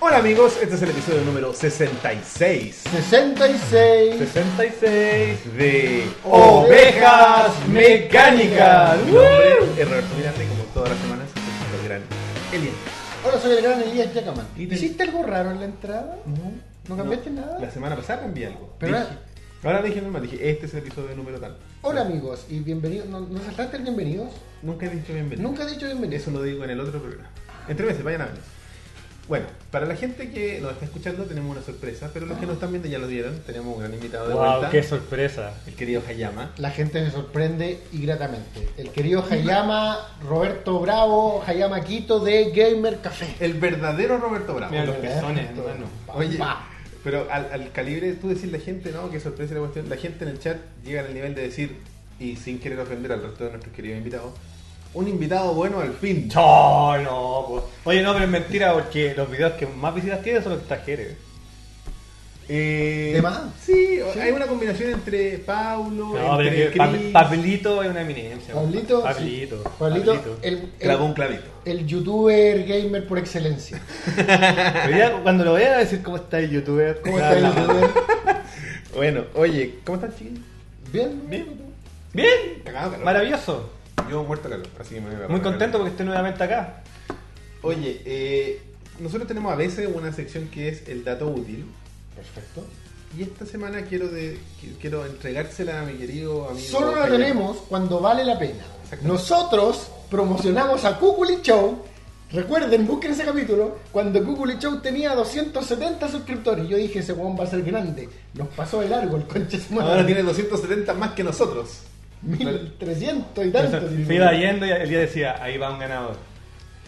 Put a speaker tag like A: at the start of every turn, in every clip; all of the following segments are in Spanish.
A: Hola amigos, este es el episodio número 66.
B: 66.
A: 66 de
B: Ovejas Mecánicas.
A: Mi nombre es Roberto Miranda y como todas las semanas, soy el gran Elian.
B: Hola, soy el gran Elías Yacaman.
A: ¿Y te-
B: ¿Hiciste algo raro en la entrada? ¿No cambiaste nada?
A: La semana pasada cambié algo.
B: Pero
A: Dije- ahora dije normal, dije este es el episodio número tal.
B: Hola amigos y bienvenidos. ¿No, no saltaste el bienvenidos?
A: Nunca he dicho bienvenido.
B: Nunca he dicho bienvenidos.
A: Eso lo digo en el otro programa. Entre meses, vayan a verlo. Bueno, para la gente que nos está escuchando tenemos una sorpresa, pero los que nos están viendo ya lo vieron. Tenemos un gran invitado de
C: Wow,
A: vuelta,
C: qué sorpresa.
A: el querido Hayama.
B: La gente se sorprende y gratamente. El querido Hayama Roberto Bravo, Hayama Quito de Gamer Café.
A: El verdadero Roberto Bravo.
C: Mira los
B: Roberto.
C: pezones, hermano.
A: Oye,
B: Pa.
A: pero al, al calibre, tú decís la gente, ¿no? Qué sorpresa la cuestión. La gente en el chat llega al nivel de decir, y sin querer ofender al resto de nuestros queridos invitados, un invitado bueno al fin.
C: No, no, po. Oye, no, pero es mentira porque los videos que más visitas tienen son los que trajeron.
A: Eh,
B: ¿De más?
A: Sí, hay una combinación entre Paulo,
C: No, pero
A: entre
C: es que Pa-
A: Chris,
C: Pablito es una eminencia. pues.
B: Pablito, sí.
C: Pablito.
B: Pablito,
C: Pablito.
B: el, el,
A: clavó un clavito.
B: el youtuber gamer por excelencia.
C: Pero ya cuando lo vean va a decir cómo está el youtuber.
B: ¿Cómo está el
C: Ah, la-
B: youtuber?
A: Bueno, oye, ¿cómo estás, chiquillos?
B: Bien,
C: Bien.
A: Cagado, calor.
C: Maravilloso.
A: Yo muerto de calor, así que me voy a agarrar
C: Muy
A: calor.
C: contento porque estoy nuevamente acá.
A: Oye, eh, nosotros tenemos a veces una sección que es el dato útil.
B: Perfecto.
A: Y esta semana quiero de, qui- quiero entregársela a mi querido amigo.
B: Solo la
A: Jaime.
B: tenemos cuando vale la pena.
A: Exacto.
B: Nosotros promocionamos a Kukuli Show. Recuerden, busquen ese capítulo. Cuando Kukuli Show tenía 270 suscriptores, yo dije: Ese weón va a ser grande. Nos pasó el largo el conche su madre.
A: Ahora tiene 270 más que nosotros.
B: 1300 y
C: O
B: tanto.
C: sea,
B: tiene.
C: Se iba yendo y el día decía, ahí va un ganador.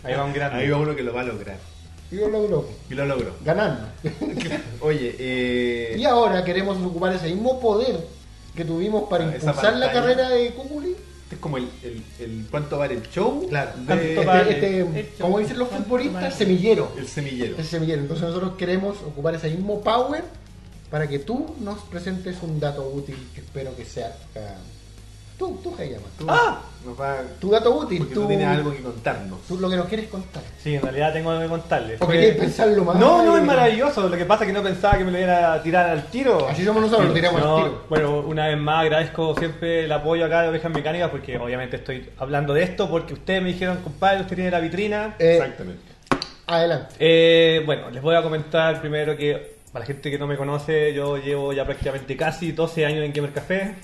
C: Ahí va un grande.
A: Ahí va uno que lo va a lograr.
B: Y lo logró.
A: Y lo logró.
B: Ganando.
A: Oye,
B: Y
A: eh,
B: ahora queremos ocupar ese mismo poder que tuvimos para
A: Ah, esa
B: impulsar la
A: pantalla.
B: carrera de Kukuli.
A: este es como el, el, el cuánto vale el show.
B: Claro.
A: de-
C: ¿Cuánto vale?
B: Este- este, como dicen los futbolistas, semillero.
A: el semillero.
B: el semillero. Entonces nosotros queremos ocupar ese mismo power para que tú nos presentes un dato útil que espero que sea ah, tú, tú que llamas,
A: Tú
C: ¡Ah!
A: nos va-
B: tu dato útil,
A: porque
B: tú,
A: tú tienes algo que contarnos.
B: tú lo que nos quieres contar.
C: Sí, en realidad tengo algo que contarles. Eh,
B: O querías pensarlo más.
C: No, no, es maravilloso. Lo que pasa es que no pensaba que me lo iba a tirar al tiro.
B: Así somos nosotros, lo tiramos
C: No,
B: al tiro.
C: Bueno, una vez más agradezco siempre el apoyo acá de Ovejas Mecánicas porque obviamente estoy hablando de esto porque ustedes me dijeron, compadre, usted tiene la vitrina.
B: Eh,
A: Exactamente.
B: Adelante.
C: Eh, bueno, les voy a comentar primero que para la gente que no me conoce, yo llevo ya prácticamente casi 12 años en Gamer Café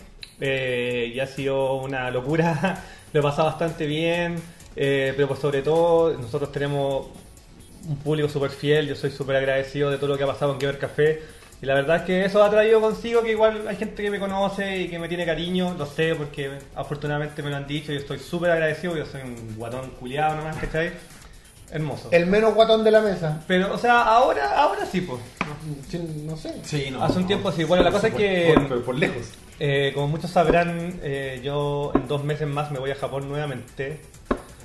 C: eh, y ha sido una locura, lo he pasado bastante bien, eh, pero por sobre todo nosotros tenemos un público súper fiel, yo soy súper agradecido de todo lo que ha pasado en Gamer Café y la verdad es que eso ha traído consigo que igual hay gente que me conoce y que me tiene cariño, lo sé porque afortunadamente me lo han dicho y estoy súper agradecido, yo soy un guatón culiado nomás, ¿cachai? Hermoso.
B: El menos guatón de la mesa.
C: Pero, o sea, ahora, ahora sí, pues.
B: Sí, No sé.
A: Sí,
C: Hace un tiempo sí. Bueno, la cosa es que,
A: Por, por- por lejos.
C: eh, como muchos sabrán, eh, yo en dos meses más me voy a Japón nuevamente.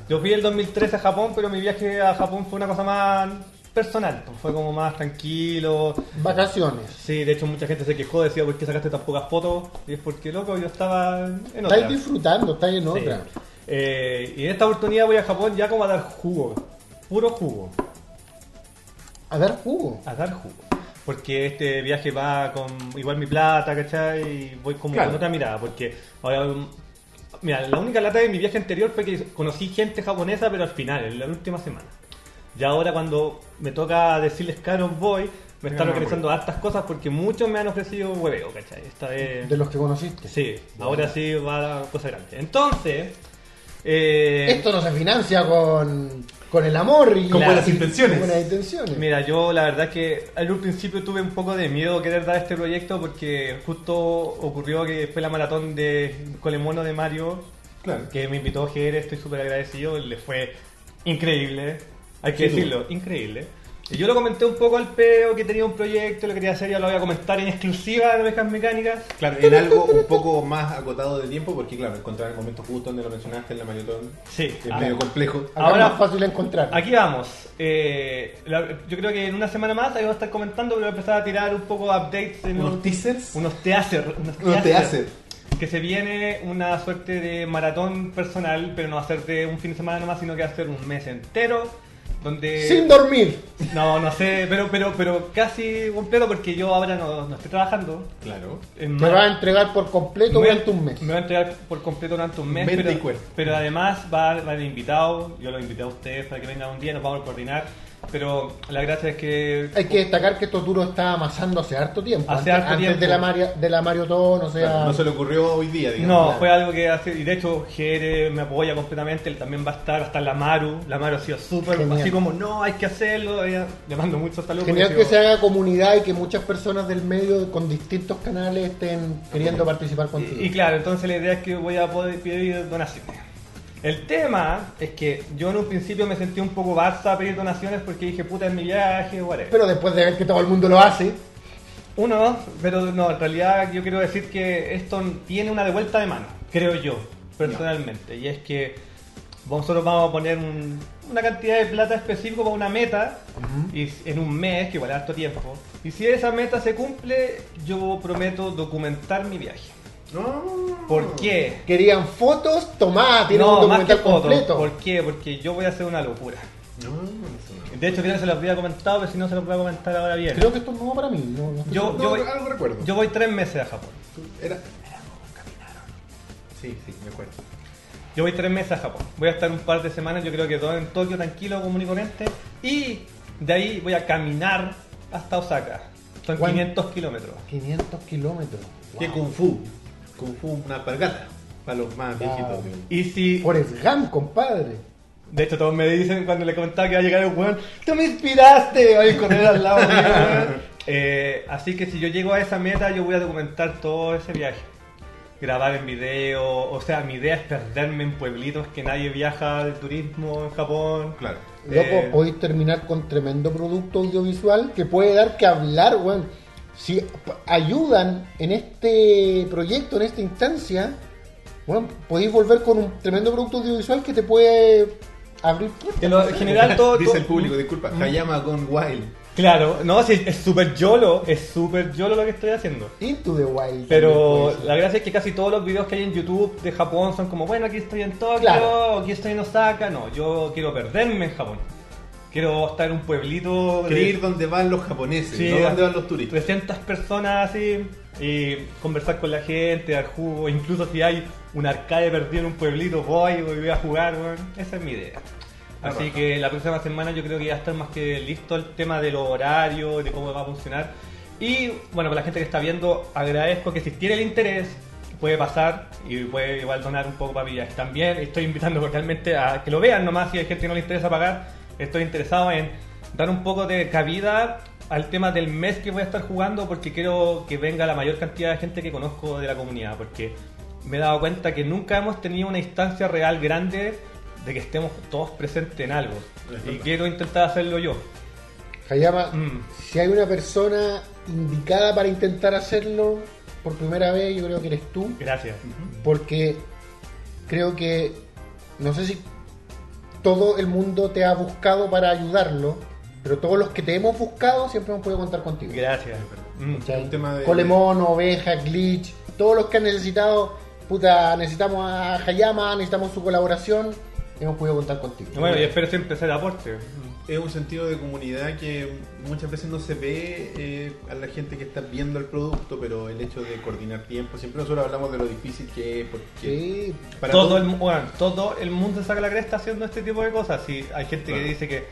C: Yo fui el 2013 a Japón, pero mi viaje a Japón fue una cosa más personal. pues, Fue como más tranquilo.
B: Vacaciones.
C: Sí, de hecho mucha gente se quejó, decía, ¿por qué sacaste tan pocas fotos? Y es porque, loco, yo estaba en otra.
B: Estáis disfrutando, estáis en
C: Sí.
B: otra.
C: Eh, y en esta oportunidad voy a Japón ya como a dar jugo. Puro jugo.
B: A dar jugo.
C: a dar jugo. Porque este viaje va con igual mi plata, ¿cachai? Y voy como
A: Claro.
C: con otra mirada. Porque ahora. um, Mira, la única lata de mi viaje anterior fue que conocí gente japonesa, pero al final, en la última semana. Y ahora cuando me toca decirles caros voy, me están
A: no
C: organizando hartas cosas porque muchos me han ofrecido hueveo, ¿cachai? Esta vez.
B: De los que conociste.
C: Sí, ahora sí va la cosa grande. Entonces. eh,
B: Esto no se financia con, con el amor y
A: Con
B: la-
A: buenas intenciones.
B: Con buenas intenciones.
C: Mira, yo la verdad que al un principio tuve un poco de miedo querer dar este proyecto porque justo ocurrió que fue la maratón de Colemono de Mario
A: Claro.
C: que me invitó GR, estoy súper agradecido, le fue increíble, hay que
A: Sí,
C: decirlo, increíble. Y yo lo comenté un poco al peo que tenía un proyecto, lo quería hacer, ya lo voy a comentar en exclusiva en Ovejas Mecánicas.
A: Claro, en algo un poco más acotado de tiempo, porque claro, encontrar el momento justo donde lo mencionaste en la maratón
C: Sí,
A: es
C: ah,
A: medio complejo.
B: Acá
C: ahora-
B: es más fácil encontrar.
C: Aquí vamos. Eh, la- yo creo que en una semana más ahí voy a estar comentando, pero voy a empezar a tirar un poco updates en
A: ¿Unos
C: un-
A: teasers?
C: Unos teaser. Unos
A: Unos
C: teaser.
A: teaser.
C: Que se viene una suerte de maratón personal, pero no va a ser de un fin de semana nomás, sino que va a ser un mes entero donde...
B: Sin dormir.
C: No, no sé, pero, pero, pero casi completo porque yo ahora no, no estoy trabajando.
A: Claro.
C: Es
B: Me
C: más,
B: va a entregar por completo
C: me-
B: durante un mes.
C: Me va a entregar por completo durante un mes.
A: Mente y
C: Pero,
A: cuerpo.
C: pero además va, van invitados, yo los invité a ustedes para que vengan un día, nos vamos a coordinar. Pero la gracia es que
B: Hay que destacar que esto duro está amasando hace harto tiempo.
C: Hace
B: antes,
C: harto
B: antes
C: tiempo.
B: de la Mario, de la Mariotón, o sea.
A: Claro, No se le ocurrió hoy día, digamos.
C: No,
B: claro.
C: fue algo que hace, y de hecho Jere me apoya completamente, él también va a estar, hasta la Maru, la Maru ha sido súper,
B: Genial.
C: así como, no, hay que hacerlo, ella- le mando muchos saludos.
B: Genial
C: porque
B: que
C: yo-
B: se haga comunidad y que muchas personas del medio con distintos canales estén queriendo participar contigo.
C: Y claro, entonces la idea es que voy a poder pedir donaciones. El tema es que yo en un principio me sentí un poco barza a pedir donaciones porque dije, puta, es mi viaje, whatever.
B: Pero después de ver que todo el mundo lo hace,
C: Uno, pero no, en realidad yo quiero decir que esto tiene una devuelta de mano, creo yo, personalmente. Y es que nosotros vamos a poner un- una cantidad de plata específica para una meta y s- en un mes, que igual es harto tiempo. Y si esa meta se cumple, yo prometo documentar mi viaje.
A: No.
C: ¿Por qué?
B: querían fotos, tomá, tienen Mm. un
C: No, más que
B: documental
C: fotos.
B: completo.
C: ¿Por qué? Porque yo voy a hacer una locura.
A: No, no, no.
C: De hecho, creo que se los había comentado, pero si no se los voy a comentar ahora bien.
B: Creo que esto es nuevo para mí. no- no estoy
C: Yo-
B: seguro.
A: No,
C: voy-
A: algo recuerdo.
C: Yo voy tres meses a Japón.
A: Era. Sí, sí, me acuerdo.
C: Yo voy tres meses a Japón. Voy a estar un par de semanas, yo creo que dos en Tokio, tranquilo, común y corriente. Y de ahí voy a caminar hasta Osaka. Son
B: ¿Cuán-
C: 500 kilómetros.
B: 500 kilómetros.
A: ¿Qué
B: Wow.
A: Kung Fu? Kung Fu, una alpargata. Para los más
B: Wow.
A: viejitos. digamos.
C: Y si...
B: Forrest Gump, compadre.
C: De hecho, todos me dicen cuando le comentaba que iba a llegar el weón, tú me inspiraste, voy a correr al lado mío, weón". Eh, así que si yo llego a esa meta, yo voy a documentar todo ese viaje. Grabar en video, o sea, mi idea es perderme en pueblitos que nadie viaja de turismo en Japón.
A: Claro.
B: Loco,
C: Eh,
B: podéis terminar con tremendo producto audiovisual que puede dar que hablar, weón. Si p- ayudan en este proyecto, en esta instancia, weón, podéis volver con un tremendo producto audiovisual que te puede abrir puertas.
C: que lo- en general todo...
A: Dice
C: todo-
A: el público, disculpa. Hayama con Wild.
C: Claro, no, sí, es súper YOLO, es súper YOLO lo que estoy haciendo.
B: Into the Wild.
C: Pero
B: también puede ser.
C: la gracia es que casi todos los videos que hay en YouTube de Japón son como, bueno, aquí estoy en Tokio,
B: Claro.
C: aquí estoy en Osaka. No, yo quiero perderme en Japón. Quiero estar en un pueblito
A: Quiere ir donde van los japoneses,
C: sí,
A: no donde van los turistas.
C: 300 personas así y conversar con la gente, dar jugo. Incluso si hay un arcade perdido en un pueblito, voy y voy a jugar. weón. Esa es mi idea.
A: La
C: Así
A: raja.
C: que la próxima semana yo creo que ya está más que listo el tema del horario, de cómo va a funcionar. Y bueno, para la gente que está viendo, agradezco que si tiene el interés, puede pasar y puede igual donar un poco para mi viaje. También estoy invitando cordialmente a que lo vean nomás si hay gente que no le interesa pagar. Estoy interesado en dar un poco de cabida al tema del mes que voy a estar jugando porque quiero que venga la mayor cantidad de gente que conozco de la comunidad. Porque me he dado cuenta que nunca hemos tenido una instancia real grande de que estemos todos presentes en algo.
A: Es
C: Y
A: verdad.
C: quiero intentar hacerlo yo.
B: Hayama,
C: Mm.
B: si hay una persona indicada para intentar hacerlo por primera vez, yo creo que eres tú.
C: Gracias.
B: porque creo que no sé si todo el mundo te ha buscado para ayudarlo, pero todos los que te hemos buscado siempre hemos podido contar contigo.
C: Gracias. Mm.
B: ¿Cachai?
A: Un tema de-
B: Colemón, Oveja, Glitch, todos los que han necesitado, puta, necesitamos a Hayama, necesitamos su colaboración, hemos podido contar contigo.
C: Bueno, y espero siempre ser aporte.
A: Es un sentido de comunidad que muchas veces no se ve eh, a la gente que está viendo el producto, pero el hecho de coordinar tiempo, siempre nosotros hablamos de lo difícil que es, porque
B: Sí,
A: para
C: todo,
A: todo-
C: el, mu- bueno, todo el mundo saca la cresta haciendo este tipo de cosas. Si hay gente
A: Claro.
C: que dice que,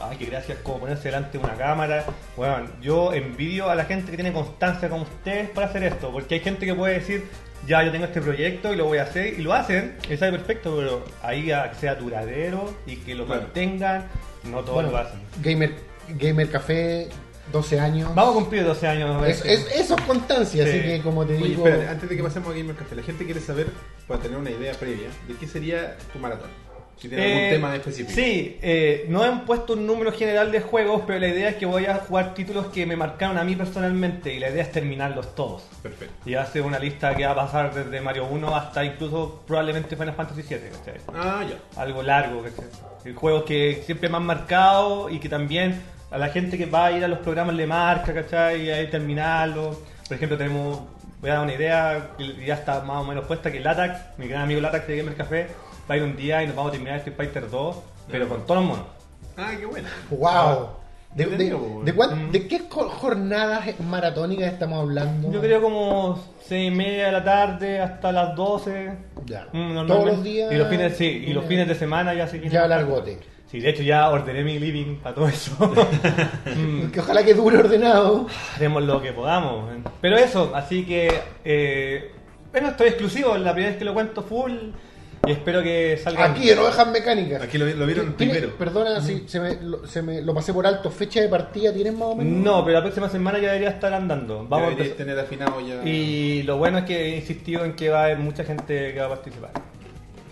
C: ay, que gracias, como ponerse delante de una cámara. Bueno, yo envidio a la gente que tiene constancia como ustedes para hacer esto, porque hay gente que puede decir, ya, yo tengo este proyecto y lo voy a hacer, y lo hacen, y sabe perfecto, pero ahí a que sea duradero y que lo
A: Claro.
C: mantengan, no todos
B: bueno,
C: lo hacen.
B: Gamer, Gamer Café, 12 años.
C: Vamos a cumplir 12 años.
B: Es-
C: este.
B: es- eso es constancia,
C: Sí.
B: así que como te
A: Oye,
B: digo...
A: espérate, antes de que pasemos a Gamer Café, la gente quiere saber, para tener una idea previa, de qué sería tu maratón. Si tienes
C: Eh,
A: algún tema específico.
C: Sí, eh, no han puesto un número general de juegos, pero la idea es que voy a jugar títulos que me marcaron a mí personalmente y la idea es terminarlos todos.
A: Perfecto.
C: Y hace una lista que va a pasar desde Mario 1 hasta incluso probablemente Final Fantasy 7, ¿cachai?
A: Ah, ya.
C: algo largo, ¿cachai? Juegos que siempre me han marcado y que también a la gente que va a ir a los programas le marca, ¿cachai? Y ahí terminarlo. Por ejemplo, tenemos, voy a dar una idea, que ya está más o menos puesta, que este Latac, mi gran amigo Latac de Gamer Café, va a ir un día y nos vamos a terminar Street Fighter 2, pero con todos los monos.
A: Ah, qué bueno.
C: Ah,
B: ¡Wow! ¿De, de,
A: Entretenido, po,
B: de
A: weón.
C: mm.
B: cuán- de qué co- jornadas maratónicas estamos hablando?
C: Yo creo como 6 y media de la tarde hasta las 12.
B: Ya.
C: Mm, normalmente.
B: Todos los días.
C: Y los fines, sí, y los fines de semana ya se
B: Ya largote.
C: Sí, de hecho ya ordené mi living para todo eso. Mm,
B: Que ojalá que dure ordenado.
C: haremos lo que podamos. Pero eso, así que. eh, bueno, estoy exclusivo, la primera vez que lo cuento full. Y espero que salga.
B: Aquí en Ovejas Mecánicas.
A: Aquí lo, vi- lo vieron
B: ¿Tiene-
A: primero.
C: Mm.
B: Perdona si se me, lo, se me lo pasé por alto. ¿Fecha de partida tienes más o menos?
C: No, pero la próxima semana ya debería estar andando. Vamos a
A: Deberíais
C: empezar.
A: tener afinado ya.
C: Y lo bueno es que he insistido en que va a haber mucha gente que va a participar.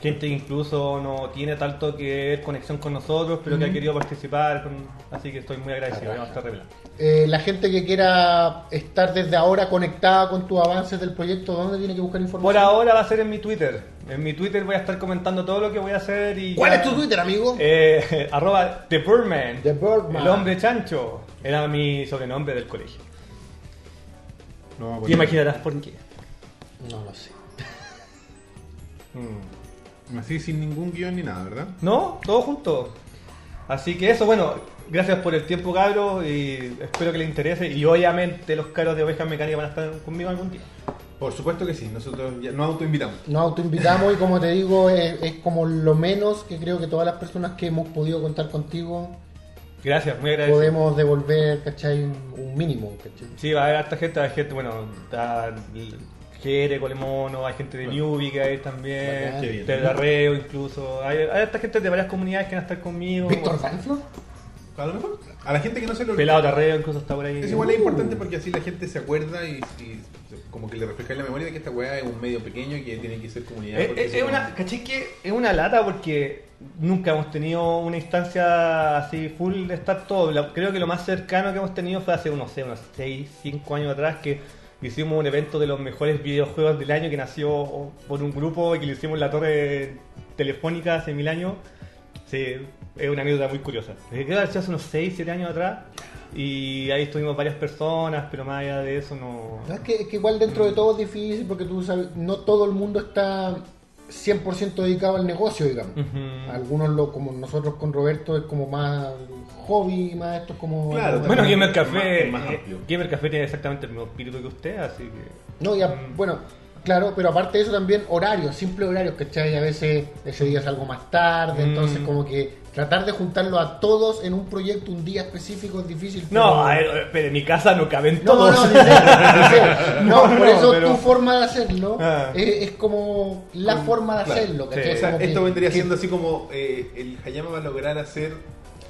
C: Gente que incluso no tiene tanto que ver conexión con nosotros, pero que ha querido participar. con- Así que estoy muy agradecido.
B: Ajá.
C: Vamos a estar revelando.
B: Eh, la gente que quiera estar desde ahora conectada con tus avances del proyecto, ¿dónde tiene que buscar información?
C: Por ahora va a ser en mi Twitter. En mi Twitter voy a estar comentando todo lo que voy a hacer y...
B: ¿Cuál
C: ya-
B: es tu Twitter, amigo?
C: Eh, arroba The Birdman.
B: The Birdman.
C: El hombre chancho. Era mi sobrenombre del colegio.
A: No,
C: Te imaginarás por qué.
B: No lo sé.
C: Mm.
A: Así sin ningún guión ni nada, ¿verdad?
C: ¿No? Todo junto. Así que eso, bueno, gracias por el tiempo, cabros, y espero que les interese. Y obviamente los caros de Ovejas Mecánicas van a estar conmigo algún día.
A: Por supuesto que sí, nosotros ya nos autoinvitamos.
B: Nos autoinvitamos y como te digo, eh, es, es como lo menos que creo que todas las personas que hemos podido contar contigo
C: Gracias, muy agradecido.
B: podemos devolver, ¿cachai? Un, un mínimo, ¿cachai?
C: Sí, va a haber harta gente, hay gente, bueno, está Jere, Colemono, hay gente de Newbie que hay
B: Bacán.
A: Qué
C: también,
A: bien.
C: Terrarreo incluso, hay, hay harta gente de varias comunidades que van a estar conmigo.
B: ¿Víctor Danflo?
A: A lo mejor, a la gente que no se lo
C: Pelado Terreo incluso está por ahí.
A: Es igual es importante porque así la gente se acuerda y, y como que le refresca en la memoria de que esta weá es un medio pequeño y que tiene que ser comunidad.
C: Es,
A: porque
C: eh, es-
A: si
C: es
A: no-
C: una, ¿cachai que es una lata porque nunca hemos tenido una instancia así full de estar todo. La- creo que lo más cercano que hemos tenido fue hace unos, sé, unos 6, 5 años atrás que hicimos un evento de los mejores videojuegos del año que nació por un grupo y que lo hicimos en la torre telefónica hace mil años. Sí, es una anécdota muy curiosa. Creo que hace unos 6, 7 años atrás y ahí estuvimos varias personas, pero más allá de eso no...
B: No, es que, es que igual dentro de todo es difícil porque tú sabes, no todo el mundo está 100% dedicado al negocio, digamos.
C: Ujú.
B: Algunos, lo, como nosotros con Roberto, es como más hobby, más esto es como...
A: Claro,
B: algo más-
C: Bueno, Gamer
A: Es
C: Café,
A: más- es más
C: eh,
A: amplio.
C: Gamer Café tiene exactamente el mismo espíritu que usted, así que.
B: No, y a-
C: Mm.
B: bueno, claro, pero aparte de eso también horarios, simples horarios, ¿cachai? A veces ese día salgo más tarde,
C: Mm.
B: entonces como que tratar de juntarlo a todos en un proyecto un día específico es difícil. pero-
C: No, a ver, pero en mi casa no caben
B: No, no,
C: todos.
B: no, ni sé, ni sé.
C: No,
B: No,
C: no,
B: por eso
C: pero-
B: tu forma de hacerlo
C: Ah.
B: es, es como la
A: Con-
B: forma de
A: claro,
B: hacerlo, ¿cachai?
C: sí.
A: O sea,
B: Como que-
A: esto vendría
B: que-
A: siendo así como eh, el Hayama va a lograr hacer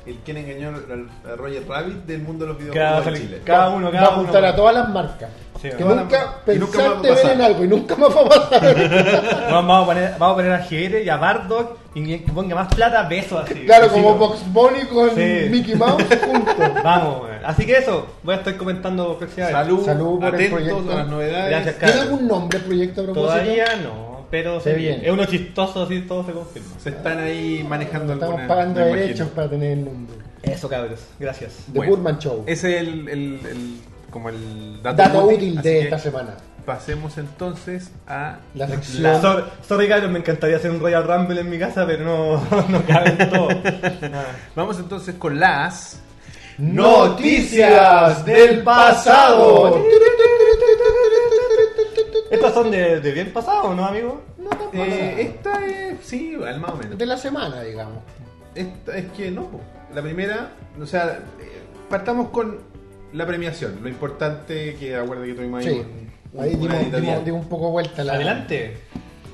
A: el quien engañó al- a Roger Rabbit del mundo de los
C: Cada
A: videojuegos en
C: sali-
A: Chile.
C: cada- uno,
B: Va a
C: uno.
B: apuntar a todas las marcas.
C: Sí,
B: que
C: todas
A: las
B: nunca
A: marcas. Y nunca más va a
B: pensaste ver
A: pasar.
B: en algo y nunca más va a pasar.
C: Vamos a poner, vamos a, poner a Jere y a Bardock y quien que ponga más plata, beso así.
B: claro,
C: Así
B: como
C: no.
B: Box Bunny con
C: Sí.
B: Mickey Mouse juntos.
C: Vamos, weón. así que eso, voy a estar comentando próximamente.
A: Salud,
B: Salud por el
A: atentos
B: proyecto.
A: a las novedades.
C: Gracias,
B: ¿Tiene
C: Carlos.
B: algún nombre proyecto a propósito?
C: Todavía no, pero
B: Se
C: se
B: viene.
C: viene. Es uno chistoso, así todo se confirma.
A: Se están ahí manejando
B: Estamos
A: algunas-
B: pagando
A: me imagino.
B: derechos para tener el nombre.
C: Eso, cabros, gracias.
B: The
A: Bueno,
B: Burman Show.
A: Ese es el, el- el- como el dato,
B: Dato útil
A: así
B: de
A: que
B: esta semana.
A: Pasemos entonces a
B: La sección.
C: La- sorry, sorry, cabros, me encantaría hacer un Royal Rumble en mi casa, pero no, no caben todos. Ah.
A: Vamos entonces con las
B: Noticias del pasado.
C: Estas son de, de bien pasado, ¿no, amigo?
B: No tan
A: Eh,
B: pasada.
A: esta es. Sí, al más o menos.
B: de la semana, digamos.
A: Esta es que no, po. la primera, o sea, eh, partamos con la premiación, lo importante que acuerda que tuvimos ahí.
B: Sí.
A: un-
B: Ahí
A: un- una
B: dimos,
A: editorial.
B: dimos- dimos un poco vuelta. La...
C: Adelante.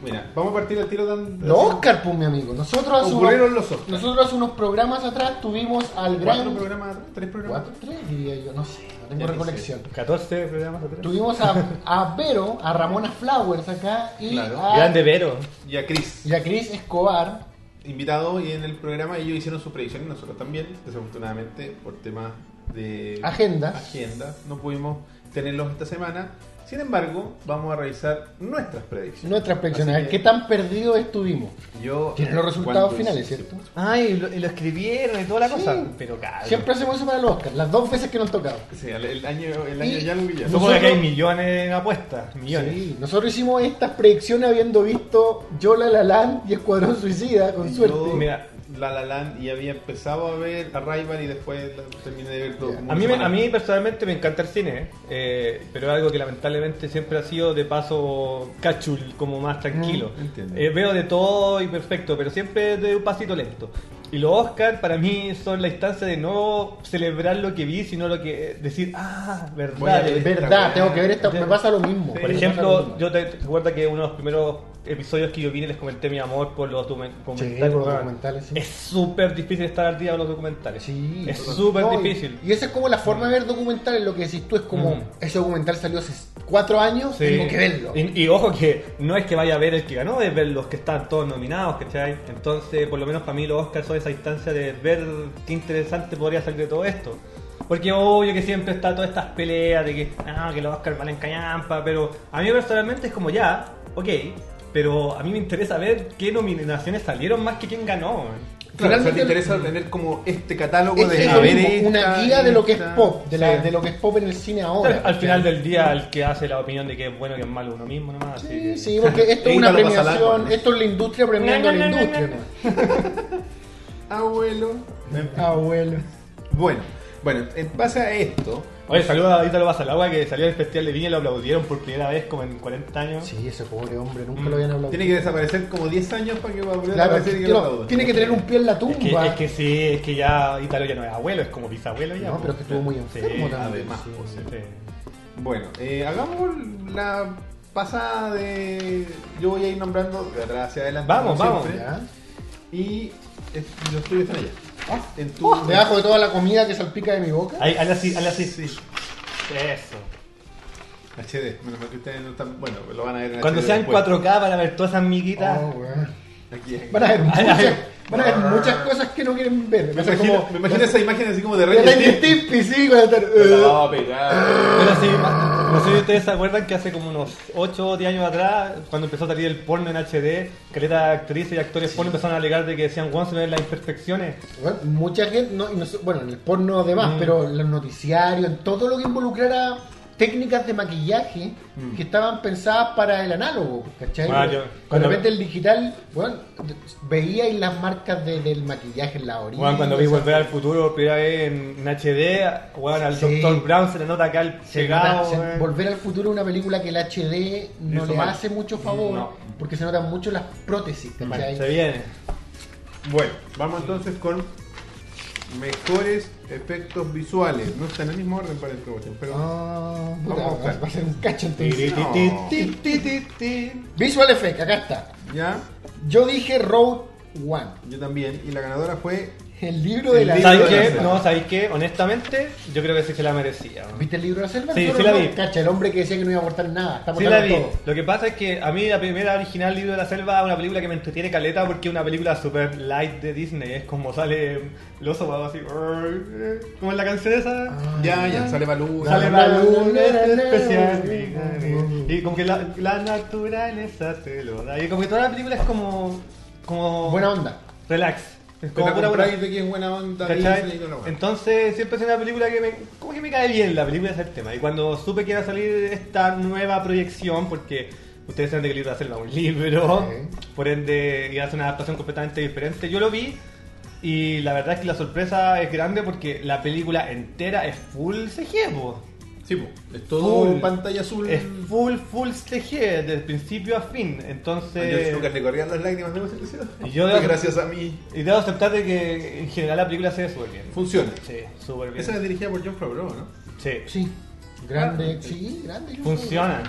A: Mira, vamos a partir al tiro tan.
B: Los Oscar, pues, mi amigo. Nosotros hace,
A: Ocurrieron
B: unos,
A: los Oscar.
B: nosotros hace unos programas atrás tuvimos al
A: ¿Cuatro
B: gran...
A: programas? ¿Tres programas?
B: ¿Cuatro? ¿Tres? Diría yo. No sé. No tengo
A: Ya ni
B: recolección.
C: 14 programas atrás.
B: Tuvimos a, a Vero, a Ramona Flowers acá y,
A: Claro.
B: a,
C: Grande Vero.
A: Y a Chris,
B: y a Cris Escobar.
A: invitado, y en el programa ellos hicieron sus predicciones, nosotros también, desafortunadamente, por temas de.
B: Agendas.
A: Agenda, no pudimos tenerlos esta semana. Sin embargo, vamos a revisar nuestras predicciones.
B: Nuestras predicciones. a ver
A: Así
B: ¿Qué tan perdidos estuvimos?
A: Yo, eh,
B: Tienen los resultados
A: cuando-
B: finales, ¿cierto?
C: Ay, lo, lo escribieron y toda la
B: Sí.
C: cosa. Pero cabrón.
B: Siempre hacemos eso para los Oscar, las dos veces que nos tocaba.
A: Sí, el- el año, el año
B: Y-
A: ya lo vi ya.
C: Supongo que
B: Nosotros-
C: aquí hay millones en apuestas. Millones.
B: Sí, nosotros hicimos estas predicciones habiendo visto Yola La Land y Escuadrón Suicida, con
A: Yo-
B: suerte.
C: Mira,
A: La La Land y había empezado a ver Arrival y después la- terminé de ver todo.
B: Ya.
C: A mí, me- a mí personalmente me encanta el cine, ¿eh? Eh, pero algo que lamentablemente siempre ha sido de paso cachul, como más tranquilo.
A: Mm, entiendo.
C: Eh, veo de todo y perfecto, pero siempre de un pasito lento. Y los Oscar para mí son la instancia de no celebrar lo que vi, sino lo que decir, ah,
A: Voy a
C: verdad.
A: ver
C: eh,
A: esta
B: Verdad,
A: weá.
B: tengo que ver esta. Me pasa lo mismo.
A: Sí.
C: Por
B: me pasa lo mismo.
C: ejemplo, yo te, te recuerda que uno de los primeros episodios que yo vi les comenté mi amor por los documen- documentales.
B: por los
C: weón.
B: documentales, sí.
C: Es súper difícil estar al día con los documentales.
B: Sí.
C: es
B: total.
C: súper
B: No, y-
C: difícil.
B: Y esa es como la forma de ver documentales, lo que decís tú es como,
C: Mm.
B: ese documental salió hace cuatro años,
C: Sí.
B: tengo que verlo.
C: Y, y ojo que no es que vaya a ver el que ganó, es ver los que están todos nominados, ¿cachai? Entonces, por lo menos para mí los Oscars son esa instancia de ver qué interesante podría ser de todo esto. Porque obvio que siempre está todas estas peleas de que, ah, que los Oscars valen callampa, pero a mí personalmente es como ya, ok, pero a mí me interesa ver qué nominaciones salieron más que quién ganó.
A: Claro, o sea,
B: Finalmente-
A: te interesa tener como este catálogo
B: Es
A: de
B: eso
A: haber
B: mismo, una
A: esta,
B: guía de lo que es
A: esta.
B: pop, de, la-
C: Sí.
B: de lo que es pop en el cine ahora.
C: Al final del día, el que hace la opinión de que es bueno que es malo uno mismo nomás. así que-
B: Sí, sí, porque esto es
A: Grítalo
B: una
A: para Salar,
B: premiación,
A: ¿no?
B: esto es la industria premiando
C: No, no,
B: a
C: no,
B: la
C: no,
B: industria. pues.
C: no.
B: ¿no?
A: Abuelo.
B: Abuelo.
A: Bueno, bueno, en base a esto,
C: Oye, saluda a Ítalo Basalagua que salió del Festival de Viña y lo aplaudieron por primera vez como en 40 años.
B: Sí, ese pobre hombre, nunca lo habían hablado.
A: tiene que desaparecer como 10 años para que va a volver a
B: Claro,
A: aparecer y que
B: tiene-
A: lo aplaudan.
B: tiene que tener un pie en la
C: Es que,
B: tumba.
C: es que sí, es que ya Ítalo ya no es abuelo, es como bisabuelo ya. pues. este,
B: No, pero es que estuvo muy enfermo también.
A: además,
B: sí.
A: pues, sí.
C: Sí.
A: Bueno, eh, hagamos la pasada de. Yo voy a ir nombrando de atrás hacia adelante.
C: Vamos,
A: como
C: vamos.
A: siempre.
B: Ya.
A: Y eh, los tuyos están allá.
B: Ah,
A: En tu.
B: Debajo de toda la comida que salpica de mi boca. Oh,
C: Ahí, hazle así, hazle así. Eso.
A: HD, menos mal que ustedes no están. Bueno, lo van a ver en
C: Cuando
A: HD
C: sean
A: después.
C: 4K van a ver todas esas miguitas.
B: Oh, weón.
A: Aquí, aquí.
B: Van a haber
C: Ay, ay.
B: muchas, van a haber muchas cosas que no quieren ver.
A: Me
B: Va a ser
A: imagino,
B: como-
A: me imagino esa imagen así como de
B: de
A: Rey
B: Ren y Stimpy, sí, con el ter- eh.
A: a pegar.
C: Pero sí, ma- no sé si ustedes se acuerdan que hace como unos 8 o 10 años atrás, cuando empezó a salir el porno en HD, caleta de actrices y actores porno empezaron a alegar de que decían, Juan, se ven las imperfecciones.
B: Bueno, mucha gente, no, y no sé- bueno, en el porno además,
C: Mm.
B: pero en los noticiarios, en todo lo que involucrara técnicas de maquillaje que estaban pensadas para el análogo, ¿cachai?
C: Mm. Ah, yo-
B: cuando
C: cuando-
B: de repente el digital, bueno, veíais las marcas de- del maquillaje en la orilla.
C: Weón, cuando vi
B: o sea,
C: volver al futuro por primera vez en, en HD, weón, al
B: Sí.
C: Dr. Brown se le nota acá el
B: se
C: pegado.
B: nota- se-
C: weón.
B: volver al futuro una película que el HD no
A: Hizo
B: le
A: mal.
B: hace mucho favor,
C: No.
B: porque se notan mucho las prótesis, ¿cachai?
C: Bueno, se viene.
A: Bueno, vamos entonces con mejores efectos visuales. No está en el mismo orden para el promoción, pero.
B: Ah, puta,
A: Vamos a buscar.
B: va a ser un cacho entonces.
A: No.
C: Ti, ti, ti, ti, ti.
B: Visual Effect, acá está.
A: Ya,
B: Yo dije Road One.
A: yo también. Y la ganadora fue.
B: El libro de
A: El
B: la
A: libro
C: ¿Sabes
A: de la
C: qué?
A: selva.
C: No, ¿sabes qué? Honestamente, yo creo que sí se la merecía. weón.
B: ¿Viste el libro de la selva?
C: Sí,
B: Arturo?
C: sí la
B: No,
C: vi.
B: Cacha, el hombre que decía que no iba a aportar nada. Está
C: Sí la
B: aportando
C: vi.
B: todo.
C: Lo que pasa es que a mí la primera original Libro de la Selva es una película que me entretiene caleta porque es una película super light de Disney. Es como sale el oso va así. Como en la canción esa.
A: Ya, ya, sale Balú.
C: Sale
B: Balú.
C: la luna es especial. Y como que la, la naturaleza te lo da. Y como que toda la película es como. como
B: Buena onda.
C: relax. Es
A: Como
C: como pura buena.
A: de que es buena onda. Disney y
C: ¿Cachai?
A: toda la wea.
C: Entonces siempre es una película que me, como que me cae bien la película es el tema. Y cuando supe que iba a salir esta nueva proyección, porque ustedes saben de que el libro de la selva es un libro,
B: Sí.
C: por ende iba a ser una adaptación completamente diferente, yo lo vi y la verdad es que la sorpresa es grande porque la película entera es full CG. po.
A: Sí, po, es todo
C: Full.
A: pantalla azul.
C: Es full, full CG, del principio a fin. Entonces...
A: Ah, Yo nunca te corrían las lágrimas, me parece que sí.
C: Y yo-
A: Fue Gracias a mí.
C: Y debo aceptar de que en general la película se ve súper bien.
A: Funciona.
C: Sí, súper bien.
A: Esa es dirigida por John Favreau, ¿no?
C: Sí.
B: Sí. Grande,
A: Ah,
B: sí, grande.
C: Funciona.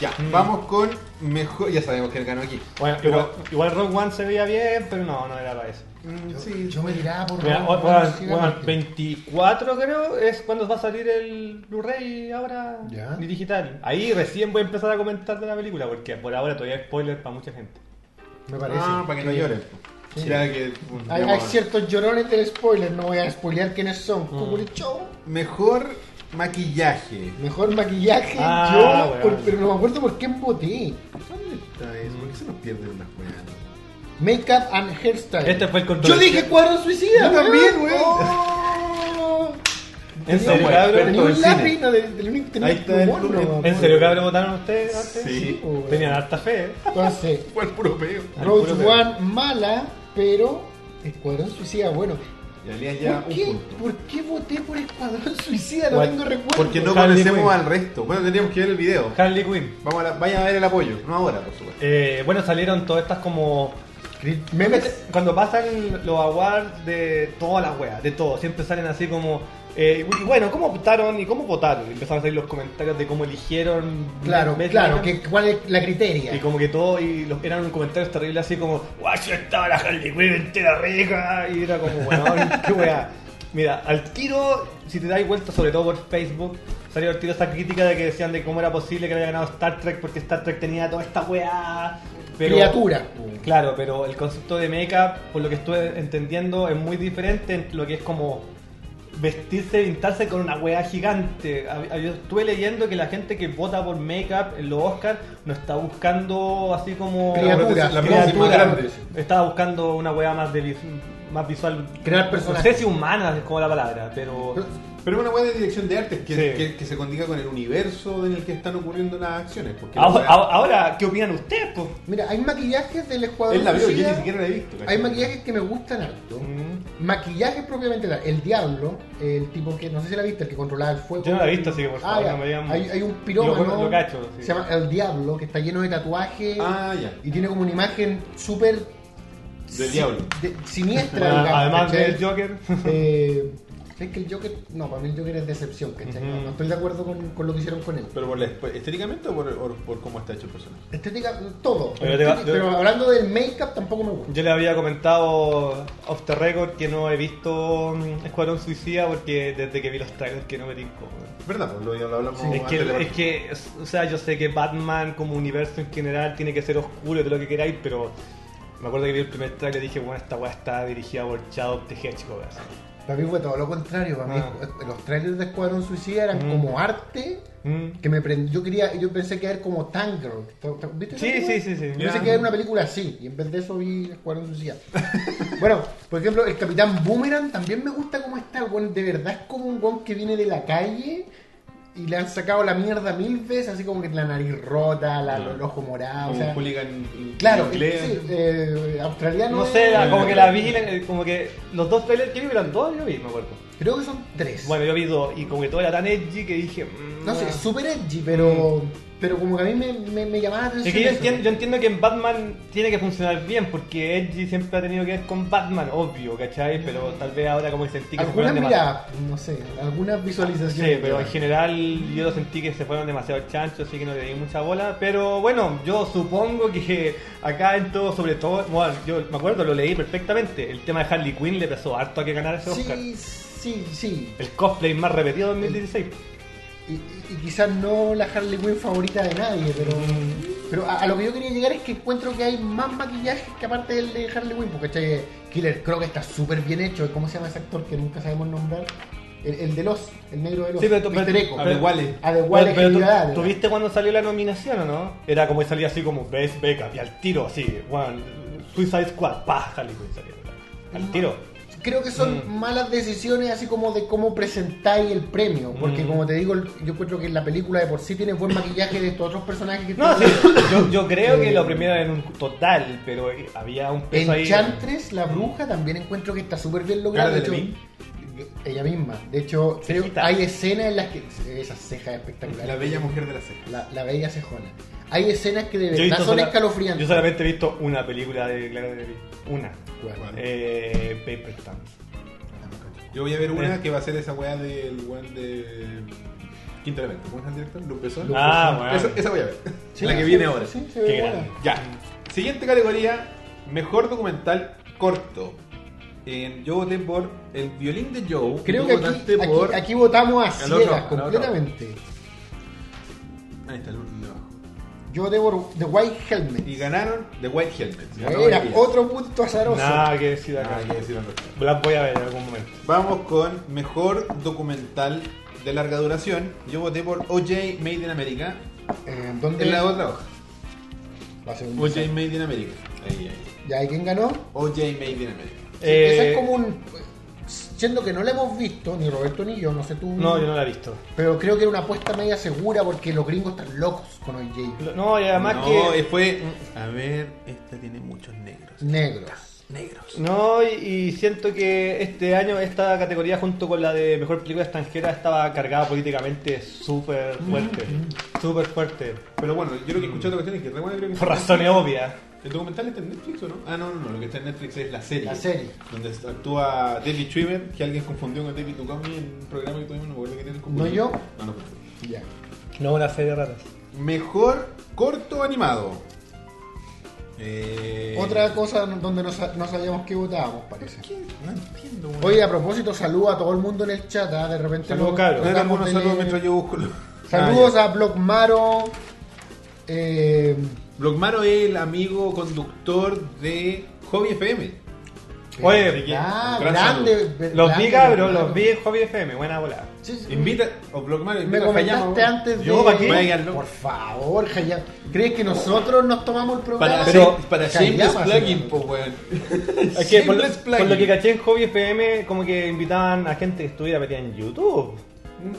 A: Ya,
C: Mm.
A: vamos con mejor. Ya sabemos quién ganó aquí.
C: Bueno,
A: Pero-
C: igual, igual Rogue One se veía bien, pero no, no era para eso.
A: Mm,
B: Yo,
A: sí,
B: yo me tiraba por
C: Mira,
B: Road
C: o-
B: One,
C: bueno,
B: sí,
C: bueno,
B: realmente.
C: 24 creo es cuando va a salir el Blu-ray ahora
B: Ya.
C: y digital. Ahí recién voy a empezar a comentar de la película porque por ahora todavía hay spoiler para mucha gente.
B: Me parece.
A: Ah, para que no lloren.
B: Sí.
A: Ya que.
B: Hay, hay
A: digamos,
B: ciertos llorones del spoiler, no voy a spoilear quiénes son.
C: Mm.
B: Como el show.
A: Mejor maquillaje.
B: Mejor maquillaje,
C: Ah,
B: yo,
C: weón.
B: por- pero no me acuerdo por qué emboté.
A: ¿Dónde está eso? ¿Por qué se nos pierden unas weas?
B: Makeup and hairstyle.
C: Este fue el
B: Yo
C: controversial.
B: dije cuadro suicida.
A: Yo también,
B: weón.
A: weón.
B: Oh.
C: En
B: Tenía
C: serio,
B: un-
C: cabrón.
B: Tenía
A: Experto
B: un
A: pues, en
B: lápiz,
A: cine.
B: no, de- del único que tenía
A: Ahí está el
B: como
A: club.
B: mono,
C: ¿En
B: weón.
C: serio, cabrón, votaron ustedes antes?
A: Sí. pues,
B: weón.
C: Tenían harta fe. ¿eh?
B: pues. Entonces,
A: Fue el puro peo.
C: Al
B: Road
C: puro pedo.
B: One mala, pero Escuadrón Suicida, bueno.
A: Y Elías lleva
B: ¿Por
A: un
B: qué,
A: punto.
B: ¿Por qué voté por Escuadrón Suicida? No
C: Bueno,
B: tengo recuerdo.
A: Porque no
C: Harley
A: conocemos
C: Quinn.
A: al resto. Bueno, tendríamos que ver el video.
C: Harley Quinn.
A: Vamos a la- vayan a ver el apoyo. No ahora, por supuesto.
C: Eh, bueno, salieron todas estas como.
B: Crit- Memes.
C: Cuando pasan los awards de todas las weas, de todo, siempre salen así como. eh, y bueno, ¿cómo votaron y cómo votaron? Y empezaron a salir los comentarios de cómo eligieron.
B: Claro,
C: Batman.
B: claro, que, ¿cuál es la criteria?
C: Y como que todo, y los, eran comentarios terribles así como, guau, yo estaba la Harley Quinn entera rica, y era como, bueno, qué weá. Mira, al tiro, si te dais vuelta, sobre todo por Facebook, salió al tiro esa crítica de que decían de cómo era posible que le haya ganado Star Trek, porque Star Trek tenía toda esta weá. Pero,
B: Criatura.
A: Uh.
C: Claro, pero el concepto de make-up, por lo que estuve entendiendo, es muy diferente en lo que es como vestirse, pintarse con una weá gigante. Hab- hab- Yo estuve leyendo que la gente que vota por make-up en los Oscars no está buscando así como...
B: Criatura,
A: La
C: Criatura.
A: próxima grande.
C: Estaba buscando una weá más, de, vis- más visual.
B: Crear
C: No
B: personajes.
C: sé si humana es como la palabra, pero...
A: Pero es una buena dirección de arte que,
C: Sí.
A: que, que se condiga con el universo en el que están ocurriendo las acciones. Porque la
C: Ahora,
A: weá-
C: ahora, ¿qué opinan ustedes? po?
B: Mira, hay maquillajes del Escuadrón
C: ah,
A: él la vio, yo
B: Suicida.
A: ni siquiera la he visto.
B: Hay
A: ¿cachai?
B: maquillajes que me gustan harto.
C: Mm.
B: Maquillaje propiamente tal. El diablo, el tipo que, no sé si la viste, el que controlaba el fuego.
C: Yo no la he visto, así que por favor
B: Ah, ya.
C: no me digan...
B: hay, hay un
C: Lo-
B: pirómano
C: lo cacho, sí.
B: se llama El Diablo, que está lleno de tatuajes
A: Ah, ya.
B: y tiene como una imagen súper
A: Del diablo.
B: de- siniestra.
C: Bueno,
B: digamos,
C: Ah, además
B: ¿cachai?
C: del Joker.
B: Eh, es que el Joker, no, para mí el Joker es decepción, ¿cachai? No,
C: Ujú.
B: no estoy de acuerdo con, con lo que hicieron con él.
A: ¿Pero por la, por- estéticamente o por, o por cómo está hecho el personaje?
B: Estética, todo.
C: Oye, te va- te-
B: pero hablando del make-up tampoco me gusta.
C: Yo le había comentado off the record que no he visto mm, Escuadrón Suicida porque desde que vi los trailers que no me tincó. weón.
A: ¿Verdad? Pues lo, lo hablamos
B: Sí.
A: antes
C: Es que,
A: de la
C: es
A: partida.
C: que, es- o sea, yo sé que Batman como universo en general tiene que ser oscuro y todo lo que queráis, pero me acuerdo que vi el primer trailer y dije, bueno, esta weá está dirigida por Shadow the Hedgehog. así.
B: Para mí fue todo lo contrario. Para
C: Ah.
B: mí, los trailers de Escuadrón Suicida eran
C: Mm.
B: como arte
C: Mm.
B: que me prend- Yo quería, yo pensé que era como Tangle. ¿Viste esa
C: Sí,
B: película?
C: sí, sí, sí.
B: Yo pensé
A: Ya.
B: que era una película así y en vez de eso vi Escuadrón Suicida. bueno, por ejemplo, el Capitán Boomerang también me gusta como está, el weón. De verdad es como un weón que viene de la calle. Y le han sacado la mierda mil veces, así como que la nariz rota, la,
A: Mm.
B: el ojo
A: Como
B: morado. Ah, o sea,
A: un hooligan in-
B: Claro,
A: inglés.
B: sí, eh, australiano.
C: No
B: es-
C: sé, la-
A: eh,
C: como que la vi, eh, como que los dos trailers que vi eran dos, yo vi, me acuerdo.
B: Creo que son tres.
C: Bueno, yo vi dos y como que todo era tan edgy que dije... mm,
B: no sé,
C: weón.
B: es súper edgy, pero, pero como que a mí me, me, me llamaba la atención.
C: Mm. Es que yo
B: eso.
C: entiendo, yo entiendo que en Batman tiene que funcionar bien, porque Edgy siempre ha tenido que ver con Batman, obvio, ¿cachai? Pero tal vez ahora como que sentí que se
B: algunas
C: fueron demasiado.
B: miradas, no sé, algunas
C: Sí,
B: visualizaciones.
C: pero en general yo sentí que se fueron demasiado chanchos, así que no le di mucha bola. Pero bueno, yo supongo que acá en todo, sobre todo, bueno, yo me acuerdo, lo leí perfectamente. El tema de Harley Quinn le pesó harto a que ganara ese Oscar.
B: Sí, sí, sí.
C: El cosplay más repetido de 2016.
B: Y, y- y quizás no la Harley Quinn favorita de nadie, pero, pero a, a lo que yo quería llegar es que encuentro que hay más maquillajes que aparte del de Harley Quinn, porque ¿cachai? Killer Croc está súper bien hecho. ¿Cómo se llama ese actor que nunca sabemos nombrar? El, el de los, el negro de los.
C: Sí, pero tú-
B: Mr.
C: pero-
B: Echo.
A: A ver, Wally.
B: A de
C: Pero,
B: Wallace
C: pero tú-
B: General.
C: ¿tú viste cuando salió la nominación o no? Era como que salía así como Best Backup y al tiro así, weón, Suicide Squad, pa, Harley Quinn salía, Al tiro.
B: Creo que son
C: Mm.
B: malas decisiones así como de cómo presentáis el premio. Porque
C: Mm.
B: como te digo, el- yo encuentro que la película de por sí tiene buen maquillaje de estos otros personajes que
C: No, sí, yo, yo creo que
B: Eh.
C: lo primero en un total, pero había un peso ahí.
B: Enchantress, la bruja, también encuentro que está súper bien lograda.
A: Cara de
B: de hecho, ella misma. De hecho, creo
C: Cejita.
B: hay escenas en las que. Esas cejas espectaculares.
A: La bella mujer de la ceja.
B: La, la bella cejona. Hay escenas que de
C: Yo he
B: verdad
C: visto
B: son
C: sola-
B: escalofriantes.
C: Yo solamente he visto una película de Clara Delevingne, una,
B: Bueno,
A: Bueno.
C: eh, Paper Towns.
A: Yo voy a ver
C: Eh.
A: una que va a ser esa weá del weón de. Quinto elemento. ¿Cómo es el director? Luke Besson.
C: Ah,
A: Luke
C: bueno.
A: Besson. Esa, esa voy a ver.
B: sí,
A: la que
B: sí,
A: viene ahora.
B: Sí, se ve
C: Qué
B: buena.
C: grande.
A: Ya. Siguiente categoría: Mejor documental corto. En- yo voté por El violín de Joe.
B: Creo
A: Tú
B: que
A: votaste
B: aquí, aquí-
A: por-
B: aquí votamos a
A: Al otro,
B: ciegas
A: al otro.
B: completamente.
A: Ahí está el último de abajo.
B: Yo debo The White Helmet.
A: Y ganaron The White Helmet. Ganó
B: Era
A: Elías.
B: otro punto azaroso.
C: Nada que decir acá.
A: Ah, hay que decir al respecto.
C: Las voy a ver en algún momento.
A: Vamos con mejor documental de larga duración. Yo voté por OJ Made in America.
B: Eh, ¿Dónde
A: En la otra hoja.
B: Va a ser un
A: OJ
B: desastre.
A: Made in America. Ahí, ahí.
B: ¿Ya ¿y quién ganó?
A: OJ Made in America.
B: Sí,
C: Eh,
B: esa es como un. Siendo que no la hemos visto, ni Roberto ni yo, no sé tú.
C: No, yo no la he visto.
B: Pero creo que era una apuesta media segura porque los gringos están locos con OJ.
C: No, y además
A: no,
C: que...
A: eh, fue. A ver, esta tiene muchos negros.
B: Negros.
A: negros.
C: No, y, y siento que este año esta categoría junto con la de mejor película extranjera estaba cargada políticamente súper fuerte. Súper fuerte.
A: Pero bueno, yo lo que escuché otra cuestión es que Rewan creo que...
C: Por razones obvias.
A: ¿El documental está en Netflix o no? Ah, no, no, no, lo que está en Netflix es la serie.
B: La serie.
A: Donde actúa David Schwimmer, que alguien confundió con David Duchovny en un programa que tuvimos, no me acuerdo que tiene el
B: ¿No yo?
A: No, no. pues.
B: Ya.
C: No una serie de ratas.
A: Mejor corto animado. Eh,
B: Otra cosa donde no, sa- no sabíamos que votábamos, parece.
A: ¿Qué? No entiendo, weón.
B: Oye, a propósito, saludo a todo el mundo en el chat, ¿ah? de repente...
C: Saludos,
B: no-
C: cabros.
A: No eran
B: tratamos
A: buenos
B: de
A: saludos
B: leer.
A: mientras yo busco. Ah,
C: Ah,
B: Saludos a Blockmaro, eh,
A: Blogmaro es el amigo conductor de Hobby FM.
C: Oye,
A: Así que,
B: ah,
A: gran saludo.
B: grande,
C: Los
B: grande
C: vi, cabros,
B: Blockmaro.
C: los vi en Hobby FM, buena bola.
B: Sí, sí.
A: Invita, o Blogmaro,
B: Me
A: invita a Hayama,
B: comentaste
A: weón.
B: antes de...
C: Yo, ¿pa' qué?
A: Vayan, ¿no?
B: Por favor, Hayam. ¿Crees que nosotros nos tomamos el
A: Para,
B: programa?
A: pero,
C: Pero-
A: para
B: Hayama,
A: Shameless
B: señor.
A: Plugin, po, weón.
C: Es que por, lo-
A: Shameless
C: por lo que
A: Plugin.
C: caché en Hobby FM, como que invitaban a gente que estuviera metida en YouTube.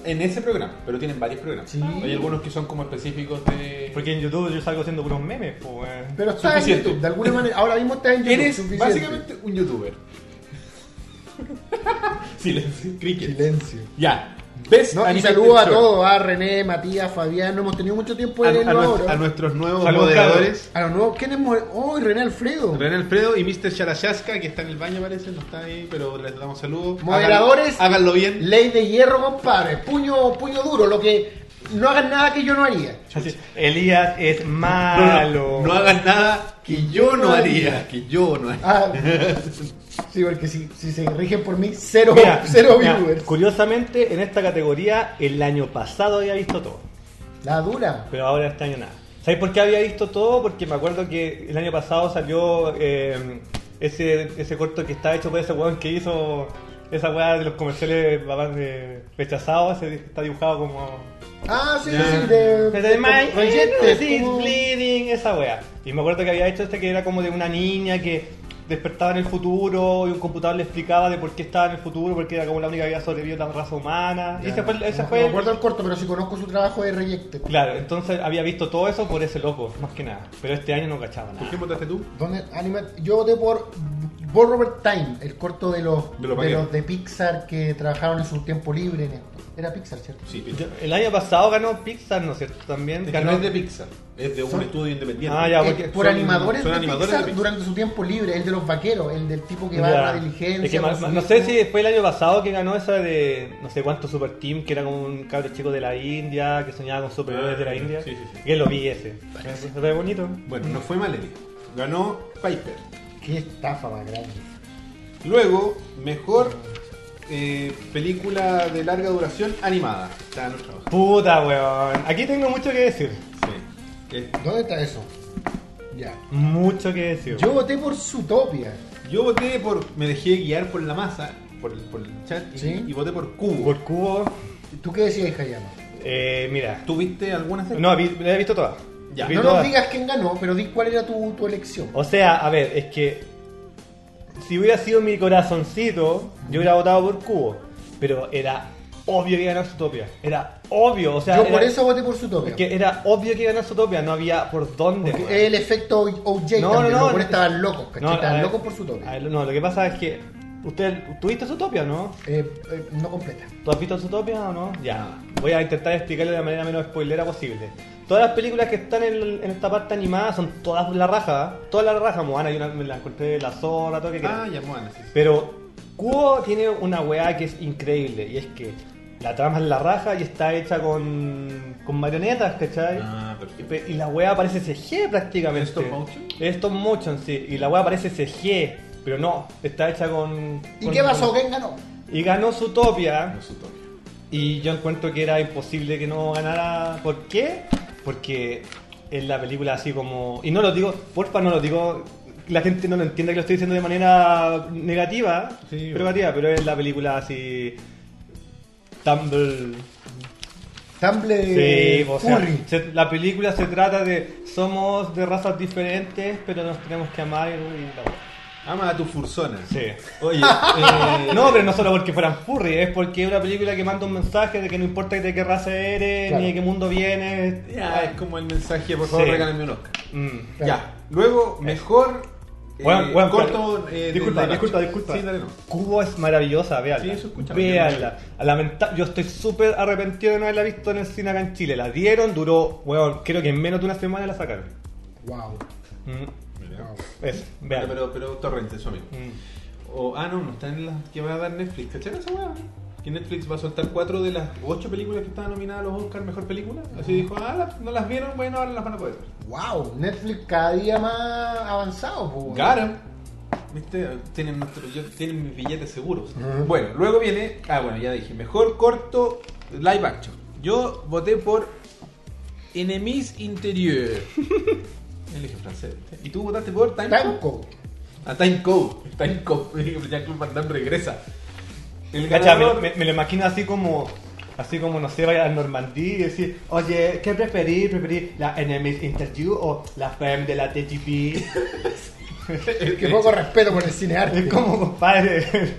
A: En ese programa, pero tienen varios programas.
B: Sí.
A: Hay algunos que son como específicos de.
C: Porque en YouTube yo salgo haciendo unos memes, pues. weón.
B: Pero está
A: Suficiente.
B: en YouTube, de alguna manera. Ahora mismo está en YouTube.
A: Eres
B: suficiente.
A: básicamente un youtuber. Silencio, cricket.
B: Silencio.
A: Ya. ¿Ves?
B: No, y saludo a todos, Pues, a René, Matías, Fabián. No hemos tenido mucho
A: A,
B: tiempo de
A: a
B: leerlo
A: nuestro-
B: ahora.
A: a nuestros nuevos
C: Saludos,
A: moderadores.
B: A los nuevos, ¿quién es? more- ¡Oh, René Alfredo!
A: René Alfredo y Mr. Sharashaska, que está en el baño, parece. No está ahí, pero les damos saludos.
B: Moderadores.
A: Háganlo, háganlo bien.
B: Ley de hierro, compadre. Puño, puño duro. Lo que. No hagan nada que yo no haría.
C: Así, Elías es
A: No, no,
C: malo.
A: no hagan nada que yo no haría. Que yo no haría.
B: Ah, sí, porque si, si se rigen por mí, cero,
C: Mira,
B: cero
C: mira,
B: viewers.
C: Curiosamente, en esta categoría, el año pasado había visto todo.
B: La dura.
C: Pero ahora este año nada. ¿Sabéis por qué había visto todo? Porque me acuerdo que el año pasado salió eh, ese, ese corto que está hecho por ese weón que hizo esa weá de los comerciales papás, de rechazados, ese que está dibujado como.
B: Ah, sí,
A: Ya.
B: sí, de.
C: Desde my
B: Reyentes,
C: anus is
B: como-
C: bleeding, esa wea. Y me acuerdo que había hecho este que era como de una niña que despertaba en el futuro y un computador le explicaba de por qué estaba en el futuro, porque era como la única que había sobrevivido a la raza humana. Y ese fue, el- ese
B: no,
C: fue
B: no
C: el-
B: me acuerdo el corto, pero sí conozco su trabajo de Reyecte.
C: Claro, entonces había visto todo eso por ese loco, más que nada. Pero este año no cachaba
A: Ah, ¿Por
C: nada.
A: qué votaste tú?
B: ¿Dónde anima- Yo voté por Ball Robert Time, el corto de los
A: De
B: de,
A: los
B: los
A: vaqueros.
B: de, Pixar que trabajaron en su tiempo libre en esto. Era Pixar, ¿cierto?
A: Sí,
C: Yo- El año pasado ganó Pixar, ¿no es cierto? También
A: Es que no
C: ganó.
A: es de Pizza, es de un
B: Son-
A: estudio independiente.
C: Ah, ya.
B: Eh,
C: porque
B: por
A: son-
B: animadores,
A: son
B: de,
A: animadores
B: Pixar
A: de Pixar.
B: durante su tiempo libre, el de los vaqueros, el del tipo que va
C: Ya.
B: a la diligencia. pues,
C: Es que
B: con
C: ma-
B: su
C: ma- no
B: hijo.
C: sé si fue el año pasado que ganó esa de no sé cuánto Super Team, que era como un cabro chico de la India, que soñaba con superhéroes de la India.
A: Ah, Sí, sí, sí.
C: Que lo vi ese. Se ve bonito.
A: Bueno, no fue mal, Eric. Ganó Piper.
B: Qué estafa más grande.
A: Luego, mejor eh, película de larga duración animada. Está en nuestra hoja.
C: Puta weón. Aquí tengo mucho que decir.
A: Sí. Eh,
B: ¿Dónde está eso? Ya.
C: Mucho que decir.
B: Yo voté por Zootopia.
A: Yo voté por. Me dejé guiar por la masa, por el, por el chat, y,
B: Sí.
A: y voté por Cubo.
C: por cubo.
B: ¿Tú qué decías, Hayama?
C: Eh, mira.
A: ¿Tuviste alguna serie?
C: No, vi- la he visto toda.
A: Ya.
C: Vi
B: No
C: toda.
B: nos digas quién ganó, pero di cuál era tu, tu elección.
C: O sea, a ver, es que si hubiera sido mi corazoncito, yo hubiera votado por Cubo. Pero era obvio que ganaba Zootopia. Era obvio, o sea.
B: Yo
C: era-
B: por eso voté por Zootopia.
C: Es que era obvio que ganaba Zootopia, no había por dónde.
B: Porque
C: weón.
B: es el efecto OJ
C: No,
B: también,
C: no,
B: los
C: no,
B: buenos
C: no.
B: estaban locos, ¿cachai?
C: No, a
B: estaban
C: ver,
B: locos por su
C: a
B: toque.
C: ver, no, lo que pasa es que. ¿Usted tuviste Zootopia, no?
B: Eh, eh, no completa.
C: ¿Tú has visto Zootopia o no? Ya. Voy a intentar explicarlo de la manera menos spoilera posible. Todas las películas que están en, en esta parte animada son todas la raja. ¿eh? Todas la raja, Moana, yo me la encontré la zorra, todo lo que quieras.
A: Ah, ya, Moana, sí, sí.
C: Pero Cubo tiene una weá que es increíble y es que la trama es la raja y está hecha con, con marionetas, ¿cachai?
A: Ah, perfecto.
C: Y pe- Y la weá parece CG prácticamente.
A: ¿Es stop motion?
C: Es stop motion, sí. Y la weá parece CG, pero no, está hecha con.
B: ¿Y
C: con-
B: qué pasó? ¿Quién ganó?
C: Y ganó Zootopia.
A: ah, No, su toque.
C: Y yo encuentro que era imposible que no ganara. ¿Por qué? Porque en la película así como. Y no lo digo, porfa, no lo digo. La gente no lo entiende que lo estoy diciendo de manera negativa.
A: Sí,
C: pero
A: bueno.
C: negativa, pero es la película así. Tumble.
B: Tumble
C: Sí, o sea,
B: Curry.
C: se- la película se trata de somos de razas diferentes, pero nos tenemos que amar y la
A: Ama a tu fursona.
C: Sí.
A: Oye, eh,
C: No, pero no solo porque fueran furry, es porque es una película que manda un mensaje de que no importa de qué raza eres,
B: Claro.
C: ni de qué mundo vienes.
A: ya, es como el mensaje, por favor,
C: Sí.
A: regálenme un Oscar.
C: Mm.
B: Claro.
A: Ya. Luego, mejor
C: Bueno, bueno,
A: corto.
C: claro.
A: eh,
C: disculpa,
A: de- de-
C: disculpa, disculpa.
A: Sí, dale, no.
C: Cubo es maravillosa, véanla.
A: Sí, eso escucha,
C: véanla. Lamenta- Yo estoy súper arrepentido de no haberla visto en el cine acá en Chile. La dieron, duró, bueno, creo que en menos de una semana la sacaron.
B: Wow.
C: Mm,
A: Mira.
B: wow.
C: eso,
A: Pero,
C: véanla.
A: pero, pero Torrent, eso amigo.
C: Mm.
A: O, ah, no, no están en las que va a dar Netflix. ¿Cacharon esa weá? Que Netflix va a soltar cuatro de las ocho películas que estaban nominadas a los Oscar Mejor Película. Así dijo, ah, la- no las vieron, bueno, ahora las van a poder ver.
B: Wow, Netflix cada día más avanzado. po, weón.
A: Got 'em. ¿Viste? Tienen, nuestro, yo- tienen mis billetes seguros.
B: Ujú.
A: Bueno, luego viene. Ah, bueno, ya dije. Mejor corto live action. Yo voté por Enemies Interieur. Elige francés. ¿Y tú votaste por Time, Code?
B: Tanco.
A: Ah, Time Code. Time Code. Jean-Claude Van Damme regresa. El
C: Cacha, me,
A: ganador-
C: me- me lo imagino así como, así como, no sé, vaya a Normandía y decir, oye, ¿qué preferís? ¿Preferís la Enemies Interview o la FEM de la TGP?
B: Que poco respeto por el cinearte.
C: es como, compadre,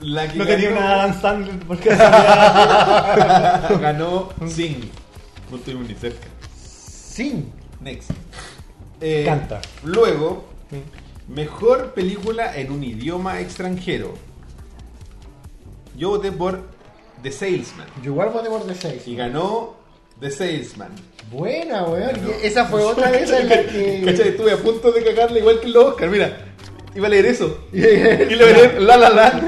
A: La que
C: no tenía
A: ganó-
C: una Adam Sandler porque sabía-
A: Ganó Sing. No estuvimos ni cerca.
B: Sin.
A: Next. Eh,
C: Canta.
A: Luego, mejor película en un idioma extranjero. Yo voté por The Salesman.
B: Yo igual voté por The 6.
A: Y ganó The Salesman.
B: Buena, weón.
A: Ganó.
B: Y Esa fue otra de esas en la
A: Cacha,
B: que.
A: estuve a punto de cagarla igual que en los Oscar. Mira, iba a leer eso. Y lo leer La La La.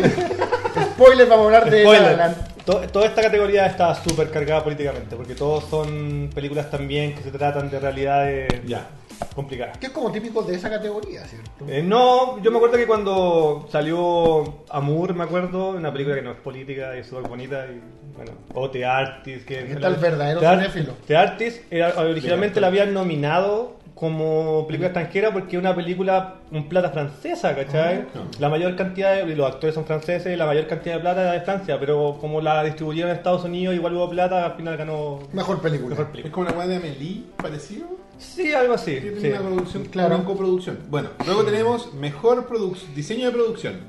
B: Spoiler, vamos a hablar de.
C: Spoiler.
B: La La Land.
C: To- Toda esta categoría está súper cargada políticamente, porque todos son películas también que se tratan de realidades
A: Ya.
C: complicadas.
B: Que es como típico de esa categoría, ¿cierto?
C: Eh, no, yo me acuerdo que cuando salió Amour, me acuerdo, una película que no es política y es súper bonita, y, bueno, o The Artist. Que
B: Aquí está el verdadero
C: Ar-
B: cinéfilo.
C: The Artist era, originalmente la habían nominado como película extranjera porque es una película en plata francesa, ¿cachai?
A: Ah.
C: La mayor cantidad de y los actores son franceses y la mayor cantidad de plata era de Francia, pero como la distribuyeron en Estados Unidos, igual hubo plata, al final ganó
B: Mejor película.
C: mejor película.
A: Es como una weá de Amelie, parecido.
C: Sí, algo así.
A: Que
C: sí.
A: tiene una producción,
B: Claro.
A: una coproducción. Bueno, luego tenemos mejor produc- diseño de producción.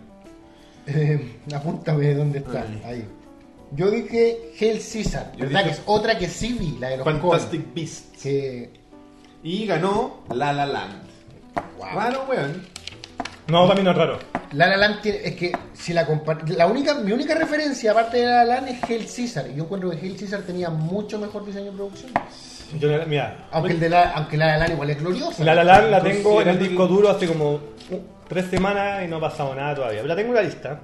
B: Eh, apúntame dónde está.
A: Ahí.
B: Ahí. Yo dije Hell Caesar,
A: Yo dije-
B: ¿verdad? Que es otra que sí vi, la de los
A: Fantastic
B: Coen.
A: Beasts.
B: Que.
A: Y ganó La La Land. Raro, weón.
C: No, para mí no es raro.
B: La La Land tiene- es que si la compar- la única mi única referencia aparte de La La Land es Hell Caesar y yo encuentro que Hell Caesar tenía mucho mejor diseño de producción.
C: Yo, no- mira,
B: Aunque el de la aunque La La Land igual es gloriosa.
C: La La Land la
A: Entonces,
C: tengo en el
A: era el-
C: disco duro hace como uh, tres semanas y no ha pasado nada todavía. La tengo en la lista.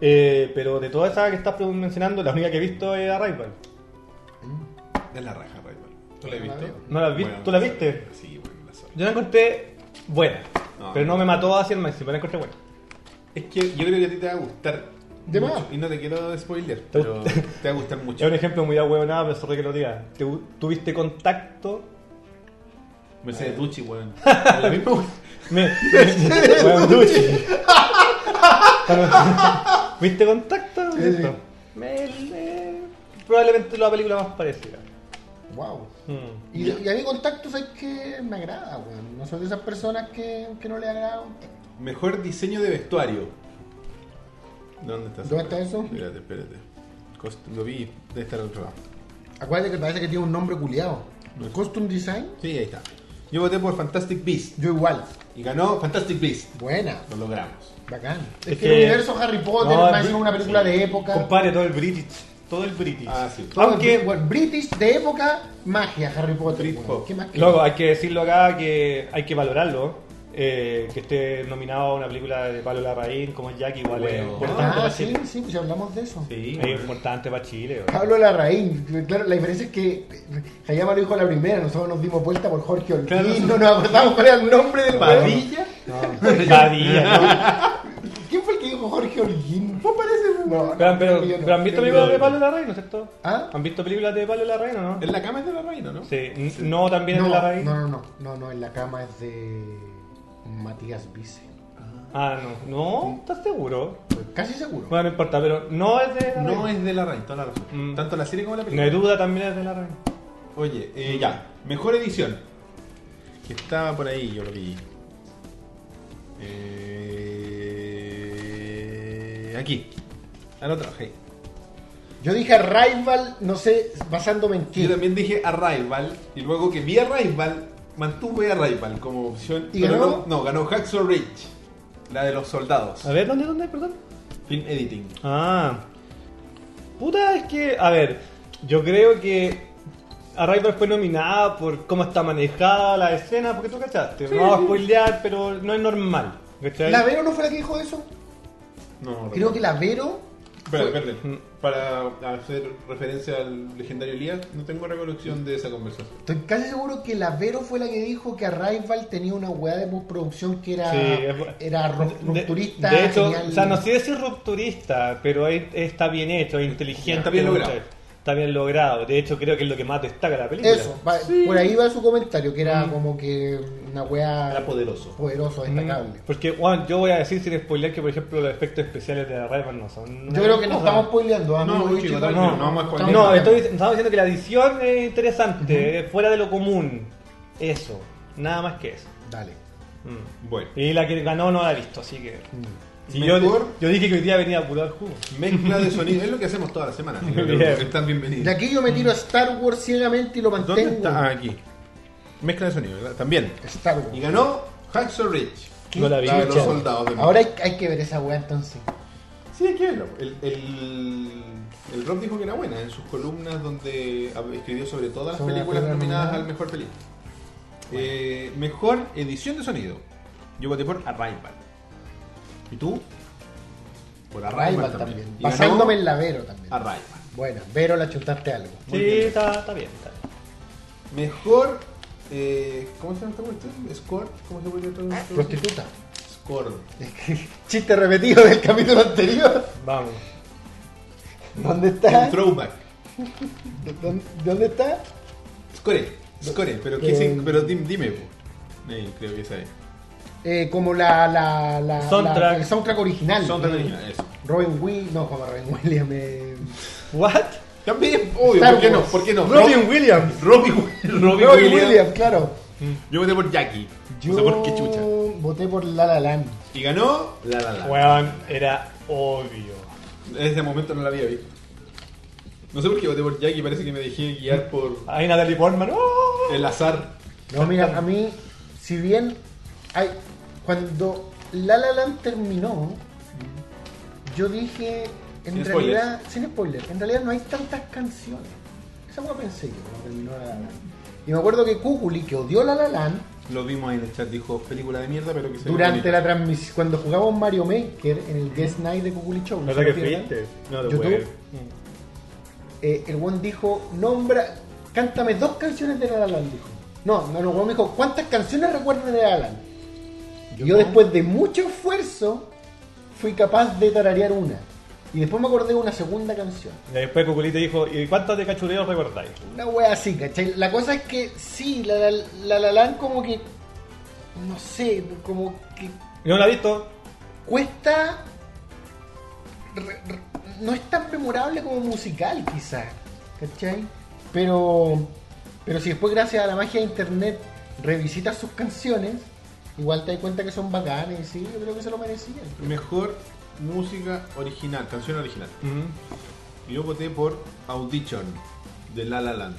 C: Eh, pero de todas esas que estás mencionando, la única que he visto es Arrival.
A: Es la raja, Rival. ¿Tú la has visto?
C: pues, No la has visto. ¿Tú la viste?
A: Sí, bueno, la soy.
C: Yo la encontré buena,
A: No.
C: pero no me mató hacia el máximo, la encontré buena.
A: Es que yo creo que a ti te va a gustar.
B: De
A: mucho.
B: más.
A: Y no te quiero spoiler, pero
C: gusta?
A: te va a gustar
C: Es
A: mucho.
C: un ejemplo muy ahueonado, pero sorry que lo diga. Te- ¿Tuviste contacto?
A: Mercedes Ducci, weón. La misma weón.
C: Ah. Me- me- weón, duchi. ¿Viste contacto?
B: Sí, sí.
C: Me- me- probablemente la película más parecida.
B: Wow.
C: Hmm.
B: Y, y a mí contacto es que me agrada, weón. No soy de esas personas que, que no le agrada Contacto.
A: Mejor diseño de vestuario. ¿Dónde está, esa
B: ¿Dónde está
A: weá?
B: eso?
A: Espérate, espérate. Cost- Lo vi, debe estar al otro lado.
B: Acuérdate que parece que tiene un nombre culiado.
A: No.
B: Costume Design,
A: Sí, ahí está. Yo voté por Fantastic Beast.
B: yo igual.
A: Y ganó Fantastic Beast.
B: Buena,
A: Lo logramos.
B: bacán. Es,
C: Es
B: que,
C: que-
B: el universo Harry Potter
C: No,
B: va a
C: es
B: ser
C: bri-
B: una película de época.
C: Compare todo el British. Todo el British.
A: Ah, sí.
B: Todo
C: Aunque,
B: bri- bueno, British de época, magia, Harry Potter.
A: Britpop.
B: weón. ¿Qué más que-
C: luego, hay que decirlo acá que hay que valorarlo. eh, que esté nominado a una película de Pablo Larraín como Jack, igual es
A: Bueno.
C: importante
B: Ah,
C: para
B: sí,
C: Chile.
B: sí, pues ya hablamos de eso.
A: Sí,
C: Es importante para Chile. weón.
B: Pablo Larraín, claro, la diferencia es que eh, Hayama lo dijo a la primera, nosotros nos dimos vuelta por Jorge Olguín,
A: Claro.
B: no nos acordamos cuál era el nombre del weón.
A: Padilla.
C: Badía, ¿no?
B: ¿Quién fue el que dijo Jorge Olguín? ¿Vos parece? No,
C: Pero, pero-
B: creo que yo no,
C: pero han visto
B: creo que yo
C: películas
B: no.
C: de Pablo Larraín, ¿no es cierto?
B: ¿Ah?
C: ¿Han visto películas de Pablo Larraín o no?
A: En la cama es de la reina, ¿no?
C: Sí, n- no también es de
B: No,
C: Larraín.
B: no, no, no, no, no, en la cama es de Matías Vice,
C: Ah, no. No, ¿estás seguro?
B: estoy casi seguro.
C: Bueno, no importa, pero no es de
A: No
C: Larraín.
A: es de la Rain, toda la razón.
C: Mm.
A: Tanto la serie como la
C: No
A: película.
C: hay duda, también es de Larraín.
A: Oye, eh, ya. Mejor edición. Que estaba por ahí, yo lo vi. Eh, aquí. Ah, no trabajé.
B: Yo dije Rival, no sé, basándome en
A: Yo
B: qué.
A: también dije Arrival. Y luego que vi Arrival, mantuve a Rival como opción.
B: ¿Y
A: pero
B: ganó? Ah.
A: No, no, ganó Hacksaw Ridge, la de los soldados.
C: A ver, ¿dónde, dónde, perdón?
A: Film editing.
C: Ah. Puta, es que, a ver, yo creo que Arrival fue nominada por cómo está manejada la escena, porque tú cachaste. no vamos a spoilear, pero no es normal. ¿cachai?
B: ¿La Vero no fue la que dijo eso?
A: No,
B: Creo que la Vero.
A: Espera, espera.
C: Mm.
A: Para hacer referencia al legendario Elías, no tengo recolección de esa conversación.
B: Estoy casi seguro que la Vero fue la que dijo que Arrival tenía una weá de postproducción que era,
C: Sí, es-
B: era ru-
C: De-
B: rupturista.
C: De, hecho,
B: genial.
C: o sea, no sé decir rupturista, pero ahí está bien hecho, es inteligente.
A: Está bien logrado.
C: Está bien logrado. De hecho, creo que es lo que más destaca la película.
B: Eso, va- por ahí va su comentario, que era como que una weá
A: Era poderoso.
B: poderoso, destacable.
C: Mm. Mm, Porque, Juan, yo voy a decir sin spoiler que, por ejemplo, los efectos especiales de Arrival no son.
B: Yo creo que nos
C: o sea,
B: estamos spoileando,
A: No,
B: amigo.
A: chicos,
B: chicos.
A: tal vez
C: no,
A: no vamos a spoilear.
C: No,
B: Estamos-
C: estoy, estamos diciendo que la edición es interesante, eh, fuera de lo común. Eso, nada más que eso.
B: Dale.
C: Mm.
A: Bueno,
C: Y la que ganó no la he visto, así que. Y yo,
A: Mejor-
C: yo dije que hoy día venía a purar jugo.
A: mezcla de sonido. es lo que hacemos toda la semana.
C: Muy bien.
A: Están bienvenidos.
B: De aquí yo me tiro a Star Wars ciegamente y lo mantengo.
A: ¿Dónde está? Ah, aquí. Mezcla de sonido, ¿verdad? También.
B: Star
A: Y
B: Wars.
A: ganó Hacksaw Ridge.
C: No la vi.
A: de los
C: Chucha.
A: soldados de
B: Ahora hay, hay que ver esa weá entonces.
A: Sí, hay que verlo. El, el, el Rob dijo que era buena en sus columnas donde hab- escribió sobre todas las
B: Sobre las
A: películas
B: películas
A: nominadas
B: nominadas.
A: al mejor película. Eh, mejor edición de sonido. Yo voté por Arrival. ¿Y tú? Por
B: Arrival también.
A: Y
B: Basándome
A: ganó
B: en la Vero también.
A: Arrival.
B: Bueno, Vero la chutaste algo.
A: Muy
C: sí,
A: bien.
C: está, está bien. Está bien.
A: Mejor. eh, ¿Cómo se llama esta cuestión? ¿Score? ¿Cómo se llama esta cuestión?
B: Prostituta.
A: Score.
B: Chiste repetido del capítulo anterior.
C: Vamos.
B: ¿Dónde está?
A: Throwback.
B: ¿Dónde, dónde está?
A: Score. Score. Pero, qué
B: Eh,
A: sin- pero dim- dime, po. Eh, creo que esa es.
B: Eh, como la, la, la,
C: Soundtrack.
B: la- el soundtrack original.
A: Soundtrack
B: Eh,
A: original, eso.
B: Robin Williams, no, como Robin Williams. eh,
C: ¿What?
A: También, obvio,
B: Star
A: ¿por qué no?
B: Wars.
A: ¿Por qué no?
B: Robin Williams.
A: Robbie, Robbie,
B: Robin
A: Williams.
B: Williams, claro.
C: Mm.
A: Yo voté por Jackie.
B: Yo
A: No sé por qué chucha.
B: voté por La La Land.
A: Y ganó La La La.
C: Weón, era obvio.
A: En ese momento no la había visto. No sé por qué voté por Jackie, parece que me dejé guiar por
C: Hay Natalie Portman. ¡oh!
A: el azar.
B: No, mira, a mí, si bien hay, cuando La La Land terminó, yo dije, en
A: Sin
B: realidad, sin spoiler, en realidad no hay tantas canciones. Esa hueá pensé yo cuando terminó La La Land. Y me acuerdo que Kukuli, que odió La La Land,
A: Lo vimos ahí en el chat, dijo película de mierda, pero que se ve
B: durante la
A: bonita.
B: transmisión, cuando jugamos Mario Maker en el Guest Night de Kukuli Show, no
C: ¿Verdad
B: se
C: que
B: lo pierdan,
C: fuiste? No te
B: YouTube.
C: puedo. Mm.
B: eh, el one dijo, nombra, cántame dos canciones de La La Land, dijo. No, no, no, el weón dijo, ¿cuántas canciones recuerdan de La La Land? Yo,
A: no.
B: después de mucho esfuerzo fui capaz de tararear una. Y después me acordé de una segunda canción.
C: Y después Cuculí te dijo, ¿y cuántas de cachureo recordáis?
B: Una wea así, ¿cachai? La cosa es que sí, la la, la, La Land como que... No sé, como que
C: ¿No la has visto?
B: cuesta... re- re- no es tan memorable como musical quizás, ¿cachai? Pero, pero si después gracias a la magia de internet revisitas sus canciones, igual te das cuenta que son bacanes, sí, yo creo que se lo merecían.
A: Mejor música original, canción original.
C: Mm.
A: Y Yo voté por Audition de La La Land.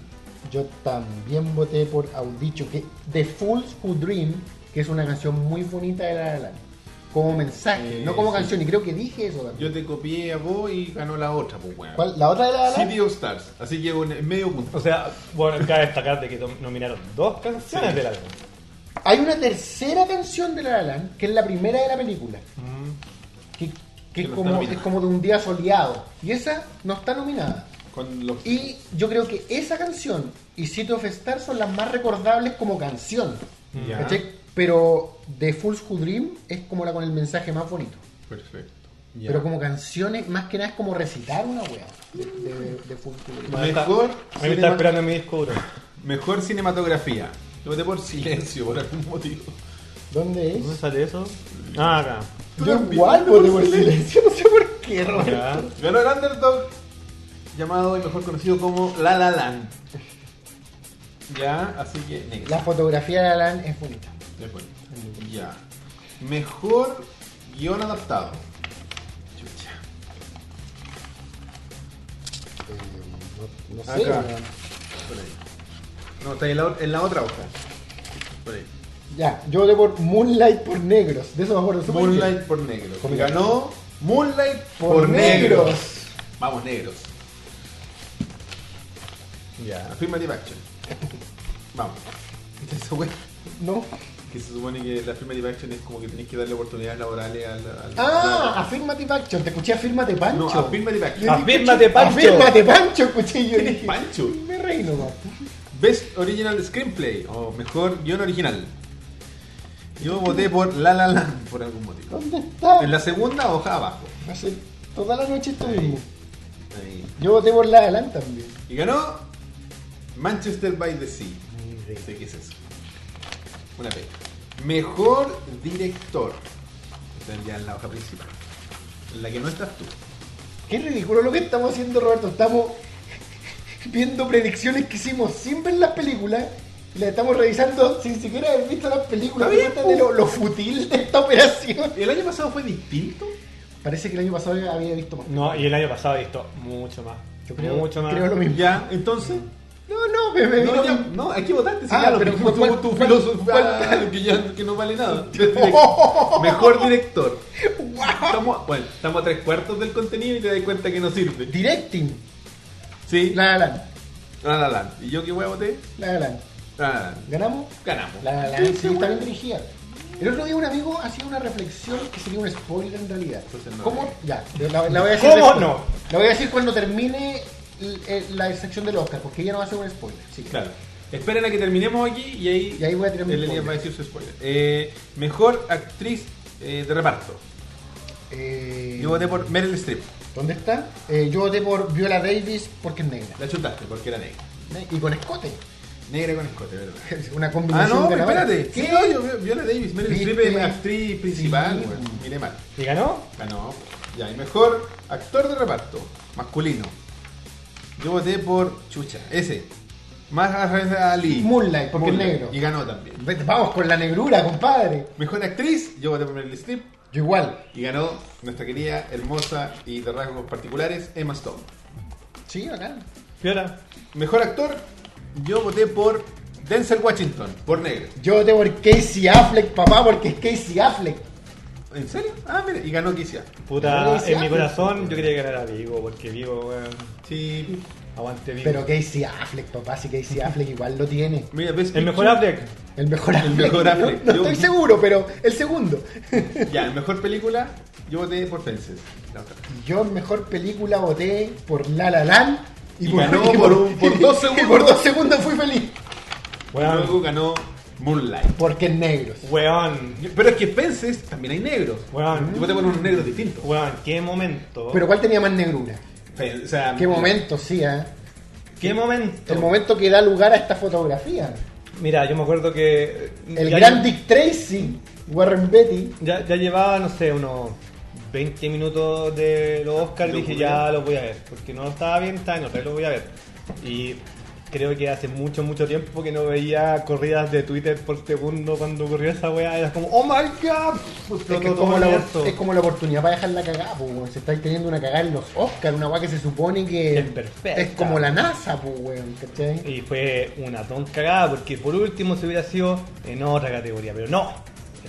B: Yo también voté por Audicho, que The Fools Who Dream, que es una canción muy bonita de La La Land, como mensaje,
A: Eh,
B: no como
A: sí.
B: canción, y creo que dije eso
A: Yo
B: también.
A: te copié a vos y ganó la otra, pues weón.
B: ¿Cuál? ¿La otra de La La Land?
A: City of Stars. Así que un- medio punto.
C: O sea, bueno, cabe destacar de que nom- nominaron dos canciones
A: Sí.
C: del álbum.
B: Hay una tercera canción de La La Land, que es la primera de la película, Mm. que, que
A: Que
B: es,
A: no está
B: como,
A: nominada.
B: es como de un día soleado, y esa no está nominada.
A: Con los...
B: Y yo creo que esa canción y City of Stars son las más recordables como canción.
A: Ya.
B: ¿cachai? Pero The Fools Who Dream es como la con el mensaje más bonito.
A: Perfecto. Ya.
B: Pero como canciones, más que nada es como recitar una wea de, de, de fútbol.
C: Bueno, está-
A: Mejor
C: A mí me
A: cinema-
C: está esperando mi disco duro.
A: Mejor cinematografía. Yo voté por silencio por algún motivo.
B: ¿Dónde
C: ¿Dónde
B: es?
C: sale eso? Ah, acá.
B: Yo igual voté por silencio, no sé por qué, Roberto.
C: Ya.
A: Ganó el Underdog, llamado y mejor conocido como La La Land. Ya, así que negro.
B: La fotografía de Alan es bonita.
A: Ya fue. Ya. Mejor guión adaptado. Chucha.
B: No, no sé.
A: Acá.
B: weón.
A: Por ahí. No, está en la, en la otra hoja. por ahí.
B: Ya, yo voté por Moonlight por negros. De eso me acuerdo súper bien.
A: Moonlight por negros.
B: Por
A: Ganó Moonlight por,
B: Por
A: negros.
B: negros.
A: Vamos, negros. Ya, affirmative action. Vamos. ¿Viste esa wea?
B: No.
A: Que se supone que la affirmative action es como que tenés que darle oportunidades laborales al. al-
B: Ah,
A: al-
B: afirmative action. Te escuché afirmate Pancho.
A: No, affirmative action.
B: Yo dije,
C: Afírmate,
B: escuché,
C: Pancho.
B: Afírmate Pancho, escuché yo.
A: ¿Quién es
B: dije, "Mm,
A: Pancho?
B: Me reí nomás.
A: Best Original Screenplay, o mejor guión original. Yo voté por La La Land por algún motivo.
B: ¿Dónde está?
A: En la segunda hoja abajo.
B: Hace toda la noche esto mismo.
A: Ahí.
B: Yo voté por la Alan también.
A: Y ganó Manchester by the Sea. No sé qué es eso. Una pena. Mejor director. Está ya en la hoja principal. En la que no estás tú.
B: Qué ridículo lo que estamos haciendo, Roberto. Estamos viendo predicciones que hicimos sin ver las películas. Y las estamos revisando sin siquiera haber visto las películas.
A: Está bien,
B: Fíjate lo, lo futil de esta operación.
A: ¿El año pasado fue distinto?
B: Parece que el año pasado había visto más.
C: No, y el año pasado he visto mucho más.
B: Yo creo,
C: mucho más.
B: creo lo mismo.
A: Ya, entonces.
B: No, Eh, no, me, me
A: No,
B: vino-
A: ya, no, aquí votaste. Si
B: Ah,
A: ya lo
B: pero
A: mismo,
B: ¿cuál-
A: tu, tu
B: cuál-
A: filósofo,
B: cuál-
A: ah, que, ya- que no vale nada. Best direct- Mejor director. Estamos, bueno, estamos a tres cuartos del contenido y te das cuenta que no sirve.
B: Directing.
A: Sí, la
B: La Alan.
A: la Land. ¿Y yo qué voy a votar?
B: La Alan.
A: La la Land.
B: ¿Ganamos?
A: Ganamos.
B: La La
A: Sí,
B: Land, sí,
A: seguro.
B: está bien dirigida. El otro día un amigo hacía una reflexión que sería un spoiler en realidad.
A: Entonces no.
B: ¿Cómo? Ya, la, la voy a decir.
C: ¿Cómo
B: después.
C: no?
B: La voy a decir cuando termine l- eh, la sección del Oscar, porque ella no va a hacer un spoiler. Sí,
A: Claro. Esperen a que terminemos aquí y ahí,
B: Y ahí voy a tirar mi
A: el Elías
B: spoiler.
A: va a decir su spoiler. Eh, mejor actriz eh, de reparto.
B: Eh,
A: Yo voté por Meryl Streep.
B: ¿Dónde está? Eh, yo voté por Viola Davis porque es negra.
A: La chutaste porque era negra.
B: Ne- Y con escote.
A: Negra con escote, ¿verdad?
B: Una
A: Ah,
B: combinación
A: no,
B: de la hora.
A: espérate.
B: ¿Qué?
A: Sí, no, yo- Viola Davis, Meryl
B: ¿Viste?
A: Streep es la actriz principal.
B: Sí.
A: güey. Mire mal.
C: ¿Y ganó?
A: Ganó. Ya, y mejor actor de reparto, masculino. Yo voté por Chucha, ese. Más Ali.
B: Moonlight, porque es
A: Moonlight.
B: negro.
A: Y ganó también.
B: Vete, Vamos con la negrura, compadre.
A: Mejor actriz, yo voté por Meryl Streep.
B: Yo igual.
A: Y ganó nuestra querida, hermosa y de rasgos particulares, Emma Stone.
B: Sí, bacán.
C: Viola.
A: Mejor actor, yo voté por Denzel Washington, por negro.
B: Yo voté por Casey Affleck, papá, porque es Casey Affleck.
A: ¿En serio? Ah, mira, y ganó Kisia.
B: Pero
C: Puta,
B: dice
C: en mi
B: algo.
C: corazón
B: pues.
C: yo quería ganar a Vigo, porque Vigo, weón.
A: Sí.
C: Aguante Vigo.
B: Pero Casey Affleck, papá, si Casey Affleck igual lo tiene.
A: Mira, ves.
C: el mejor Affleck.
B: El mejor Affleck.
A: mejor
B: No-
A: Affleck.
B: No,
A: Yo-
B: estoy seguro, pero el segundo.
A: Ya, en mejor película, yo voté por Fences. La otra.
B: Yo en mejor película voté por La La Land.
A: Y ganó por un- por dos segundos.
B: Y por dos segundos fui feliz.
A: Luego
C: Weón.
A: ganó Moonlight.
B: Porque es negros.
C: Weón.
A: Pero es que Fences también hay negros.
C: Weón.
A: Yo voté por unos negros distintos.
C: Weón, qué momento.
B: Pero ¿cuál tenía más negrura?
A: Fen- o sea,
B: Qué momento, sí, ¿eh?
C: qué momento.
B: El momento que da lugar a esta fotografía.
C: Mira, yo me acuerdo que.
B: El
C: ya-
B: gran Dick Tracy, Warren Betty.
C: Ya, ya llevaba, no sé, unos 20 minutos de los Oscars y
A: ¿De
C: dije,
A: ocurrir?
C: ya los voy a ver. Porque no lo estaba bien, está en otra, lo voy a ver. Y creo que hace mucho, mucho tiempo que no veía corridas de Twitter por segundo cuando ocurrió esa weá. Era como, oh my god. Pues,
B: Es, que
C: todo-
B: es, como
C: todo
B: la,
C: abierto.
B: es como la oportunidad para dejar la cagada, pues, weón. Se estáis teniendo una cagada en los Oscars, una weá que se supone que
C: Es perfecta.
B: es como la NASA, pues, weón, ¿cachai?
C: Y fue una ton cagada porque por último se hubiera sido en otra categoría. Pero no,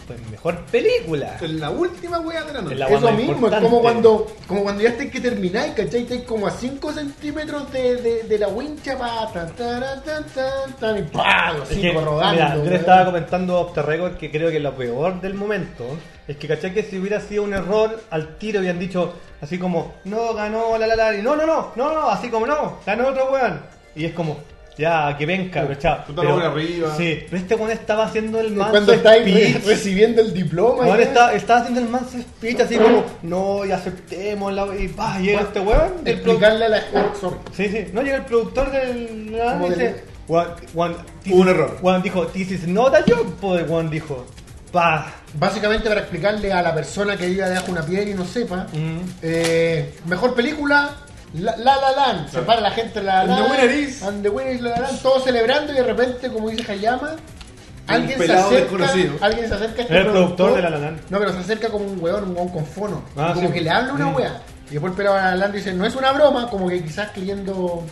C: fue mejor película.
A: Es la última wea de la noche.
C: Es la weá
B: Eso
C: más
B: mismo, es
C: importante.
B: como cuando, como cuando ya estáis que termináis, ¿cachai? Estáis como a 5 centímetros de, de, de la wincha para tan, tan, tan, tan, tan, y ¡pah! Los
C: Es que,
B: cinco rodando.
C: mira, yo le
B: weón.
C: estaba comentando a Opta Record que creo que lo peor del momento es que caché que si hubiera sido un error al tiro hubieran dicho así como, no, ganó la la la, y no, no, no, no, no, así como no, ganó otro weón. Y es como, ya, que venga, ¿cachai?
A: tú te pones arriba.
C: Sí, pero este weón estaba haciendo el
B: Y
C: manso
B: cuando pues, estáis re-
C: speech.
B: recibiendo el diploma.
C: Weón
B: ya.
C: está, estaba haciendo el manso speech así como, no, y aceptemos la y va, llega este weón del pro-
B: explicarle a la ah, sorry.
C: Sí, sí. No llega el productor del. nada,
B: Como
C: dice.
B: del-
C: "Juan- Juan- this
A: Hubo un
C: is-
A: error.
C: Juan dijo, this is not a job, pues, Juan dijo. Pa.
B: Básicamente para explicarle a la persona que vive debajo de una piedra y no sepa,
C: Mm.
B: eh, mejor película, La La, la Land. Se
A: Claro.
B: para la gente en La La
A: And the
B: Land,
A: winner is-
B: and the winner is La La Land, todos celebrando y de repente, como dice Hayama, alguien se,
A: pelado
B: acerca,
A: desconocido.
B: alguien se acerca a este
C: Era el productor de La La Land.
B: No, pero se acerca como un weón, un weón con fono.
C: Ah,
B: Y como
C: sí.
B: que le habla una
C: Mm.
B: wea. Y después el pelado de La La Land dice, no es una broma, como que quizás creyendo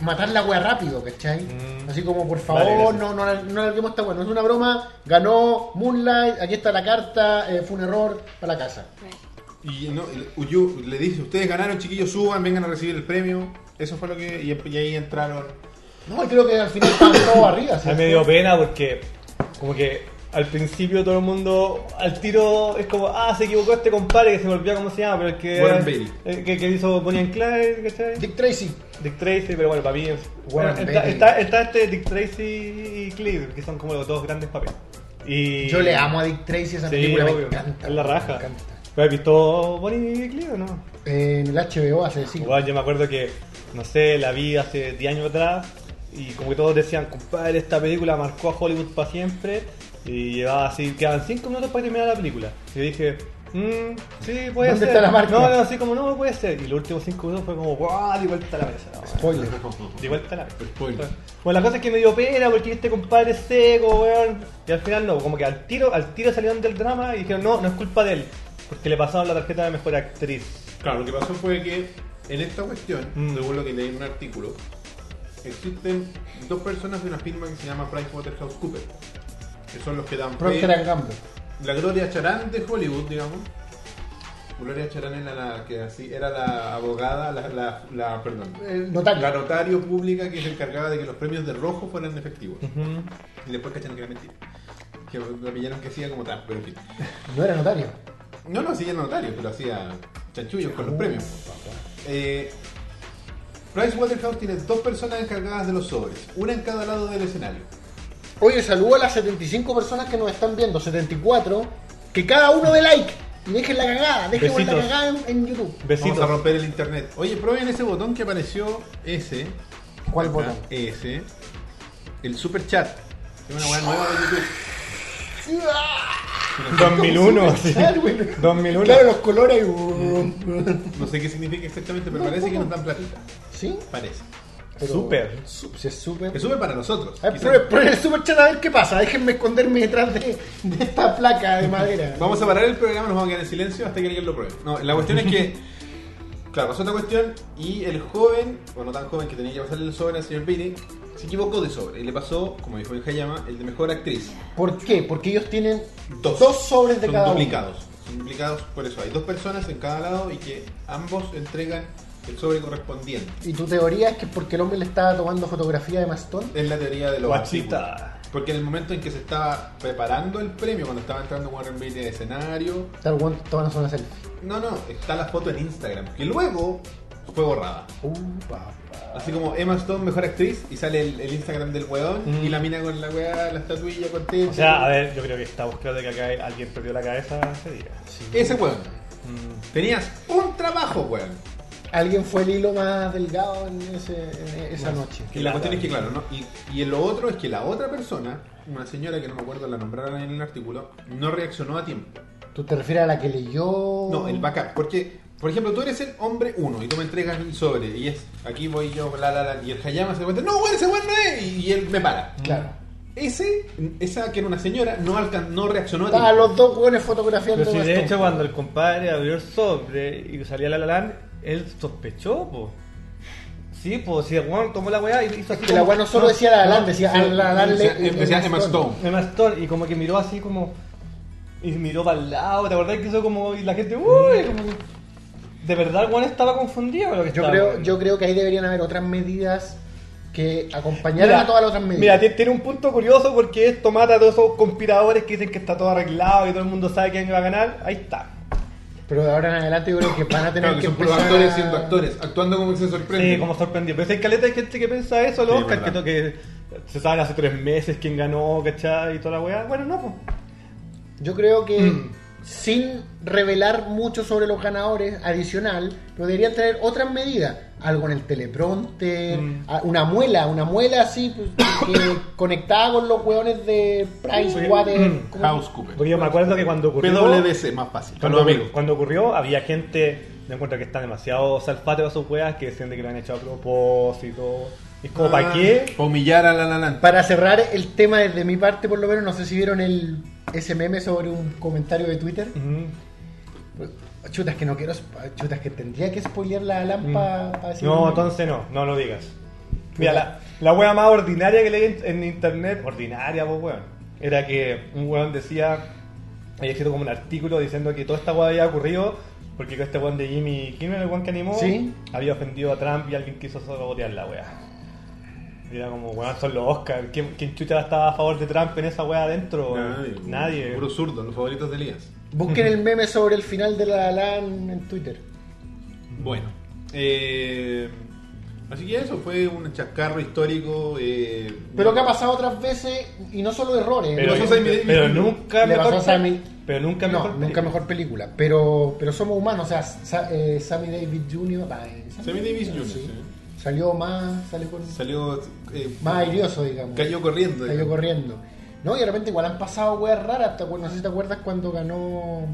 B: matar la wea rápido, ¿cachai?
C: Mm.
B: Así como, por
C: Vale,
B: favor,
C: gracias.
B: Oh, no, no, la- no larguemos esta wea, no es una broma, ganó Moonlight, aquí está la carta, eh, fue un error, para la casa.
A: Y no, y yo le dije, ustedes ganaron, chiquillos, suban, vengan a recibir el premio. Eso fue lo que. Y, y ahí entraron.
B: No, y creo que al final estaban todos arriba. ¿sí?
C: A mí me dio pena porque como que al principio todo el mundo al tiro es como, ah, se equivocó este compadre que se volvió, ¿cómo se llama? Pero el que,
A: Warren Beatty.
C: el que, que hizo Bonnie and Clyde, ¿cachai?
B: Dick Tracy.
C: Dick Tracy, pero bueno, para mí es-
B: Warren
C: bueno, está,
B: Beatty.
C: está, está este Dick Tracy y Clive, que son como los dos grandes papeles. Y...
B: Yo le amo a Dick Tracy, esa
C: Sí,
B: película me
C: obvio,
B: encanta.
C: es la raja.
B: Me encanta. Eh,
C: ¿Pero has visto Bonnie y Clyde o no?
B: En el HBO hace cinco.
C: Igual yo me acuerdo que, no sé, la vi hace 10 años atrás y como que todos decían, compadre, esta película marcó a Hollywood para siempre y llevaba así, quedaban 5 minutos para terminar la película. Y yo dije, mmm, sí, puede
B: ¿Dónde
C: ser.
B: está la marca?
C: No, no, así como, no, puede ser. Y los últimos 5 minutos fue como, wow, di vuelta a la mesa. weón.
B: Spoiler.
C: Di vuelta a la mesa.
A: Spoiler.
C: Bueno, la cosa es que me dio pena porque este compadre es seco, weón. Y al final no, como que al tiro, al tiro salieron del drama y dijeron, no, no es culpa de él, porque le pasaron la tarjeta de mejor actriz.
A: Claro, lo que pasó fue que en esta cuestión,
C: Mm.
A: según lo que leí en un artículo, existen dos personas de una firma que se llama PricewaterhouseCoopers, que son los que dan fe-
B: Procter and Gamble.
A: la Gloria Charán de Hollywood, digamos. Gloria Charán era la que así era la abogada, la, la- la- perdón,
B: El notario.
A: la notario pública que se encargaba de que los premios de rojo fueran efectivos.
C: Ujú.
A: Y después cacharon que era mentira. Que la pillaron que hacía como tal, pero en fin.
B: No era notario.
A: No, no, hacía notario, pero hacía chanchullos con los
B: Uh.
A: premios. Eh, Pricewaterhouse tiene dos personas encargadas de los sobres, una en cada lado del escenario.
B: Oye, saludo a las 75 personas que nos están viendo, 74. Que cada uno de like. Y dejen la cagada, dejen la
C: Besitos.
B: cagada en, en YouTube.
C: Besitos.
A: Vamos a romper el internet. Oye, prueben ese botón que apareció, ese.
C: Ah.
B: ¿Cuál
A: Acá,
B: botón?
A: Ese. El super chat. Es una weá nueva de YouTube.
B: Sí. Ah, bueno.
C: 2001.
B: Claro, los colores. y-
A: No sé qué significa exactamente, pero parece que nos dan platita.
B: ¿Sí?
A: Parece.
B: pero-
C: Súper.
B: Su- Si es súper.
A: Es súper para nosotros.
B: A ver,
A: Quizás-
B: pruebe- pruebe el super chat a ver qué pasa. Déjenme esconderme detrás de, de esta placa de madera.
A: Vamos a parar el programa, nos vamos a quedar en silencio hasta que alguien lo pruebe. No, la cuestión es que. Claro, pasó esta cuestión y el joven, o no tan joven, que tenía que pasarle el sobre al señor Beatty, se equivocó de sobre y le pasó, como dijo el Hayama, el de mejor actriz.
B: ¿Por qué? Porque ellos tienen
A: Dos.
B: dos, sobres de
A: Son
B: cada
A: duplicados. Son duplicados, por eso hay dos personas en cada lado y que ambos entregan el sobre correspondiente.
B: uno. Y tu teoría es que es porque el hombre le estaba tomando fotografía de Mastón.
A: Es la teoría de los
C: Guachita.
A: artículos. Porque en el momento en que se estaba preparando el premio, cuando estaba entrando Warren Beatty de escenario,
B: Tal one todas las zonas selfie.
A: no, no, está la foto en Instagram, que luego fue borrada.
B: Uh, papá.
A: Así como Emma Stone, mejor actriz, y sale el, el Instagram del weón
C: Mm.
A: y la mina con la weá, la estatuilla, con techo.
C: O sea, a ver, yo creo que estamos claros de que acá alguien perdió la cabeza ese día.
B: Eh,
A: Ese weón.
B: Mm.
A: Tenías un trabajo, weón.
B: Alguien fue el hilo más delgado en, ese- en esa noche.
A: Y la
C: Claro.
A: cuestión es que, claro, ¿no? Y, y lo otro es que la otra persona, una señora que no me acuerdo la nombraron en el artículo, no reaccionó a tiempo.
B: ¿Tú te refieres a la que leyó?
A: No, el backup. Porque, por ejemplo, tú eres el hombre uno y tú me entregas el sobre y es, aquí voy yo, bla, bla, bla, y el Hayama se cuenta, no, weón, ese weón no es, y, y él me para.
B: Claro.
A: Ese, esa que era una señora, no, alcan- no reaccionó a tiempo.
B: Estaban Ah, los dos jóvenes fotografiando
C: Pero si de
B: Mastón.
C: hecho cuando el compadre abrió el sobre y salía la Lalan, él sospechó, po. Sí, pues si el weón tomó la weá y hizo así.
B: Que la weá no solo decía la Alan, decía a la Alan
A: decía-
B: le-
A: decía
B: le-
A: Emma Stone.
C: Emma Stone, y como que miró así como. Y miró para el lado, ¿te acordás que hizo como. Y la
B: Mm.
C: gente, uy, como que- De verdad, el weón estaba confundido con lo que
B: Yo
C: estaba
B: creo,
C: viendo.
B: yo creo que ahí deberían haber otras medidas que acompañaran
C: Mira,
B: a todas las otras medidas.
C: Mira, ti- tiene un punto curioso porque esto mata a todos esos conspiradores que dicen que está todo arreglado y todo el mundo sabe quién va a ganar. Ahí está.
B: Pero de ahora en adelante yo creo que van a tener
A: Claro, que
B: que
A: son puros
B: empezar
A: actores
B: a-
A: siendo actores, actuando como que se sorprende.
C: Sí, como sorprendido. Pero si hay caleta de gente que piensa eso, los
A: Sí,
C: Oscar, que,
A: verdad.
C: to- que se saben hace tres meses quién ganó, ¿cachai? Y toda la weá. Bueno, no, pues.
B: Yo creo que
A: Mm.
B: sin revelar mucho sobre los ganadores adicional, pero deberían tener otras medidas. Algo en el teleprompter,
C: Mm.
B: a- una muela, una muela así, pues, que conectada con los hueones de Price
C: Sí.
B: Water.
C: Mm.
B: ¿cómo?
A: House Cooper.
C: Porque yo me acuerdo que cuando ocurrió.
A: PWC, más fácil. Para
C: Cuando,
A: los amigos.
C: cuando ocurrió, había gente. Me encuentro que está demasiado salfateo a sus weas que sienten que lo han hecho a propósito. Y es como,
B: Ah.
C: ¿para qué?
A: Para Ah, humillar a la la Land.
B: Para cerrar el tema desde mi parte, por lo menos, no sé si vieron el SMM sobre un comentario de Twitter.
C: Ujú.
B: Chutas que no
C: Mm.
B: quiero, spo- chutas que tendría que spoilear la lámpara.
C: No, entonces no, no lo digas. Mira, la, la wea más ordinaria que leí en, en internet, ordinaria, pues weón, era que un weón decía, había escrito como un artículo diciendo que toda esta wea había ocurrido porque este weón de Jimmy Kimmel, el weón que animó,
B: Sí.
C: había ofendido a Trump y alguien quiso sabotear la wea. Y era como, weón, son los Oscars. ¿Quién, quién chucha estaba a favor de Trump en esa wea adentro?
A: Nadie.
C: Nadie.
A: Puro zurdo, los favoritos de Elías.
B: Busquen el meme sobre el final de la LAN en Twitter.
A: Bueno. eh, así que eso fue un chascarro histórico. eh,
B: Pero que ha pasado otras veces, y no solo errores.
C: Pero,
B: no
A: Pasó
B: solo-
A: Sammy Davis.
C: pero nunca
B: Le pasó
C: mejor.
B: a Sammy.
C: Pero nunca
B: no,
C: mejor.
B: nunca mejor película. Pero, pero somos humanos, o sea, Sa- eh, Sammy Davis Jr. bah, eh,
A: Sammy Davis Jr.,
B: sí.
A: sí.
B: Salió más, salió con-
A: Salió. eh,
B: más airioso, digamos.
A: Cayó corriendo.
B: Cayó corriendo. No, y de repente igual han pasado weas raras. ¿te acuer- No sé si te acuerdas cuando ganó.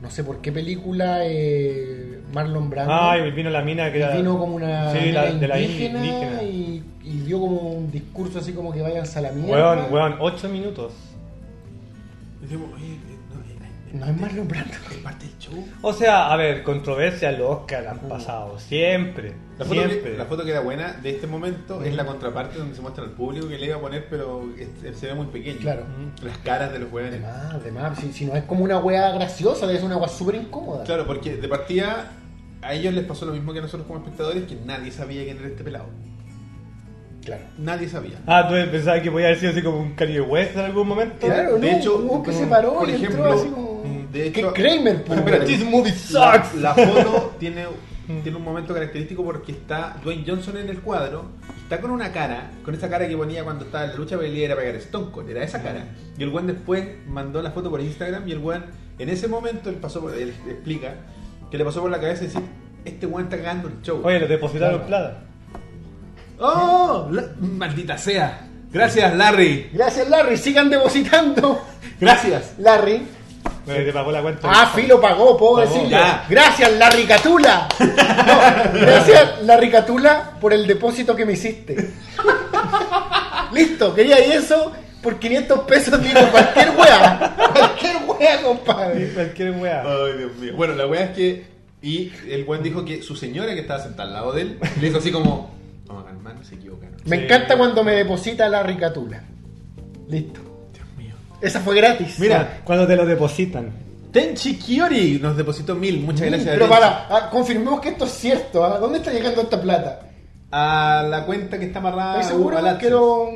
B: No sé por qué película eh, Marlon Brando.
C: Ay, vino la mina que era.
B: Y vino como una
C: Sí, la-
B: mina
C: de la
B: indígena,
C: indígena.
B: Y, y dio como un discurso así como que vayan a la mierda.
C: Weón, weón, 8 minutos.
A: Dijimos, oye, eh, no, eh, eh,
B: No es Marlon Brando.
A: es parte del show.
C: O sea, a ver, controversias los Oscar
B: Mm.
C: han pasado. Siempre.
A: La foto,
C: siempre.
A: que, la foto que era buena de este momento es la contraparte donde se muestra al público que le iba a poner, pero es- se ve muy pequeño.
B: Claro.
A: Las caras de los
B: De
A: jóvenes.
B: más, de más. Si, si no es como una wea graciosa, es una wea súper incómoda.
A: Claro, porque de partida a ellos les pasó lo mismo que a nosotros como espectadores, que nadie sabía quién era este pelado.
B: Claro.
A: Nadie sabía.
C: Ah, tú pensabas que podía haber sido así como un Kanye West en algún momento.
B: Claro,
A: de
B: no,
A: hecho,
B: un weón que
A: mm,
B: se paró
A: por
B: y entró
A: ejemplo,
B: así como-
A: mm, de
B: Que
A: hecho-
B: Kramer, pues,
A: Pero espérate,
C: This movie
A: La,
C: sucks.
A: la foto tiene, tiene un momento característico porque está Dwayne Johnson en el cuadro, está con una cara, con esa cara que ponía cuando estaba en la lucha pelea era pegar Stone Cold, era esa cara. Y el weón después mandó la foto por Instagram y el weón en ese momento él pasó por- él explica que le pasó por la cabeza decir, este weón está cagando el show.
C: Oye, los depositaron
B: Claro.
C: plata.
A: ¡Oh! La- maldita sea. Gracias, Larry.
B: Gracias, Larry. Sigan depositando.
A: Gracias.
B: Larry.
C: Me te pagó la cuenta.
B: Ah, Filo pagó, puedo
C: Pagó,
B: decirlo.
A: ya.
B: Gracias, Larry Catula. No, gracias, Larry Catula, por el depósito que me hiciste. Listo, quería y eso. Por 500 pesos digo cualquier wea. Cualquier wea, compadre.
C: Cualquier wea.
A: Ay, Dios mío. Bueno, la weá es que. Y el weón dijo que su señora que estaba sentada al lado de él le dijo así como: Vamos a calmarnos, se equivocaron.
B: Me
C: Sí.
B: encanta cuando me deposita Larry Catula. Listo.
A: Dios mío.
B: Esa fue gratis. Ah,
A: Mira.
C: Cuando te lo depositan.
A: Tenchi Kiori nos depositó mil, muchas gracias.
B: Pero
A: Tenchi.
B: para, ah, confirmemos que esto es cierto. ¿ah? ¿Dónde está llegando esta plata?
A: A la cuenta que está
C: Ah,
A: amarrada.
B: Estoy seguro
A: a Google
B: que
A: AdSense.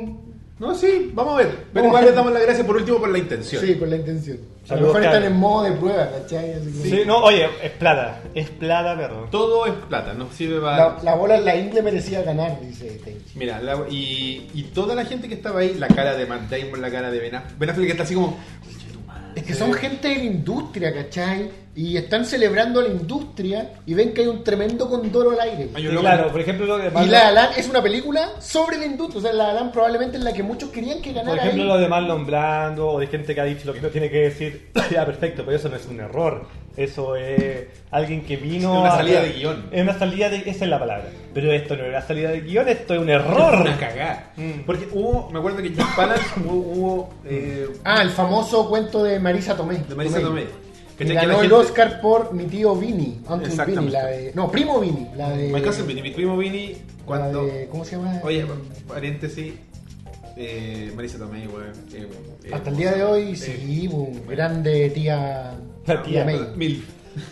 B: no.
A: No, sí, vamos a ver. Pero
B: Vamos a
A: igual
B: ver.
A: les damos las gracias por último por la intención.
B: Sí, con la intención. A lo
C: Saludos,
B: mejor están
C: Carlos.
B: en modo de prueba, ¿cachai? Así como-
C: Sí. no, oye, es plata. Es plata, perdón.
A: Todo es plata, nos sirve para.
B: La, la bola en la ingle merecía ganar, dice Tenchi.
A: Mira, la- y, y toda la gente que estaba ahí, la cara de Matt Damon, la cara de Ben Affleck, Ben Affleck que está así como. "Oye, tu madre".
B: Es que son gente de la industria, ¿cachai? Y están celebrando a la industria y ven que hay un tremendo condoro al aire.
A: Hay
C: Sí,
A: un loco-
C: claro, por ejemplo, lo de
B: Y
C: Marlon-
B: La Alan es una película sobre la industria. O sea, La Alan probablemente es la que muchos querían que
C: Por
B: ganara.
C: ejemplo,
B: ahí.
C: lo de Marlon Brando o de gente que ha dicho lo que no tiene que decir. ya, perfecto, pero eso no es un error. Eso es alguien que vino.
A: Es una
C: a-
A: salida de guión.
C: Es una salida de. Esa es la palabra. Pero esto no es una salida de guión, esto es un
A: Es
C: error.
A: Una cagada.
C: Mm.
A: Porque hubo, me acuerdo que Jack Palance hubo, hubo, eh,
B: Ah, el famoso cuento de Marisa Tomé.
A: de Marisa Tomei.
B: Que
A: ¿Cachai?
B: ganó
A: la
B: el
A: gente-
B: Oscar por mi tío Vini, Uncle
A: Exactamente.
B: Vini, la de, no, primo Vini, la de,
A: My cousin Vinny, mi primo Vinny,
B: la
A: cuando.
B: de- ¿cómo se llama?
A: Oye, paréntesis. Eh, Marisa Tomei, weón. eh, eh,
B: Hasta el día de hoy,
A: eh,
B: sí, boom, grande tía,
C: La tía
B: May.
A: Mil.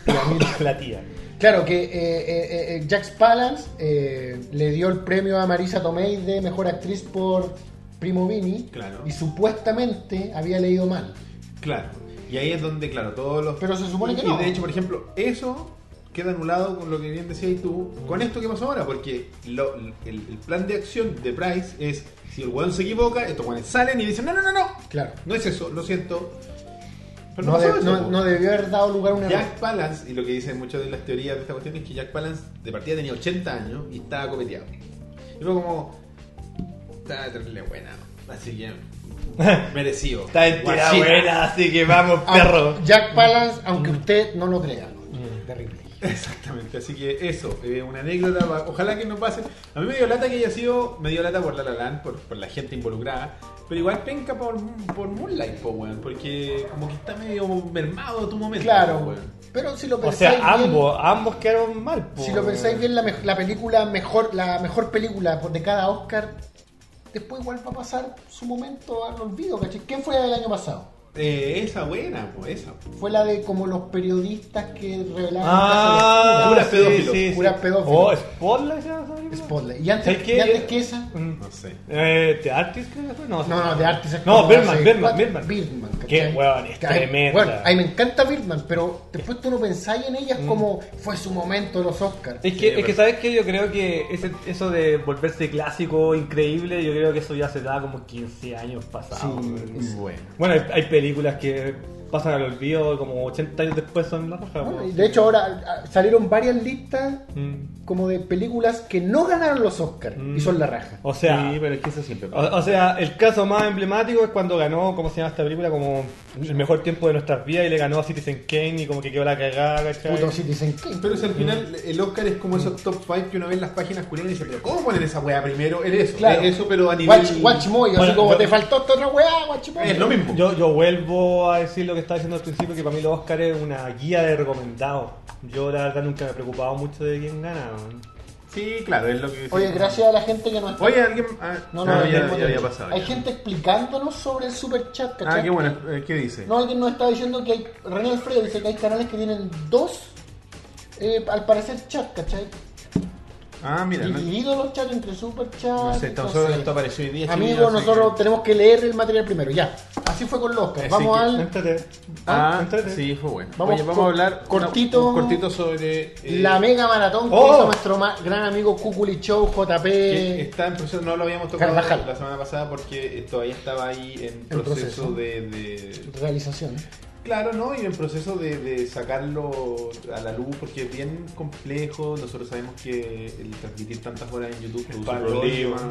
C: La mil- la tía.
B: Claro que eh, eh, eh, Jax Palance eh, le dio el premio a Marisa Tomei de mejor actriz por Primo Vini
A: Claro.
B: y supuestamente había leído mal.
A: Claro. Y ahí es donde, claro, todos los.
B: Pero se supone que
A: y
B: no.
A: de hecho, por ejemplo, eso queda anulado con lo que bien decías tú, con esto que pasó ahora, porque lo- el, el plan de acción de Price es: si el weón se equivoca, estos weones salen y dicen, no, no, no, no,
B: Claro.
A: no es eso, lo siento. Pero no,
B: No,
A: pasó
B: de-
A: eso,
B: no-
A: po.
B: no debió haber dado lugar a una
A: Jack Palance, y lo que dicen muchas de las teorías de esta cuestión es que Jack Palance de partida tenía 80 años y estaba copeteado. Y fue como. Está terrible buena. Así que. Merecido.
C: Está entera
A: Guachita.
C: buena, así que vamos,
B: Ah,
C: perro.
B: Jack Palance, aunque usted no lo crea, terrible.
A: Exactamente, así que eso, eh, una anécdota, va- ojalá que no pase. A mí me dio lata que haya sido, me dio lata por La La Land, por, por la gente involucrada, pero igual penca por, por Moonlight, po, weón, porque como que está medio mermado tu momento. po,
B: Claro,
A: weón.
B: pero si lo
C: O
B: pensáis
C: sea,
B: bien-
C: ambos, ambos quedaron mal. po.
B: Si lo pensáis bien, la, mej- la película mejor, la mejor película por- de cada Oscar, después igual va a pasar su momento al olvido, ¿cachai? ¿Qué fue la del año pasado?
A: Eh, esa buena, pues, esa.
B: Fue la de como los periodistas que revelaron
C: Ah,
A: Puras
C: sí,
A: pedófilos.
C: sí, sí.
B: Puras pedófilos.
C: Oh, Spotlight. se llama esa
B: casas.
C: película?
B: Spotlight. Y antes,
C: ¿Sabes
B: y
C: qué?
B: antes que esa.
C: Mm.
A: No sé.
C: Eh, ¿The Artist creo que fue? No,
B: No, no, de Artis es
C: No,
B: como
C: Birdman,
B: hace
C: Birdman,
B: cuatro-
C: Birdman.
B: Birdman, ¿cachai?
C: Qué weón, es
B: Que a-
C: tremenda.
B: Bueno, a mí me encanta Birdman, pero después tú no pensáis en ellas como fue su momento en los Oscars.
C: Mm. Es
A: Sí,
C: que, es
A: pero-
C: que sabes que yo creo que ese- eso de volverse clásico, increíble, yo creo que eso ya se da como 15 años pasados. weón.
A: Bueno.
C: Bueno, hay, hay películas que pasan al olvido como 80 años después son la roja.
B: Bueno, Ah, y
C: weón.
B: de hecho, ahora ah, salieron varias listas
C: Mm.
B: como de películas que no ganaron los Oscars
C: Mm.
B: y son la raja.
C: O sea,
D: sí, pero es que eso siempre
C: o,
D: pasa.
C: o sea, el caso más emblemático es cuando ganó, ¿cómo se llama esta película? Como el mejor tiempo de nuestras vidas y le ganó a Citizen Kane y como que quedó la cagada, ¿cachai?
B: Puto Citizen Kane.
A: Pero si al final el Oscar es como esos top 5 que uno ve en las páginas culiadas y dice, pero ¿cómo poner esa weá primero? Es eso,
B: Claro.
A: es eso, pero a nivel.
B: Watch, Watchmoy, así
C: Bueno,
B: como
C: yo-
B: te faltó esta otra weá, Watchmoy.
A: Es lo mismo.
C: Yo, yo vuelvo a decir lo que estaba diciendo al principio, que para mí los Oscar es una guía de recomendados. Yo la verdad nunca me he preocupado mucho de quién gana. weón.
A: Sí, claro, es lo que.
B: Oye, gracias a la gente que nos está.
A: Oye, alguien. Ah,
B: no,
A: no,
B: no, no,
A: ya,
B: no,
A: ya
B: no,
A: había pasado.
B: Hay
A: ya.
B: gente explicándonos sobre el super chat, ¿cachai?
A: Ah, qué bueno. eh, ¿Qué dice?
B: No, alguien nos estaba diciendo que hay. René Alfredo dice que hay canales que tienen dos, eh, al parecer, chat, ¿cachai?
A: Ah, mira. no-
B: Divididos los chats entre super chat.
D: No sé, tan
B: entonces-
D: solo esto apareció hoy día.
B: Amigos,
D: chiquillos,
B: nosotros
D: así
B: tenemos que leer el material primero, ya. Así fue con los Oscars.
D: Así
B: Vamos
D: que-
B: al.
C: Entrate.
D: Ah,
C: Entrate.
D: sí, fue bueno.
B: Vamos
D: Oye, vamos
B: con-
D: a hablar una-
B: cortito-
D: un cortito sobre eh,
B: La mega maratón que
C: ¡Oh!
B: hizo nuestro ma- gran amigo Cuculi Show, JP.
C: Eh,
A: que está en proceso, no lo habíamos tocado
B: Carvajal.
A: la semana pasada porque eh, todavía estaba ahí en proceso,
B: proceso.
A: de, de-
B: Realización. ¿eh?
A: Claro, ¿no? Y en proceso de, de sacarlo a la luz porque es bien complejo. Nosotros sabemos que el transmitir tantas horas en YouTube produce
C: Pablo
A: problemas.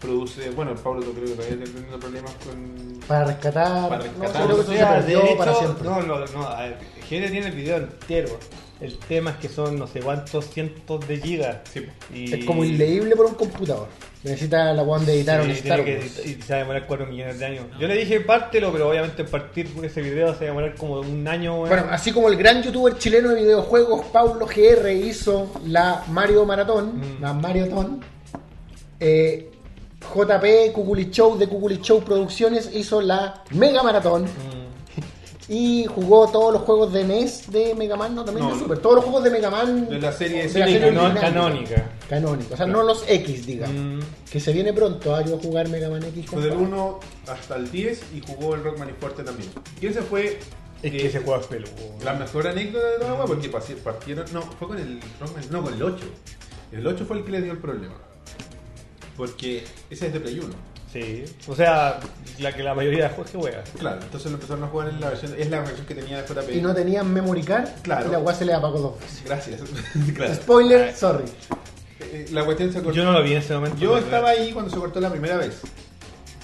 A: Produce, bueno, Pablo yo creo que todavía está teniendo problemas con...
B: Para rescatar.
A: Para rescatar.
B: No, yo creo que
C: O
B: eso
C: sea,
B: se perdió
C: de hecho,
B: para siempre.
C: No, no, no. a ver, Gente tiene el video entero. El tema es que son no sé cuántos cientos de gigas.
A: Sí, po.
C: Y-
B: Es como inleíble por un computador. Necesita la one de
C: Sí,
B: editar un
C: tiene
B: Star
C: que
B: Wars.
C: edit- y se va a demorar 4 millones de años. Yo le dije pártelo, pero obviamente partir ese video se va a demorar como un año. weón.
B: Bueno, así como el gran youtuber chileno de videojuegos, Paulo GR, hizo la Mario Maratón,
C: Mm.
B: la Maratón, eh, JP Cuculi Show de Cuculi Show Producciones hizo la Mega Maratón
C: Mm.
B: y jugó todos los juegos de NES de Mega Man, no, también
A: No,
B: de
A: no.
B: Super, todos los juegos de Mega Man
A: De la serie
B: de
A: de
B: la
A: Sonic,
B: serie
C: Canon-
B: original.
C: canónica.
B: Canónica, o sea, no los X, digamos,
C: Mm.
B: que se viene pronto, ah, yo voy a jugar Mega Man X.
A: Fue pues, del 1 hasta el 10 y jugó el Rockman y Fuerte también. Y ese fue
C: Es
A: eh,
C: que ese juego es peludo.
A: la mejor anécdota de toda la wea, porque pasi- partieron. No, fue con el Rockman, no, con el 8. El 8 fue el que le dio el problema. Porque ese es de Play 1.
C: Sí, o sea, la que la mayoría de juegos que juega.
A: Claro, entonces lo empezaron a jugar en la versión. Es la versión que tenía JP.
B: Y no tenían memory card,
A: Claro.
B: y la weá se le apagó dos veces.
A: Gracias. claro.
B: Spoiler, sorry.
A: Eh, La cuestión se cortó.
C: Yo
A: Yo,
C: no lo vi en ese momento. la
A: estaba
C: verdad.
A: ahí cuando se cortó la primera vez.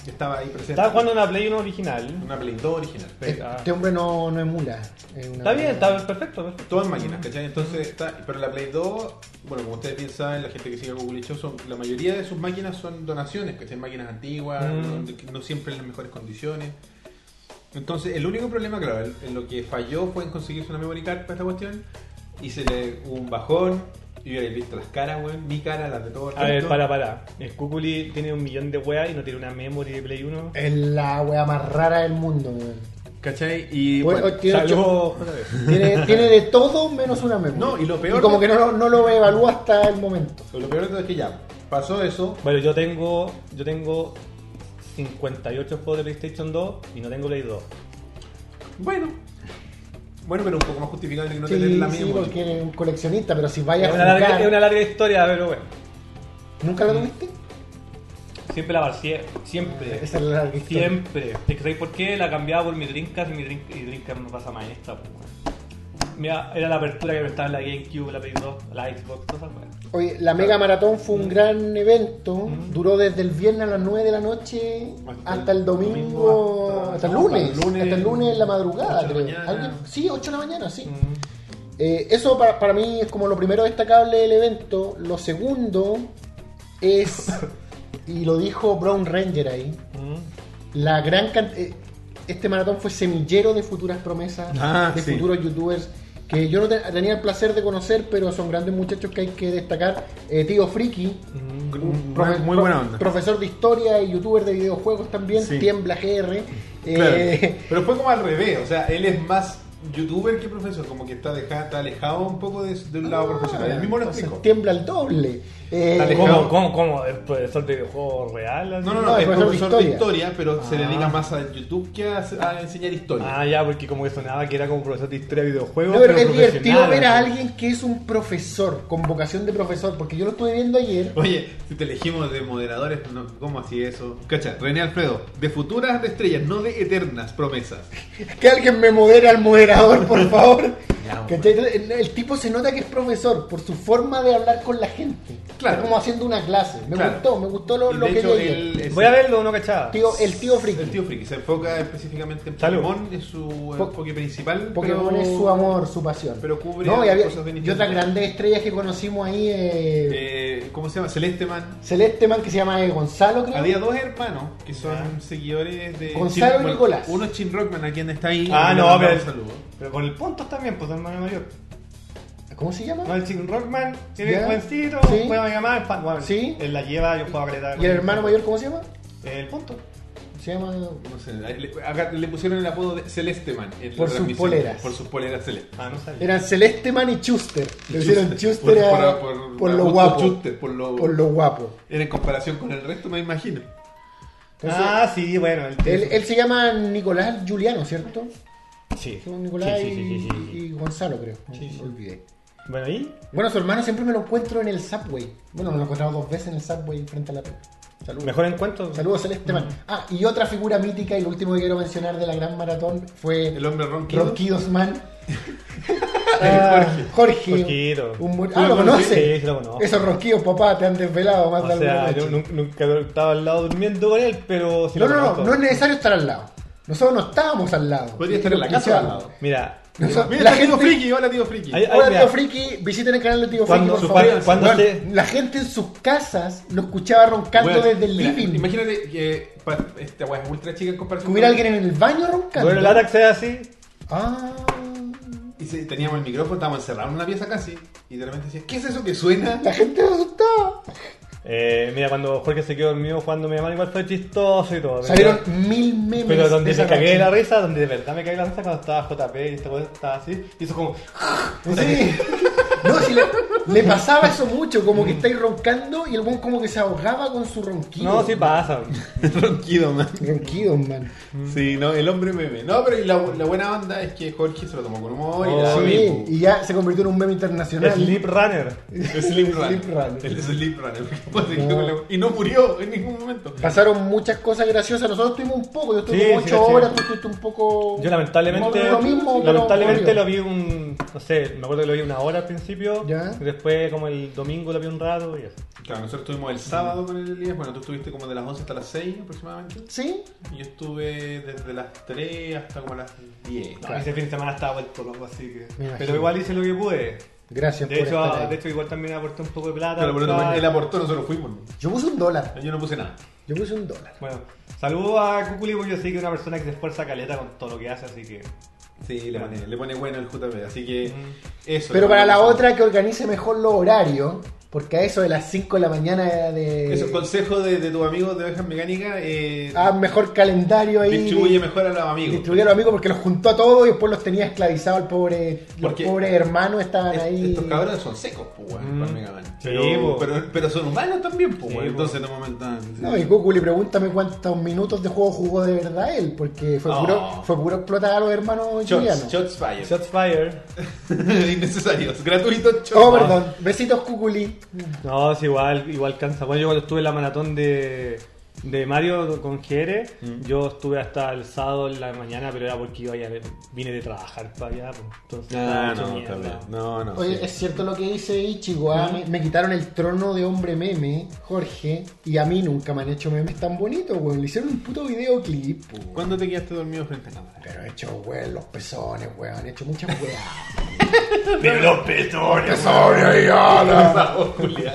A: Yo estaba ahí presente.
C: Estaba jugando una Play 1 original.
A: una Play 2 original.
C: Ah.
B: Este hombre no, no emula. es una-
C: Está bien, está perfecto. perfecto.
A: Todas máquinas, ¿cachai? Entonces está. Pero la Play 2, bueno, como ustedes bien saben, la gente que sigue a Google y Show, son, la mayoría de sus máquinas son donaciones, ¿cachai? Máquinas antiguas,
C: Mm.
A: no, no siempre en las mejores condiciones. Entonces, el único problema, claro, en- en lo que falló fue en conseguirse una memory card para esta cuestión y se le hubo un bajón. Y hubierais visto las caras, weón, mi cara, las de todos.
C: A ver,
A: juntos.
C: para, para. El Cuculi tiene un millón de weas y no tiene una memory de Play 1.
B: Es la wea más rara del mundo, weón.
A: ¿Cachai? Y.
B: Bueno,
A: bueno,
B: tiene,
C: Saludos.
B: tiene- tiene de todo menos una memoria.
A: No, y lo peor-
B: como que no, lo- no lo evalúa hasta el momento.
A: lo peor de todo es que ya pasó eso.
C: Bueno, yo tengo, yo tengo 58 juegos de PlayStation 2 y no tengo Play 2.
A: Bueno. Bueno, pero un poco más justificable que no tener
B: sí,
A: la
B: sí,
A: memory.
B: porque eres un coleccionista, pero si
C: Es
B: vayas a
C: una, larga,
B: jugar...
C: es una larga historia, pero bueno.
B: ¿Nunca lo tuviste?
C: Siempre la vacié, siempre.
B: Esa es la larga historia.
C: Siempre. Es que ¿sabes por qué? La cambiaba por mi Dreamcast y mi Dream- y Dreamcast me pasa más en esta. pues, weón. Mira, era la apertura que me estaba en la GameCube, la Play 2, la Xbox, todas esas weas.
B: Oye, la Mega Maratón fue un gran evento. Duró desde el viernes a las 9 de la noche hasta,
A: Hasta
B: el
A: el
B: domingo,
A: domingo,
B: hasta,
A: hasta-
B: el
A: no,
B: lunes,
A: hasta el lunes,
B: hasta el lunes en la
A: ocho
B: madrugada,
A: de la
B: creo.
A: mañana.
C: Mm.
B: ¿Alguien? Sí, 8 de la mañana, sí. Eh, eso para, para mí es como lo primero destacable del evento. Lo segundo es, y lo dijo Brown Ranger ahí,
C: Mm.
B: la gran can- eh, este maratón fue semillero de futuras promesas,
A: Ah,
B: de
A: sí.
B: futuros youtubers que yo no te- tenía el placer de conocer, pero son grandes muchachos que hay que destacar. Eh, tío Friki,
A: Mm,
B: profe-
A: muy- muy
B: pro-
A: buena onda.
B: profesor de historia y youtuber de videojuegos también,
A: Sí.
B: Tiembla GR.
A: Claro.
B: eh,
A: Pero fue como al revés, o sea, él es más youtuber que profesor, como que está, deja- está alejado un poco de, de un lado
B: Ah,
A: profesional. Él mismo lo
B: entonces
A: explicó.
B: Tiembla el doble. Eh,
A: Está alejado.
C: ¿Cómo, cómo, cómo? eh, pues, ¿El profesor de videojuegos real? así?
A: No, no, no,
B: No,
A: es profesor, de, historia. pero se
C: Ah.
A: dedica más a YouTube que a, a enseñar historia.
C: Ah, ya, porque como que sonaba que era como profesor de historia de videojuegos.
B: No, pero es
C: profesional,
B: divertido ver a
C: así.
B: alguien que es un profesor, con vocación de profesor, porque yo lo estuve viendo ayer.
A: Oye, si te elegimos de moderadores, no, ¿cómo así eso? Cacha, René Alfredo, de futuras de estrellas, no de eternas promesas.
B: Que alguien me modere al moderador, por favor.
A: Ya,
B: ¿Cachai? el, el tipo se nota que es profesor por su forma de hablar con la gente.
A: Claro.
B: Es como haciendo una clase. Me
A: Claro.
B: gustó, me gustó lo,
A: Y
B: lo
A: de
B: que
A: hecho,
B: leí.
A: él es-
C: Voy a verlo, no cachaba.
B: Tío- el tío friki.
A: El tío Friki se enfoca específicamente en
C: Salud.
A: Pokémon, es su enfoque principal.
B: Pokémon
A: pero-
B: es su amor, su pasión.
A: pero cubre
B: no, y, había-
A: cosas bien
B: y otras
A: distintas.
B: grandes estrellas que conocimos ahí. Eh,
A: Eh, ¿Cómo se llama? Celeste Man.
B: Celeste Man, que se llama eh, Gonzalo, creo.
A: Había dos hermanos que son
C: Ya.
A: seguidores de.
B: Gonzalo
A: Chin-
B: y Nicolás.
A: Uno es Chin Rockman, a quien está ahí.
C: Ah,
A: Le
C: no,
A: mandamos
C: pero-
A: un saludo.
C: Pero con el punto también, pues hermano mayor.
B: ¿Cómo se llama?
C: No, el Chicken Rockman tiene
B: Ya.
C: el jovencito,
B: Sí.
C: juega a mi mamá, el pan, bueno,
B: Sí.
C: él la lleva, yo juego a caleta.
B: ¿Y el hermano mayor cómo se llama?
C: El punto.
B: Se llama...
A: No sé, le, acá le pusieron el apodo de Celeste Man. en la
B: Por sus
A: transmisión,
B: poleras.
A: Por sus poleras celeste.
C: Ah, no sabía.
B: Eran Celeste Man y Chuster. Le hicieron
A: por,
B: Chuster a- por,
A: por-
B: lo
A: por-
B: guapo.
A: Schuster, por lo,
B: Por lo guapo.
A: En comparación con el resto, me imagino.
B: Entonces,
C: ah, sí, bueno, el
B: Él, él se llama Nicolás Juliano, ¿cierto?
C: Sí.
B: Son Nicolás
C: Sí, sí, sí, sí, sí,
B: y,
C: sí.
B: y Gonzalo, creo.
C: Sí, sí.
B: Me olvidé.
C: Bueno, ¿y?
B: Bueno, su hermano siempre me lo encuentro en el Subway. Bueno, me lo he encontrado dos veces en el Subway frente a la... Saludos.
C: Mejor encuentro.
B: Saludos, Celeste Man. Ah, y otra figura mítica y lo último que quiero mencionar de la gran maratón fue
A: El hombre ronquido.
B: Ronquidos Man.
C: Ah,
B: Jorge.
C: Jorgito.
B: un buen-
C: ¿Tú
B: Ah, lo
C: conoces?
B: conoce.
C: Sí, sí, lo conozco.
B: Esos ronquidos, papá, te han desvelado más de
C: O
B: alguna
C: sea,
B: noche.
C: yo nu- nunca estaba al lado durmiendo con él, pero sí
B: No,
C: lo
B: no, no,
C: conozco.
B: no es necesario estar al lado. Nosotros no estábamos al lado.
A: Podría estar en la casa al lado.
C: Mira,
B: Nosotros-
A: Mira,
B: la
A: está tío
B: gente,
A: Friki, hola tío Friki.
C: Ahí-
B: Hola,
C: Eh, mira.
B: tío Friki, visiten el canal de Tío Friki,
C: Cuando-
B: por
C: su-
B: favor.
C: cuando- cuando
B: Bueno,
C: se-
B: La gente en sus casas lo escuchaba roncando
A: Bueno,
B: desde el
A: mira,
B: living.
A: Imagínate que pa- esta weá es ultra chica en
B: Que
A: comparación
B: hubiera
A: con-
B: alguien en el baño roncando.
C: bueno, el Arax es así.
B: Ah.
A: Y se- teníamos el micrófono, estábamos encerrados en una pieza casi. Y de repente decía, ¿qué es eso que suena?
B: La gente se asustaba.
C: Eh, mira, cuando Jorge se quedó dormido jugando mi mamá, igual fue chistoso y todo. pero-
B: Salieron mil memes.
C: Pero donde
B: de esa
C: me cagué
B: noche.
C: de la risa, donde de verdad me cagué de la risa cuando estaba JP y este weón estaba así, y hizo como.
B: Sí. No, si le, le pasaba eso mucho, como que estáis roncando y el buen como que se ahogaba con su ronquido.
C: No, sí pasa.
A: Ronquido, man.
B: Ronquido, man.
A: Sí, no, el hombre meme. No, pero y la, la buena onda es que Jorge se lo tomó con humor y
C: Oh,
A: la
B: Sí, y ya se convirtió en un meme internacional.
C: Sleep Runner.
A: El Sleep Runner.
B: Sleep Runner.
A: El Sleep Runner. Porque
B: No.
A: se quedó con la- Y no murió en ningún momento.
B: Pasaron muchas cosas graciosas. Nosotros tuvimos un poco. Yo estuve
C: Sí,
B: como
C: sí,
B: 8
C: sí.
B: horas, tú estuviste un poco.
C: Yo lamentablemente.
B: Lo mismo, pero
C: lamentablemente
B: obvio.
C: lo vi un. No sé, me acuerdo que lo vi una hora al principio.
B: Ya.
C: y después, como el domingo, lo vi un rato y eso.
A: Claro, nosotros estuvimos el sábado con el Elías. Bueno, tú estuviste como de las 11 hasta las 6 aproximadamente.
B: Sí,
A: Y yo estuve desde las 3 hasta como las 10.
C: No, Ese fin de semana estaba vuelto loco, así que.
B: Me imagino.
C: Pero igual hice lo que pude.
B: gracias
C: De
B: por
C: hecho,
B: estar ahí.
C: de hecho, igual también aporté un poco de plata.
A: Claro, pero
C: o sea,
A: no, él aportó, nosotros fuimos.
B: Yo puse un dólar.
A: Yo no puse nada.
B: Yo puse un dólar.
C: Bueno, saludo a Cuculi porque yo sé que es una persona que se esfuerza caleta con todo lo que hace, así que.
A: Sí, le pone, le pone bueno el JP. Así que
C: Mm.
A: eso.
B: Pero
A: le
B: para la
A: mandamos.
B: otra que organice mejor los horarios, porque a eso de las 5 de la mañana de.
A: Eso, consejo de, de tu amigo de Ovejas Mecánicas. Eh,
B: Ah, mejor calendario ahí.
A: distribuye mejor a los amigos.
B: Distribuye a los amigos porque los juntó a todos y después los tenía esclavizados al pobre. Los
A: Porque-
B: pobres hermanos estaban
A: Es-
B: ahí.
A: Estos cabrones son secos, pues, weón,
C: Mm.
A: para Mega Man.
C: Sí,
A: Pero,
C: po.
A: pero, pero son humanos también, pues,
C: Sí,
A: weón.
C: po.
A: Entonces no me aumentan.
B: No, y Cuculi, pregúntame cuántos minutos de juego jugó de verdad él, porque fue
A: Oh.
B: puro, fue puro explotar a los hermanos
A: Shots,
B: Julianos.
A: shots fire.
C: Shots fire.
A: Innecesarios. Gratuitos shots.
B: Oh, perdón. Besitos, Cuculi.
C: No, es igual, igual cansa. Bueno, yo cuando estuve en la maratón de, de Mario con Jere,
A: Mm.
C: yo estuve hasta el sábado en la mañana, pero era porque yo ya vine de trabajar para allá. pues, Entonces,
A: Ah,
C: estaba hecho
A: no,
C: mierda.
A: está bien. No, no.
B: Oye,
A: sí.
B: es cierto lo que dice Ichigo, ah, me, me quitaron el trono de hombre meme, Jorge, y a mí nunca me han hecho memes tan bonitos, weón. Le hicieron un puto videoclip, weón.
A: ¿Cuándo te quedaste dormido frente a cámara?
B: Pero he hecho, weón, los pezones, weón. He hecho muchas weas.
C: Pero los pezones.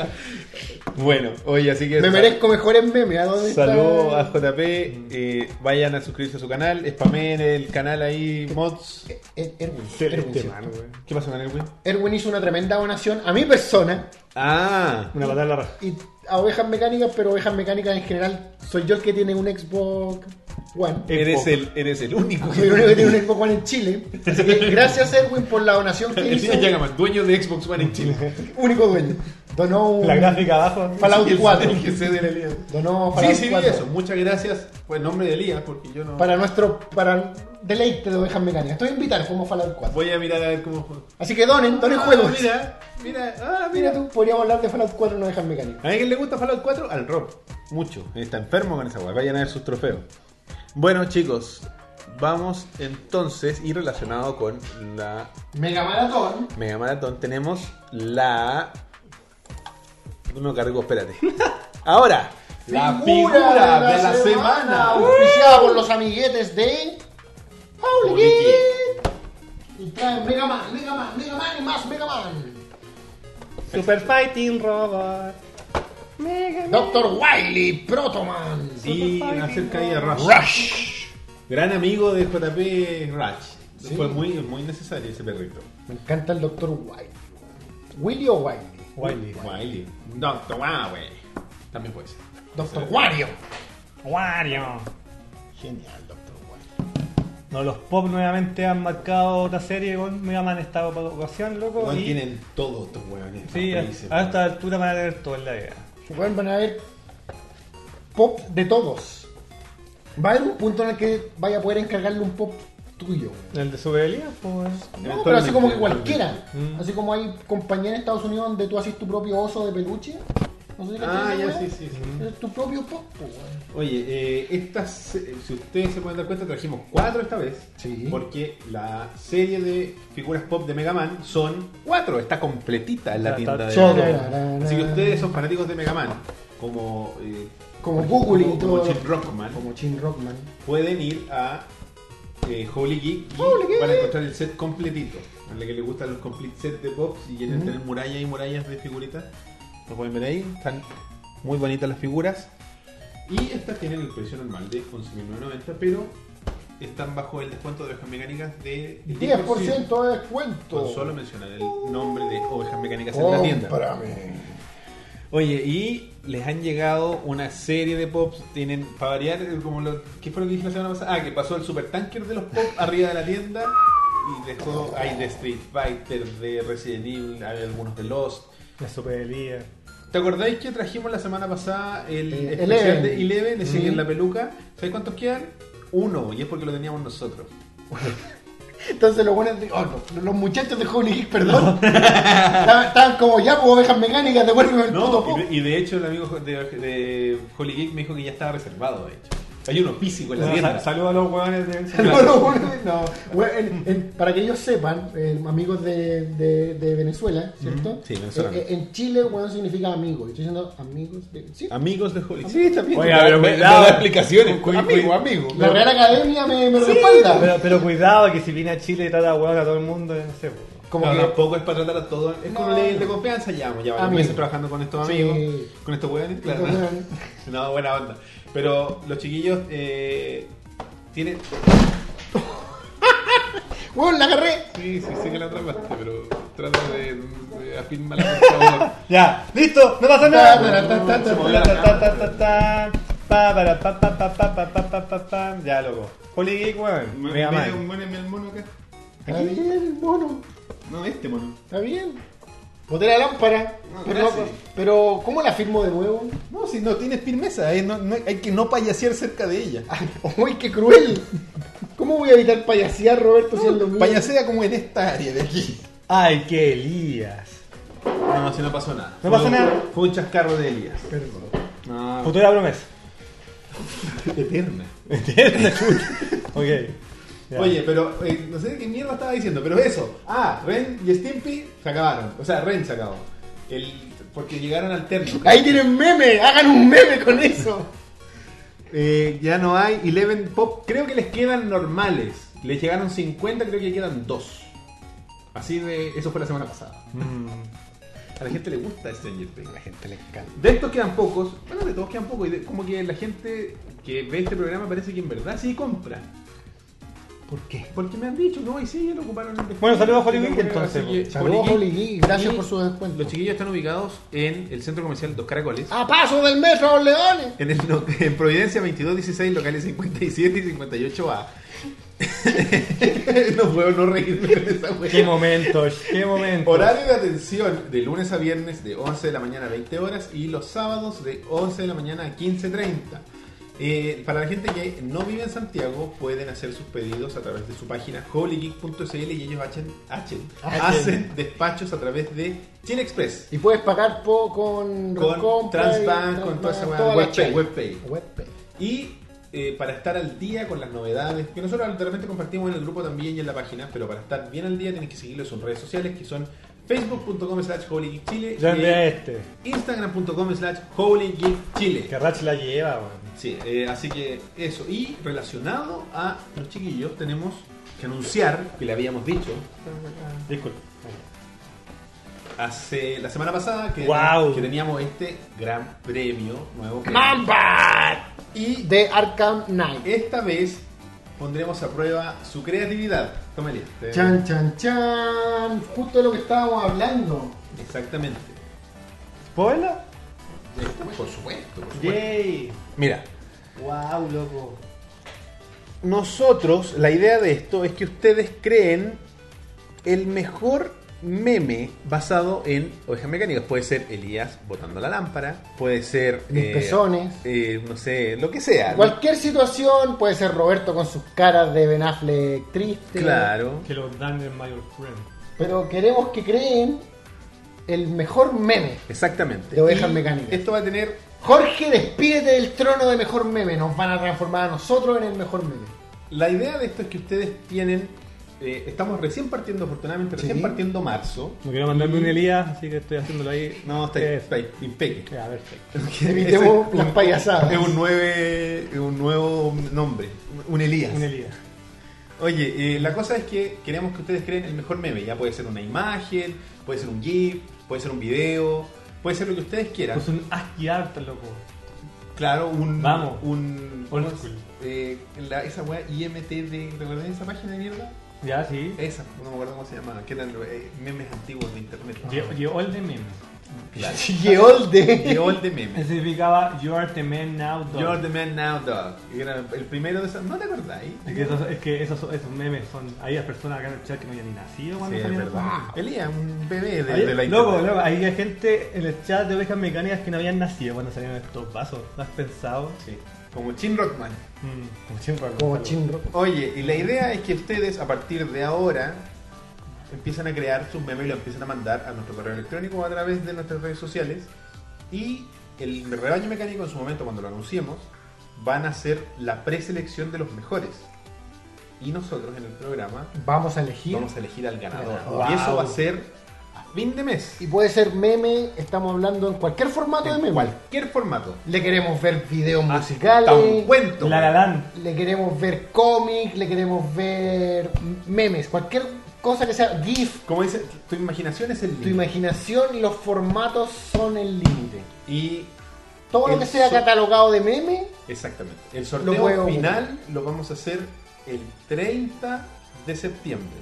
D: Bueno, oye, así que.
B: Me merezco mejores memes. ¿a dónde está?
D: Saludos a JP, eh, vayan a suscribirse a su canal, spamen el canal ahí, mods.
B: Er- Erwin. Erwin,
C: Este
B: sí.
C: man, güey.
D: ¿Qué pasó con Erwin?
B: Erwin hizo una tremenda donación a mi persona
D: Ah,
C: Una patada en la raja.
B: y a ovejas mecánicas, pero ovejas mecánicas en general soy yo el que tiene un Xbox One.
D: eres el, eres el único
B: Soy el único que tiene un Xbox One en Chile. Así que gracias Erwin por la donación que
D: El
B: hizo.
D: señor Yagaman, dueño de Xbox One en Chile.
B: Único dueño. Donó un
C: La gráfica abajo.
B: Fallout
D: El-
B: 4.
D: El que cede la alianza.
B: Donó
A: Sí,
B: Fallout
A: sí, vi
B: 4.
A: eso. Muchas gracias por el nombre de Elías, porque yo no.
B: Para nuestro para deleite de ovejas mecánicas. Te voy a invitar, fuimos Fallout 4.
A: Voy a mirar a ver cómo juego.
B: Así que donen, donen
A: Ah,
B: juegos. Mira.
A: Mira, mira, ah, mira.
B: tú, podríamos hablar de Fallout 4 en ovejas mecánicas.
D: ¿A alguien le gusta Fallout 4? Al Rob. Mucho. Está enfermo con esa guay. Vayan a ver sus trofeos. Bueno, chicos. Vamos entonces, y relacionado con la
B: Mega Maratón.
D: Mega Maratón, tenemos la. No me cargo, espérate. Ahora,
A: La figura de la semana.
B: Oficiada por los amiguetes de. Holy
A: Holy
B: Y traen Mega Man, Mega Man, Mega Man y más Mega Man.
C: Super Fighting Robot. Mega.
B: Doctor Wily, Protoman.
A: Y acerca ahí a Rush.
B: Rush.
A: Gran amigo de JP Rush.
B: Sí.
A: Fue muy, muy necesario ese perrito.
B: Me encanta el Doctor Wily. ¿Willy o Wily?
C: Wiley.
A: Wiley. Doctor Huawei. También puede ser.
B: Doctor Wario.
C: Wario.
B: Genial, Doctor Wily.
C: No, los pop nuevamente han marcado otra serie con Mega Man esta ocasión, loco.
A: Igual
C: y-
A: tienen todos estos huevones.
C: Sí,
A: Países,
C: a, a esta altura van a tener todo en la vida.
B: Bueno, van a ver pop de todos. Va a haber un punto en el que vaya a poder encargarle un pop tuyo.
C: ¿El de Super Elías? Pues.
B: No, pero así como que
A: Eventualmente,
B: cualquiera.
C: Mm.
B: Así como hay compañías en Estados Unidos donde tú haces tu propio oso de peluche. No sé si
A: Ah,
B: cachai,
A: ya,
B: weón.
A: sí, sí. sí.
B: Es tu propio pop, pues, weón.
A: Oye, eh, estas, eh, si ustedes se pueden dar cuenta, trajimos cuatro esta vez.
B: Sí.
A: Porque la serie de figuras pop de Mega Man son cuatro. Está completita en la
C: Ya,
A: tienda
C: está
A: de
B: todo.
A: Amazon. Así que ustedes son fanáticos de Mega Man, como... eh,
B: Como Google y
A: como-
B: todo.
A: Como Chip Rockman.
B: Como Chin Rockman.
A: Pueden ir a eh, Holy Geek y
B: Holy Geek.
A: van a encontrar el set completito. A la que le gustan los complete sets de pop y quieren tener murallas y murallas de figuritas. Lo pueden ver ahí. Están muy bonitas las figuras. Y estas tienen el precio normal de 11.990, pero están bajo el descuento de ovejas mecánicas de
B: 10% de descuento.
A: Con Pues solo mencionar el nombre de ovejas mecánicas en la tienda.
B: Cómprame.
A: Oye, y les han llegado una serie de pops, tienen, para variar, eh, como lo, ¿qué fue lo que dije la semana pasada? Ah, que pasó el supertanker de los pops arriba de la tienda y dejó, hay de Street Fighter, de Resident Evil, hay algunos de Lost.
C: De Super Elías.
A: ¿Te acordáis que trajimos la semana pasada el
B: Eh,
A: especial
B: Eleven.
A: de Eleven, de Sigue
B: Mm.
A: en la peluca? ¿Sabes cuántos quedan? Uno, y es porque lo teníamos nosotros.
B: Entonces los buenos de- oh, no, los muchachos de Holy Geek, perdón. estaban, estaban como ya, pues ovejas mecánicas, devuélveme el puto
A: No,
B: pop.
A: y de- y de hecho el amigo de, de Holy Geek me dijo que ya estaba reservado, de hecho. Hay uno físico
B: Ah,
A: en la
C: Bueno, sal-
A: tienda.
C: Saludos a los huevones de.
B: No, no, bueno, no. Bueno, en- en- para que ellos sepan, eh, amigos de, de- de Venezuela, ¿cierto?
A: Ujú, sí, venezolanos.
B: Eh, eh, en Chile, bueno, significa amigos. Estoy diciendo amigos de. ¿sí?
A: Amigos de Holy Ah, Sí, también.
C: Oye,
A: Me da-
C: pero
A: me- me
C: cuidado.
A: da explicaciones.
C: Cu- cu-
A: amigo,
C: cu-
A: amigo.
B: La Real Academia me, me respalda.
C: Pero, pero cuidado, que si viene a Chile y trata huevón a todo el mundo, no sé. po.
B: como
A: No,
B: que.
A: tampoco es para tratar a todos. Es como
B: No.
A: ley de confianza, ya, ya varios
B: Amigo.
A: meses trabajando con estos
B: Sí.
A: amigos, con estos weones, claro.
B: Estos
A: ¿no?
B: weones.
A: No, buena onda. Pero los chiquillos eh, tienen.
B: Bueno, la agarré.
A: Sí, sí, sé que la atrapaste, pero trata de, de afirmar la por favor.
C: Ya, listo, no pasa
B: Ta, ta, ta, ta,
C: nada.
B: ta,
C: Se movió la ta, ta, ta, ta. Pa, para, pa, pa, pa, pa, pa, pa, pa, pa, pa. Ya, loco. Holy Geek, weón.
A: Me-
C: Mega
A: me-
C: Man.
A: me- me- el mono acá.
B: Está bien, mono.
A: No, este mono.
B: Está bien. Boté la lámpara.
A: No,
B: pero,
A: gracias.
B: pero, ¿cómo la firmo de nuevo?
A: No, si no tienes firmeza, eh, no- no- hay que no payasear cerca de ella.
B: ¡Uy, qué cruel! ¿Cómo voy a evitar payasear, Roberto, siendo mío?
A: Payasea como en esta área de aquí.
C: Ay, qué Elías.
A: No, si no pasó nada.
C: No pasó
A: Fue-
C: nada.
A: Fue un chascarro de Elías.
B: Perdón.
A: No,
C: Futura promesa.
A: eterna.
C: ok. ya.
A: Oye, pero eh, no sé qué mierda estaba diciendo, pero eso. Ah, Ren y Stimpy se acabaron. O sea, Ren se acabó. El, porque llegaron al terno.
B: Ahí tienen meme, hagan un meme con eso.
A: Eh, ya no hay Eleven Pop. Creo que les quedan normales. Les llegaron 50, creo que quedan 2. Así de. Eso fue la semana pasada.
C: Mm.
A: A la gente le gusta Stranger Things.
B: La gente le encanta.
A: De estos quedan pocos, bueno, de todos quedan pocos, y de- como que la gente que ve este programa parece que en verdad sí compra.
B: ¿Por qué?
A: Porque me han dicho, no, y sí, ya lo ocuparon en el descuento.
C: Bueno, saludos a Holy
A: Así
C: Geek,
A: que-
C: entonces,
A: así que-
B: Saludos,
A: Holy
B: Oli
A: Geek.
B: Gui, Gracias
A: Y
B: por su descuento.
A: Los chiquillos están ubicados en el centro comercial Dos Caracoles.
B: ¡A paso del metro, los leones!
A: En, el, no- en Providencia 2216, locales 57 y 58A. no puedo no reírme con esa wea.
C: Qué momentos, qué momentos.
A: Horario de atención de lunes a viernes de 11 de la mañana a 20 horas y los sábados de 11 de la mañana a 15.30. Eh, para la gente que no vive en Santiago, pueden hacer sus pedidos a través de su página holygeek.cl y ellos hacen, hacen,
B: Hacen.
A: hacen despachos a través de Chile Express.
B: Y puedes pagar po- con
A: Con
B: Recompra y
A: Transbank, con toda esa weá,
B: toda la
A: WebPay,
B: chain.
A: WebPay.
B: WebPay.
A: Y eh, para estar al día con las novedades, que nosotros de repente compartimos en el grupo también y en la página, pero para estar bien al día tienes que seguirlos en sus redes sociales que son facebook.com slash holygeekchile
C: Yo
A: y-
C: envié a este.
A: instagram.com slash holygeekchile.
C: Que Rach la lleva, weón.
A: Sí, eh, así que eso. Y relacionado a los chiquillos, tenemos que anunciar, que le habíamos dicho
C: Disculpa.
A: hace la semana pasada, que,
C: Guau.
A: que teníamos este gran premio nuevo. que-
B: ¡Mamba!
A: Y
B: De Arkham Knight.
A: esta vez pondremos a prueba su creatividad. Tómale. te-
B: Chan, chan, chan. Justo de lo que estábamos hablando.
A: Exactamente.
C: ¿Puebla?
A: Esto, por supuesto. por supuesto.
C: Yay.
D: Mira,
B: ¡Wow, loco!
D: nosotros, la idea de esto es que ustedes creen el mejor meme basado en ovejas mecánicas. Puede ser Elías botando la lámpara, puede ser...
B: Mis pezones.
D: eh, no sé, lo que sea.
B: Cualquier situación, puede ser Roberto con sus caras de Ben Affleck triste.
D: Claro.
C: Que lo dan en My Old Friend.
B: Pero queremos que creen el mejor meme
D: Exactamente.
B: de ovejas
A: Y
B: mecánicas.
A: Esto va a tener
B: Jorge, despídete del trono de mejor meme. Nos van a transformar a nosotros en el mejor meme.
A: La idea de esto es que ustedes tienen. eh, estamos recién partiendo, afortunadamente, recién
B: Sí.
A: partiendo marzo.
C: No quiero mandarme un Elías, así que estoy haciéndolo ahí.
A: Mm. No, está, ahí,
C: Eh,
A: está ahí, impeque.
C: Ya, perfecto.
B: Evitemos las payasadas.
A: Es un, nueve, es un nuevo nombre, un Elías.
C: Un Elías.
A: Oye, eh, la cosa es que queremos que ustedes creen el mejor meme. Ya puede ser una imagen, puede ser un GIF, puede ser un video, puede ser lo que ustedes quieran.
C: Pues un ASCII art, loco.
A: Claro, un.
C: Vamos.
A: Un,
C: Old
A: ¿cómo es?
C: school.
A: Eh, la- esa weá IMT de. ¿Recuerdan esa página de mierda?
C: Ya, sí.
A: Esa, no me acuerdo cómo se llamaba. Que eran eh, memes antiguos de internet.
C: Ye- ye all the meme.
A: Claro.
B: Yeolde.
A: The Old the Meme.
C: Significaba You are the man now, dog.
A: You're the man now, dog. Y Era el primero de esas. ¿No te acordáis?
C: Es que, esos, es que esos, esos memes son. Había personas acá en el chat que no habían ni nacido cuando
A: Sí, es
C: salían
A: verdad.
C: esos memes.
A: Elías, un bebé de,
C: Había-
A: de la
C: loco,
A: internet.
C: loco, había gente en el chat de ovejas mecánicas que no habían nacido cuando salieron estos vasos. ¿Lo has pensado?
A: Sí, como Chin Rockman.
C: Mm, como siempre.
B: Como
C: Gonzalo.
B: chinro.
A: Oye, y la idea es que ustedes a partir de ahora empiezan a crear sus memes y los empiezan a mandar a nuestro correo electrónico o a través de nuestras redes sociales. Y el rebaño mecánico en su momento, cuando lo anunciemos, van a hacer la preselección de los mejores. Y nosotros en el programa
B: Vamos a elegir.
A: vamos a elegir al ganador.
C: Wow.
A: Y eso va a ser a fin de mes.
B: Y puede ser meme. Estamos hablando en cualquier formato de
A: En
B: meme.
A: cualquier formato.
B: Le queremos ver videos
A: Ah, Hasta un
B: musicales.
A: cuento.
C: La La Land.
B: Le queremos ver cómics. Le queremos ver memes. Cualquier cosa que sea GIF.
A: Como dice, tu imaginación es el
B: Tu
A: límite.
B: imaginación y los formatos son el límite.
A: Y
B: Todo lo
A: El
B: que sea
A: so-
B: catalogado de meme.
A: Exactamente. El
B: Lo puedo
A: sorteo
B: ver.
A: final lo vamos a hacer el 30 de septiembre.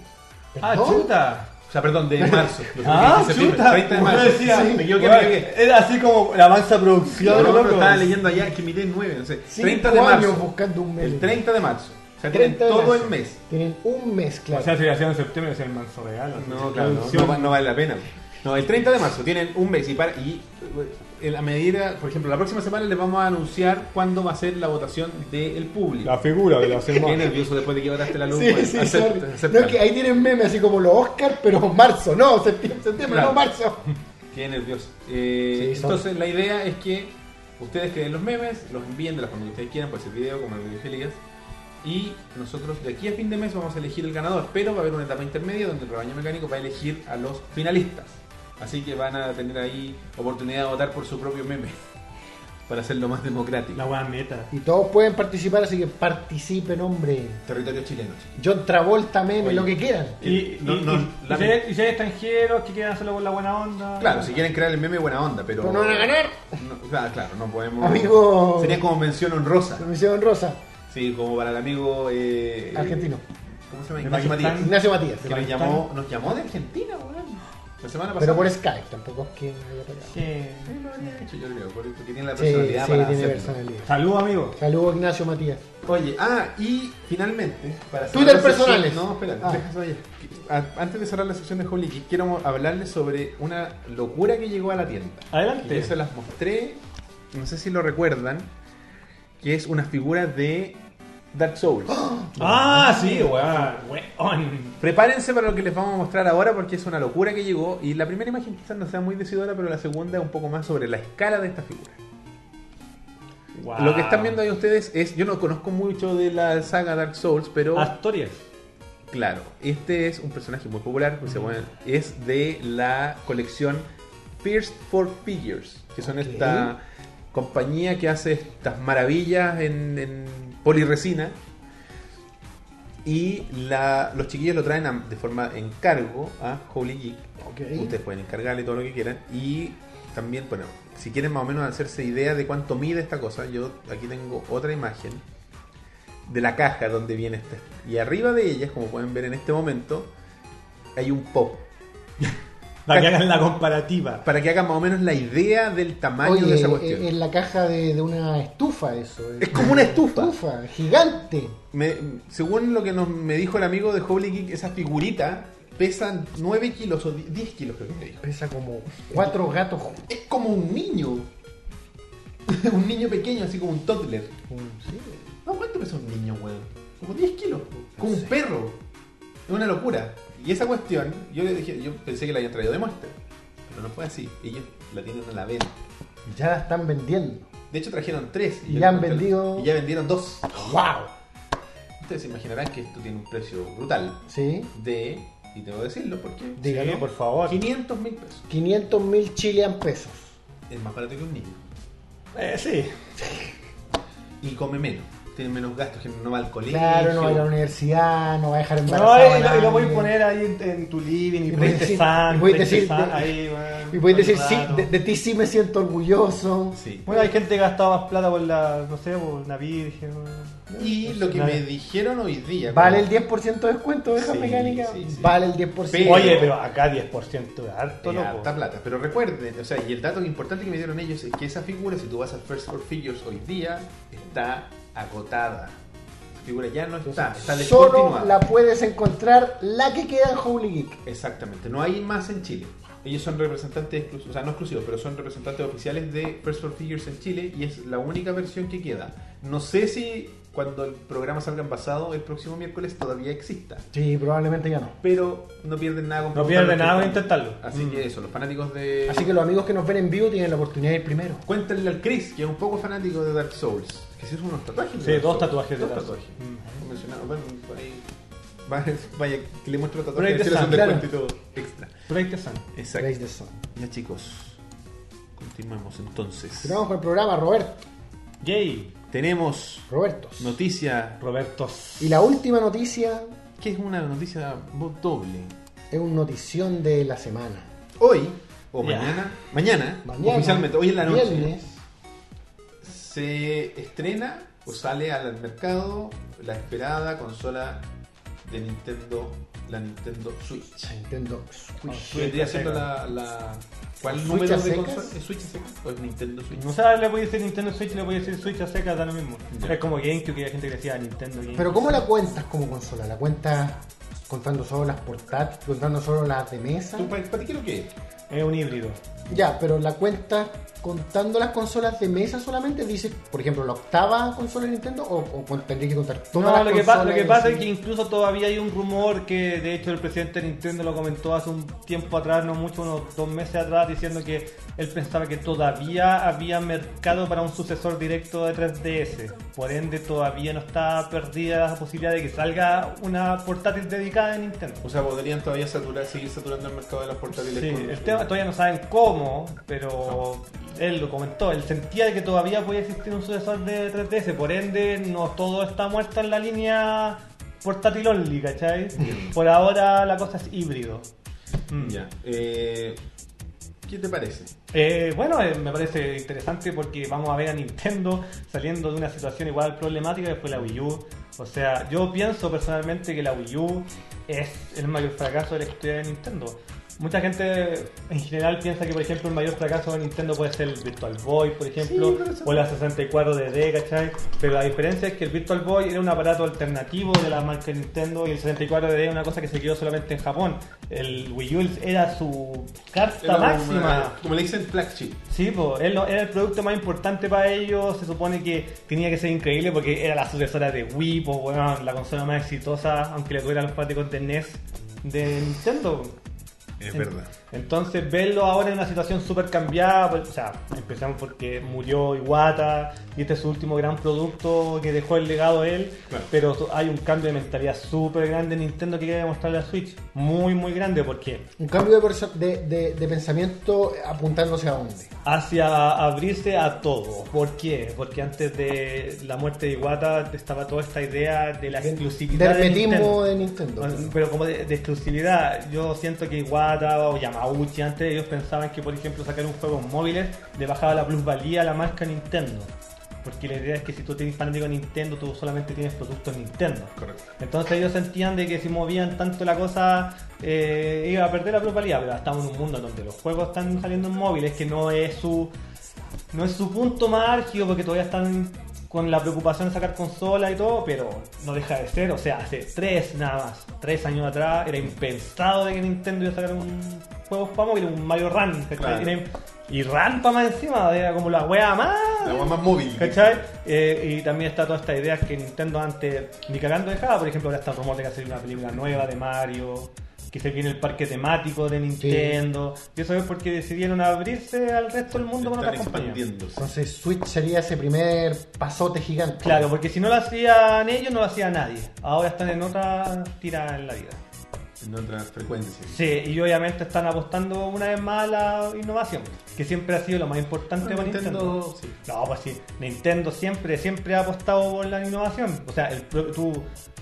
C: ¡Ah,
B: ¿no?
C: chuta!
A: O sea, perdón, de marzo. Lo que
C: Ah,
A: dije, septiembre,
C: chuta.
A: 30 de marzo.
C: Yo decía,
A: Sí, me equivoqué, me
C: weón,
A: equivoqué.
C: Era así como la mansa
A: No,
C: producción.
A: no,
C: loco.
A: pero estaba leyendo allá que miré 9, no sé.
B: Cinco
A: 30 de
B: años
A: marzo.
B: buscando un meme.
A: El 30 de marzo. O sea, tienen
B: 30 de
A: todo
B: marzo.
A: el mes.
B: Tienen un mes,
C: O
B: claro.
C: sea, si lo hacían en septiembre, decía el manso real. así.
A: No, claro, no,
C: Producción.
A: no va- no vale la pena. No, el 30 de marzo tienen un mes y, para, y eh, en la medida, por ejemplo, la próxima semana les vamos a anunciar cuándo va a ser la votación del público.
C: La figura de la
A: Qué
C: semana.
A: nervioso después de que votaste la luz.
B: Sí,
A: bueno,
B: sí,
A: acepta,
B: sorry.
A: acepta.
B: No, es que ahí tienen memes así como los Oscar, pero marzo, no, septiembre, septiembre,
A: Claro.
B: no marzo.
A: Qué nervioso. Eh,
B: Sí, son-
A: entonces la idea es que ustedes creen los memes, los envíen de la forma que ustedes quieran, puede ser video, como el de Elias, y nosotros de aquí a fin de mes vamos a elegir el ganador, pero va a haber una etapa intermedia donde el rebaño mecánico va a elegir a los finalistas. Así que van a tener ahí oportunidad de votar por su propio meme. para hacerlo más democrático.
C: La weá meta.
B: Y todos pueden participar, así que participen, hombre.
E: Territorio chileno, chicos.
B: John Travolta, meme,
E: Oye.
B: lo que quieran.
C: Y, y,
A: No, no,
C: y-
A: la-
C: y si hay- y si hay extranjeros que quieran hacerlo con la buena onda.
A: Claro, si quieren crear el meme, buena onda, pero.
B: Pero no van a ganar.
A: No, claro, claro, no podemos.
B: Amigo.
A: Sería como mención honrosa.
B: Comisión Rosa,
A: Sí, como para el amigo. eh,
B: argentino.
A: ¿Cómo se llama?
C: De
A: Ignacio
C: Pakistán.
A: Matías.
B: Ignacio Matías.
A: Que nos llamó, nos llamó de Argentina, weón. La semana pasada.
B: Pero por Skype, tampoco es que haya pegado.
C: Que-
A: Sí, lo habría hecho, yo creo, porque tiene la
B: Sí, sí,
A: personalidad para
B: tiene
A: hacerlo.
B: personalidad.
C: Saludos, amigos.
B: Saludos, Ignacio Matías.
A: Oye, ah, y finalmente, para
B: Twitter
A: cerrar la sección-
B: personales.
A: No, espera,
B: Ah.
A: déjame oye. A- Antes de cerrar la sección de Holy Geek, quiero hablarles sobre una locura que llegó a la tienda.
C: Adelante.
A: Yo se las mostré, no sé si lo recuerdan, que es una figura de Dark Souls.
C: Ah, sí, weón. Weón.
A: Prepárense para lo que les vamos a mostrar ahora porque es una locura que llegó y la primera imagen quizás no sea muy decidora, pero la segunda es un poco más sobre la escala de esta figura.
C: Wow.
A: Lo que están viendo ahí ustedes es, yo no conozco mucho de la saga Dark Souls, pero
C: Astorias.
A: claro, este es un personaje muy popular, pues, bueno, es de la colección Pierced for Figures, que son
B: Ok.
A: esta compañía que hace estas maravillas en, en poliresina. Y la- los chiquillos lo traen a- de forma encargo a Holy Geek.
B: Ok.
A: Ustedes pueden encargarle todo lo que quieran. Y también, bueno, si quieren más o menos hacerse idea de cuánto mide esta cosa, yo aquí tengo otra imagen de la caja donde viene esta. Y arriba de ellas, como pueden ver en este momento, hay un pop.
C: Para que hagan la comparativa.
A: Para que hagan más o menos la idea del tamaño
B: Oye,
A: de esa
B: es,
A: cuestión.
B: es la caja de, de una estufa eso. eh.
A: Es como una estufa.
B: Estufa, gigante.
A: Me- según lo que nos, me dijo el amigo de Holy Geek, esa figurita pesa 9 kilos o 10 kilos, creo que me dijo.
B: Pesa como cuatro gatos. juntos.
A: Es como un niño. un niño pequeño, así como un toddler. No, ¿cuánto pesa un niño, weón? Como 10 kilos, po. como un perro. Es una locura. Y esa cuestión, yo le dije, yo pensé que la habían traído de muestra. Pero no fue así. Ellos la tienen a la venta.
B: Ya la están vendiendo.
A: De hecho trajeron tres.
B: Y
A: yo
B: ya han
A: encontré-
B: vendido-
A: Y ya vendieron dos.
B: ¡Wow!
A: Ustedes se imaginarán que esto tiene un precio brutal
B: ¿Sí?
A: de, y tengo que decirlo porque,
B: Dígalo.
C: Sí, por favor.
A: 500 mil pesos.
B: 500 mil chilean pesos.
A: Es más barato que un niño.
C: Eh, sí.
A: Y come menos. Tiene menos gastos, que no va al colegio.
B: Claro, no va a ir a la universidad, no va a dejar
C: No,
B: embarazado.
C: y
B: a
C: lo, y lo voy a
B: nadie.
C: poner ahí en, en tu living y
B: Y
C: puedes
B: puedes decir-
C: decir, san,
B: y puedes decir-
C: san,
B: de-
C: ahí, weón.
B: Y puedes decir, sí,
C: Claro.
B: de, de ti sí me siento orgulloso.
A: Sí.
C: Bueno, hay gente que ha gastado más plata por la, no sé, por una virgen. weón.
A: Y lo que
C: Claro.
A: me dijeron hoy día.
B: ¿Vale el
A: como-
B: 10% de descuento de esas
A: Sí,
B: mecánicas?
A: sí, sí.
B: Vale el 10%.
A: Pero-
C: Oye, pero acá 10% es harto,
A: Es
C: loco.
A: harta plata. Pero recuerden, o sea, y el dato importante que me dieron ellos es que esa figura, si tú vas al First Four Figures hoy día, está agotada. La figura ya no está, está
B: Solo
A: descontinuada.
B: la puedes encontrar la que queda en Holy Geek.
A: Exactamente, no hay más en Chile. Ellos son representantes, exclus- o sea, no exclusivos, pero son representantes oficiales de First Four Figures en Chile y es la única versión que queda. No sé si cuando el programa salga en pasado, el próximo miércoles todavía exista.
B: Sí, probablemente ya no.
A: Pero no pierden nada con
C: No pierden
A: preguntarlo.
C: nada con intentarlo. Mm.
A: Así que eso, los fanáticos de.
B: Así que los amigos que nos ven en vivo tienen la oportunidad de ir primero.
A: Cuéntenle al Chris, que es un poco fanático de Dark Souls, que se hizo unos tatuajes. de
C: Sí,
A: Dark
C: dos
A: Souls.
C: tatuajes de
A: Dos
C: Dark
A: tatuajes.
C: Souls.
A: Mm. Mencionado, bueno, por ahí. Vaya, vaya, que le muestro tatuajes.
C: Break the
A: que le hacen
C: Sun,
A: descuento y todo extra.
C: Pero ahí te san.
B: Raise
A: Exacto.
B: the Sun.
A: Ya chicos, continuemos entonces.
B: Continuamos con el programa, Roberto.
C: Gay.
A: Tenemos
B: Robertos.
A: noticia,
C: Roberto.
B: Y la última noticia
A: que es una noticia doble.
B: es un notición de la semana.
A: Hoy, o
C: Ya.
A: mañana, mañana,
B: Mañana,
A: oficialmente, hoy en la noche,
B: Viernes,
A: se estrena o sale al mercado la esperada consola de Nintendo, la Nintendo Switch.
B: Nintendo Switch.
A: Que vendría siendo la, la- ¿Cuál
B: ¿Switch
A: número
B: a
A: de
B: secas?
A: consola? ¿Es Switch a secas o es Nintendo Switch?
C: O sea, le voy a decir Nintendo Switch, le voy a decir Switch a seca, da lo mismo.
A: Ya.
C: Es como GameCube, que hay gente que decía Nintendo GameCube.
B: Pero ¿cómo la cuentas como consola? ¿La cuentas contando solo las portátiles, contando solo las de mesa?
A: ¿Tú, ¿Para, para ti qué lo que es?
C: Es un híbrido.
B: Ya, pero la cuentas contando las consolas de mesa solamente, dices, por ejemplo, la octava consola de Nintendo o, o con- tendrías que contar todas
C: No,
B: las
C: lo que, pasa, lo
B: consolas
C: que
B: en
C: pasa
B: sí?
C: es que incluso todavía hay un rumor que de hecho el presidente de Nintendo lo comentó hace un tiempo atrás, no mucho, unos dos meses atrás, diciendo que él pensaba que todavía había mercado para un sucesor directo de 3DS. Por ende todavía no está perdida la posibilidad de que salga una portátil dedicada de Nintendo.
A: O sea, podrían todavía saturar, seguir saturando el mercado de las
C: Sí,
A: portátiles. con-
C: el tema todavía no saben cómo, cómo, pero él lo comentó, él sentía que todavía podía existir un sucesor de 3DS, por ende no todo está muerto en la línea portátil only, ¿cachai? Por ahora la cosa es híbrido. Mm.
A: Ya. Eh, ¿Qué te parece?
C: Eh, bueno, eh, me parece interesante porque vamos a ver a Nintendo saliendo de una situación igual problemática que fue la Wii U. O sea, yo pienso personalmente que la Wii U es el mayor fracaso de la historia de Nintendo. Mucha gente en general piensa que, por ejemplo, el mayor fracaso de Nintendo puede ser el Virtual Boy, por ejemplo,
D: pero eso-
C: o la 64 DD, ¿cachai? Pero la diferencia es que el Virtual Boy era un aparato alternativo de la marca Nintendo y el 64 DD es una cosa que se quedó solamente en Japón. El Wii U era su carta
A: Era
C: máxima.
A: Como, como le dicen flagship.
C: Sí, pues él no- era el producto más importante para ellos. Se supone que tenía que ser increíble porque era la sucesora de Wii, pues bueno, la consola más exitosa, aunque le tuviera los fanáticos de NES de Nintendo.
A: Es
C: En-
A: verdad.
C: Entonces, verlo ahora en una situación súper cambiada, pues, o sea, empezamos porque murió Iwata y este es su último gran producto que dejó el legado él,
A: Claro.
C: pero to- hay un cambio de mentalidad súper grande en Nintendo que quiere mostrarle a Switch, muy, muy grande, porque
B: Un cambio de, perso- de, de- de pensamiento apuntándose a dónde.
C: hacia abrirse a todo. ¿Por qué? Porque antes de la muerte de Iwata estaba toda esta idea de la
B: De
C: exclusividad de
B: hermetismo
C: Nintendo. pues,
B: de Nintendo.
C: No, Pero como de, de exclusividad, yo siento que Iwata o Yamauchi antes ellos pensaban que por ejemplo sacar un juego en móviles le bajaba la plusvalía a la marca Nintendo. Porque la idea es que si tú tienes fanático de Nintendo, tú solamente tienes productos Nintendo.
A: Correcto.
C: Entonces ellos sentían de que si movían tanto la cosa eh, iba a perder la plusvalía, pero estamos en un mundo donde los juegos están saliendo en móviles que no es su no es su punto más álgido porque todavía están con la preocupación de sacar consola y todo, pero no deja de ser, o sea, hace tres nada más, tres años atrás era impensado de que Nintendo iba a sacar un juego para móvil, un Mario Run, ¿cachai?
A: Claro.
C: Era im- y Run para más encima, era como la wea más
A: La agua más móvil.
C: ¿Cachai? Eh, y también está toda esta idea que Nintendo antes ni cagando dejaba. Por ejemplo, ahora está el rumor de que hacer una película nueva de Mario, que se viene el parque temático de Nintendo. Y eso es porque decidieron abrirse al resto del mundo con
A: Están
C: otras compañías.
A: expandiéndose.
B: Entonces Switch sería ese primer pasote gigante.
C: Claro, porque si no lo hacían ellos, no lo hacía nadie. Ahora están en otra tira en la vida.
A: En otras frecuencias.
C: Sí, y obviamente están apostando una vez más a la innovación, que siempre ha sido lo más importante
A: Bueno,
C: para Nintendo.
A: Nintendo, sí.
C: No, pues sí, Nintendo siempre, siempre ha apostado por la innovación. O sea, el, pro- tú,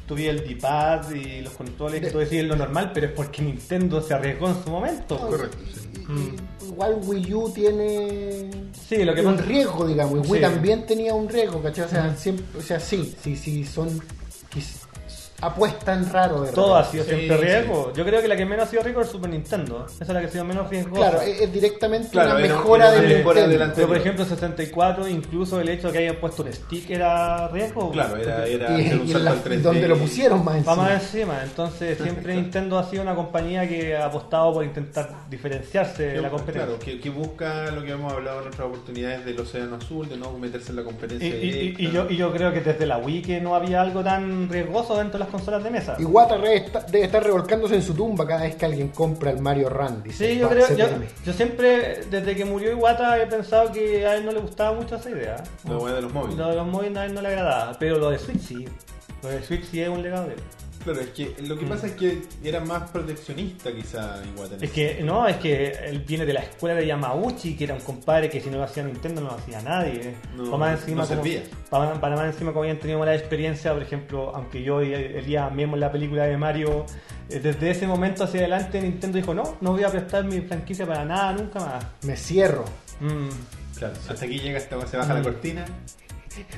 C: tú vi el D-pad y los controles, que tú decís lo normal, pero es porque Nintendo se arriesgó en su momento.
A: Ah, Correcto.
B: Mm. Igual Wii U tiene
C: Sí, lo que
B: un
C: pasa-
B: riesgo, digamos. Y Wii
C: Sí. Mm.
B: también tenía un riesgo, ¿cachai? O sea, siempre, o sea sí, sí, sí, son quiz- apuestan raro de
C: Todo ha
B: repente.
C: sido
A: Sí,
C: siempre
A: sí.
C: riesgo. Yo creo que la que menos ha sido riesgo es el Super Nintendo. Esa es la que ha sido menos riesgo.
B: Claro, es, es directamente
A: Claro,
B: una
A: era un-
B: mejora
A: era
B: de
A: una mejora
B: Nintendo.
A: adelante.
C: Pero por ejemplo, 64, incluso el hecho de que hayan puesto un stick era riesgo.
A: Oh, Claro, era,
B: Y,
A: era hacer un
B: y en
A: salto
B: la-
A: al 3D.
B: donde lo pusieron más encima.
C: Vamos encima, entonces siempre Nintendo ha sido una compañía que ha apostado por intentar diferenciarse de
A: Que-
C: la
A: Eh,
C: competencia.
A: Claro, que, que busca lo que hemos hablado en otras oportunidades del océano azul, de no meterse en la
C: Y,
A: competencia.
C: y- y- y
A: directa.
C: yo, y yo creo que desde la Wii que no había algo tan riesgoso dentro de las consolas de mesa.
B: Y Wata re- está- debe estar revolcándose en su tumba cada vez que alguien compra el Mario Randy.
C: Sí, yo creo, yo, yo siempre, desde que murió Iwata, he pensado que a él no le gustaba mucho esa idea.
A: La hueá de los móviles.
C: Lo de los móviles a él no le agradaba, pero lo de Switch sí. Lo de Switch sí es un legado de él.
A: Claro, es que lo
C: Mm.
A: que pasa es que era más proteccionista quizá en Guatemala.
C: Es que, no, es que él viene de la escuela de Yamauchi, que era un compadre que si no lo hacía Nintendo no lo hacía nadie.
A: No,
C: Pa' más encima
A: no
C: como-
A: servía.
C: pa' más- para más encima como habían tenido mala experiencia, por ejemplo, aunque yo y Elías vemos la película de Mario, eh, desde ese momento hacia adelante Nintendo dijo, no, no voy a prestar mi franquicia para nada, nunca más.
B: Me cierro.
C: Mm.
A: Claro, hasta aquí llega esta se baja la cortina.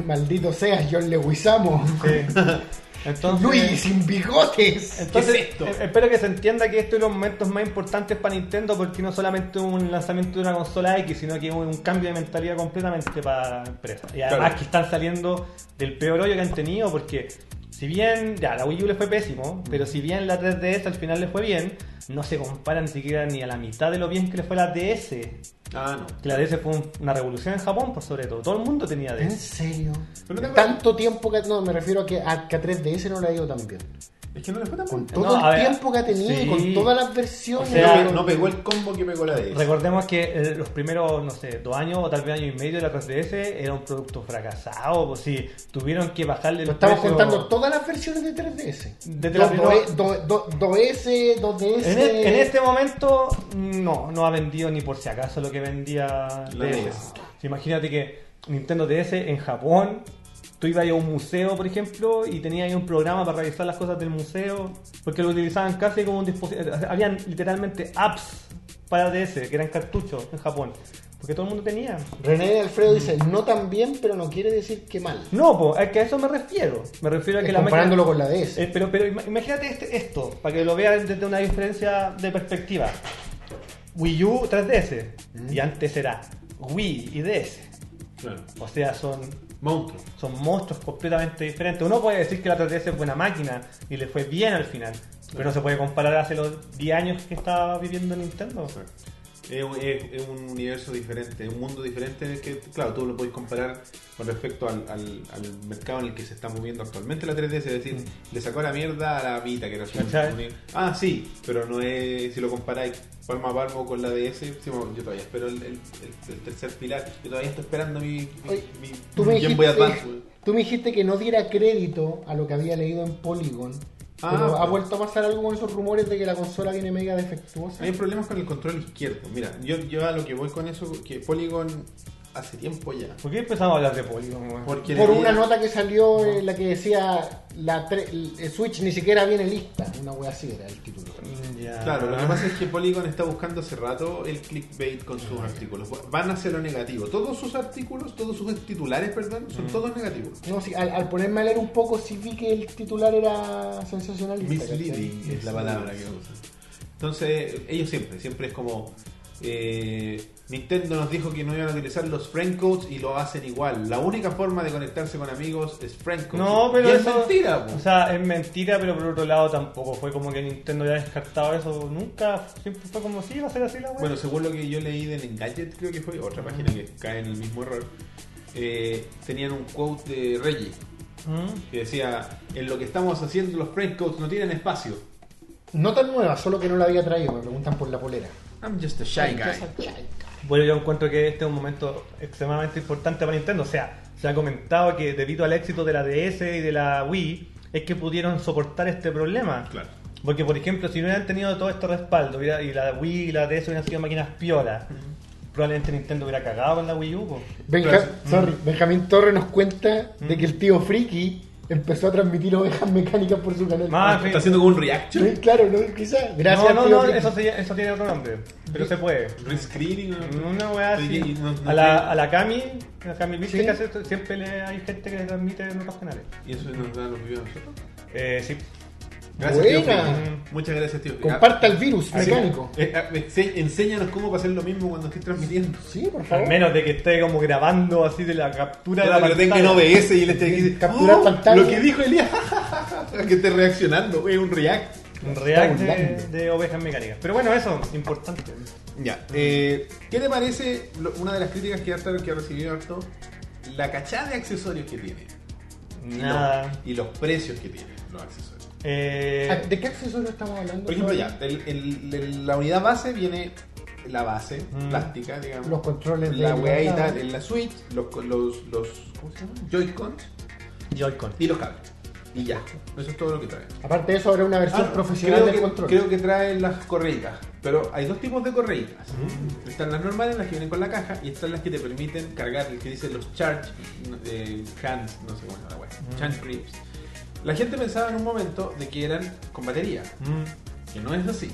B: Maldito seas, John Leguizamo.
C: Entonces,
B: Luis sin bigotes.
C: Entonces,
A: ¿Qué es esto?
C: eh, espero que se entienda que esto es uno de los momentos más importantes para Nintendo porque no solamente un lanzamiento de una consola X, sino que es un cambio de mentalidad completamente para la empresa. Y además
A: Claro.
C: que están saliendo del peor hoyo que han tenido porque si bien, ya, la Wii U les fue pésimo, pero si bien la 3DS al final les fue bien, no se compara ni siquiera ni a la mitad de lo bien que les fue la DS. Que
A: Ah, no.
C: la DS fue un- una revolución en Japón, por sobre todo. Todo el mundo tenía
B: ¿En
C: DS.
B: serio?
A: Pero no te
B: Tanto tiempo que. No, me refiero a que a, que a 3DS no le ha ido tan bien.
A: Es que no le fue tan
B: Con
A: mal.
B: todo
C: No, a
B: el
C: ver,
B: tiempo que ha tenido,
C: sí.
B: con todas las versiones.
C: O sea,
A: no, no pegó el combo que pegó la de
C: Recordemos que eh, los primeros, no sé, dos años o tal vez año y medio de la 3DS era un producto fracasado, pues sí, tuvieron que bajarle el
B: Pero estamos
C: precio-
B: contando todas las versiones de 3DS.
C: Desde la
B: 2,
C: primera-
B: 2, 2, 2S, 2DS,
C: En, e-
B: tiene-
C: en este momento, no, no ha vendido ni por si acaso lo que vendía
A: La
C: DS.
A: DS.
C: Imagínate que Nintendo DS en Japón, tú ibas a un museo, por ejemplo, y tenías ahí un programa para revisar las cosas del museo, porque lo utilizaban casi como un dispositivo. Habían literalmente apps para DS, que eran cartuchos en Japón, porque todo el mundo tenía.
B: René Alfredo dice, no tan bien, pero no quiere decir que mal.
C: No, pues es que a eso me refiero. Me refiero a que
B: Es
C: la máquina-
B: comparándolo con la DS.
C: Eh, pero, pero ima- imagínate este- esto, para que lo veas desde una diferencia de perspectiva. Wii U 3DS,
A: Mm.
C: y antes era Wii y DS.
A: Claro.
C: O sea, son,
A: Monstruo.
C: son monstruos completamente diferentes. Uno puede decir que la 3DS es buena máquina y le fue bien al final, pero no se puede comparar hace los 10 años que estaba viviendo Nintendo.
A: Claro. Es, un- es- es un universo diferente, es un mundo diferente en el que, claro, tú lo podés comparar con respecto al, al- al mercado en el que se está moviendo actualmente la 3DS. Es decir,
B: Mm.
A: le sacó la mierda a la Vita, que era su
C: ¿Cachai?
A: su- Ah, sí, pero no es. Si lo comparáis palmo a palmo con la DS, sí, bueno, yo todavía espero el, el- el- el tercer pilar. Yo todavía estoy esperando mi, mi,
B: Oye,
A: mi
B: Tú me,
A: Game
B: dijiste,
A: Boy Advance. güey.
B: tú me dijiste que no diera crédito a lo que había leído en Polygon.
A: Ah,
B: pero ha
A: bueno.
B: vuelto a pasar algo con esos rumores de que la consola viene mega defectuosa.
A: Hay problemas con el control izquierdo. Mira, yo, yo a lo que voy con eso, que Polygon hace tiempo ya.
C: ¿Por qué empezamos a hablar de Polygon? weón?
A: Porque
B: Por
A: pues, le-
B: una nota que salió en la que decía la tre- el Switch ni siquiera viene lista. Una wea así era el título.
C: Ya.
A: Claro, lo que pasa es que Polygon está buscando hace rato el clickbait con sus artículos. Van hacia lo negativo. Todos sus artículos, todos sus titulares, perdón, son todos negativos.
B: No, sí, al, al ponerme a leer un poco sí vi que el titular era sensacionalista. ¿cachai?
A: Misleading es la palabra que usan. Entonces, ellos siempre, siempre es como. eh, Nintendo nos dijo que no iban a utilizar los friendcodes y lo hacen igual. La única forma de conectarse con amigos es friendcodes.
C: No, pero
A: Y es
C: eso-
A: mentira. po.
C: O sea, es mentira, pero por otro lado tampoco fue como que Nintendo ya ha descartado eso nunca. Siempre fue como, sí, va a ser así la web.
A: Bueno, según lo que yo leí del Engadget, creo que fue otra página que cae en el mismo error. eh, tenían un quote de Reggie
C: ¿Mm?
A: que decía: En lo que estamos haciendo, los friendcodes no tienen espacio.
B: No tan nueva, solo que no la había traído. Me preguntan por la polera.
A: I'm just a shy guy.
C: Bueno, yo encuentro que este es un momento extremadamente importante para Nintendo. O sea, se ha comentado que debido al éxito de la DS y de la Wii, es que pudieron soportar este problema.
A: Claro.
C: Porque, por ejemplo, si no hubieran tenido todo este respaldo hubiera- y la Wii y la DS hubieran sido máquinas piolas, probablemente Nintendo hubiera cagado con la Wii U. po.
B: Benja-
A: Mm.
B: sorry, Benjamín Torres nos cuenta de que el tío Friki empezó a transmitir ovejas mecánicas por su canal.
C: Más,
A: Está haciendo como un reaction.
B: Sí, claro, ¿no? quizás. Gracias,
C: no, no,
B: tío
C: no,
B: Friki.
C: eso, se- eso tiene otro nombre, pero se puede.
A: Rescreening.
B: Mm,
A: ¿no?
C: Una weá
A: Sí,
C: así.
A: no- no
C: a, la,
A: sé.
C: a la Cami, la Cami Bici
B: Sí.
C: que hace esto, siempre le- hay gente que le transmite en otros canales.
A: Y eso nos da los videos a nosotros.
C: Eh, sí.
A: Gracias,
B: Buena.
A: tío. Friki. Muchas gracias, tío. Friki.
B: Comparta el virus
A: Así-
B: mecánico.
A: eh, ah, ense- enséñanos cómo pasar lo mismo cuando estés transmitiendo.
B: Sí, por
C: Al
B: favor.
C: menos de que esté como grabando así de la captura
A: Claro,
C: de
A: que
C: la
A: tenga en OBS y le esté diciendo,
B: Capturar pantalla.
A: Lo que dijo Elías, que esté reaccionando, es un react.
C: Un react
B: Está
C: de,
B: burlando.
C: de ovejas mecánicas. Pero bueno, eso, importante.
A: Ya, eh, ¿qué te parece lo- una de las críticas que, harto- que ha recibido harto? La cachada de accesorios que tiene. Y
C: Nada.
A: los- y los precios que tienen los accesorios.
B: Ah,
C: Eh,
B: ¿De qué accesorio estamos hablando?
A: Por ejemplo, ya, el- el- el- la unidad base viene la base
C: Mm.
A: plástica, digamos.
B: Los controles de
A: la weadita
B: libertad.
A: en la Switch, los, los, los ¿cómo se llama? Joy-Cons
C: Joy-Con.
A: y los cables. Y ya, eso es todo lo que trae.
B: Aparte de eso, habrá una versión
A: Ah,
B: profesional
A: creo
B: del
A: que,
B: control.
A: Creo que traen las correitas, pero hay dos tipos de correitas.
B: Mm.
A: Están las normales, las que vienen con la caja, y están las que te permiten cargar, el que dice los charge eh, hands, no sé cómo se llama la wea,
B: Mm.
A: charge grips. La gente pensaba en un momento de que eran con batería,
C: Mm.
A: que no es así.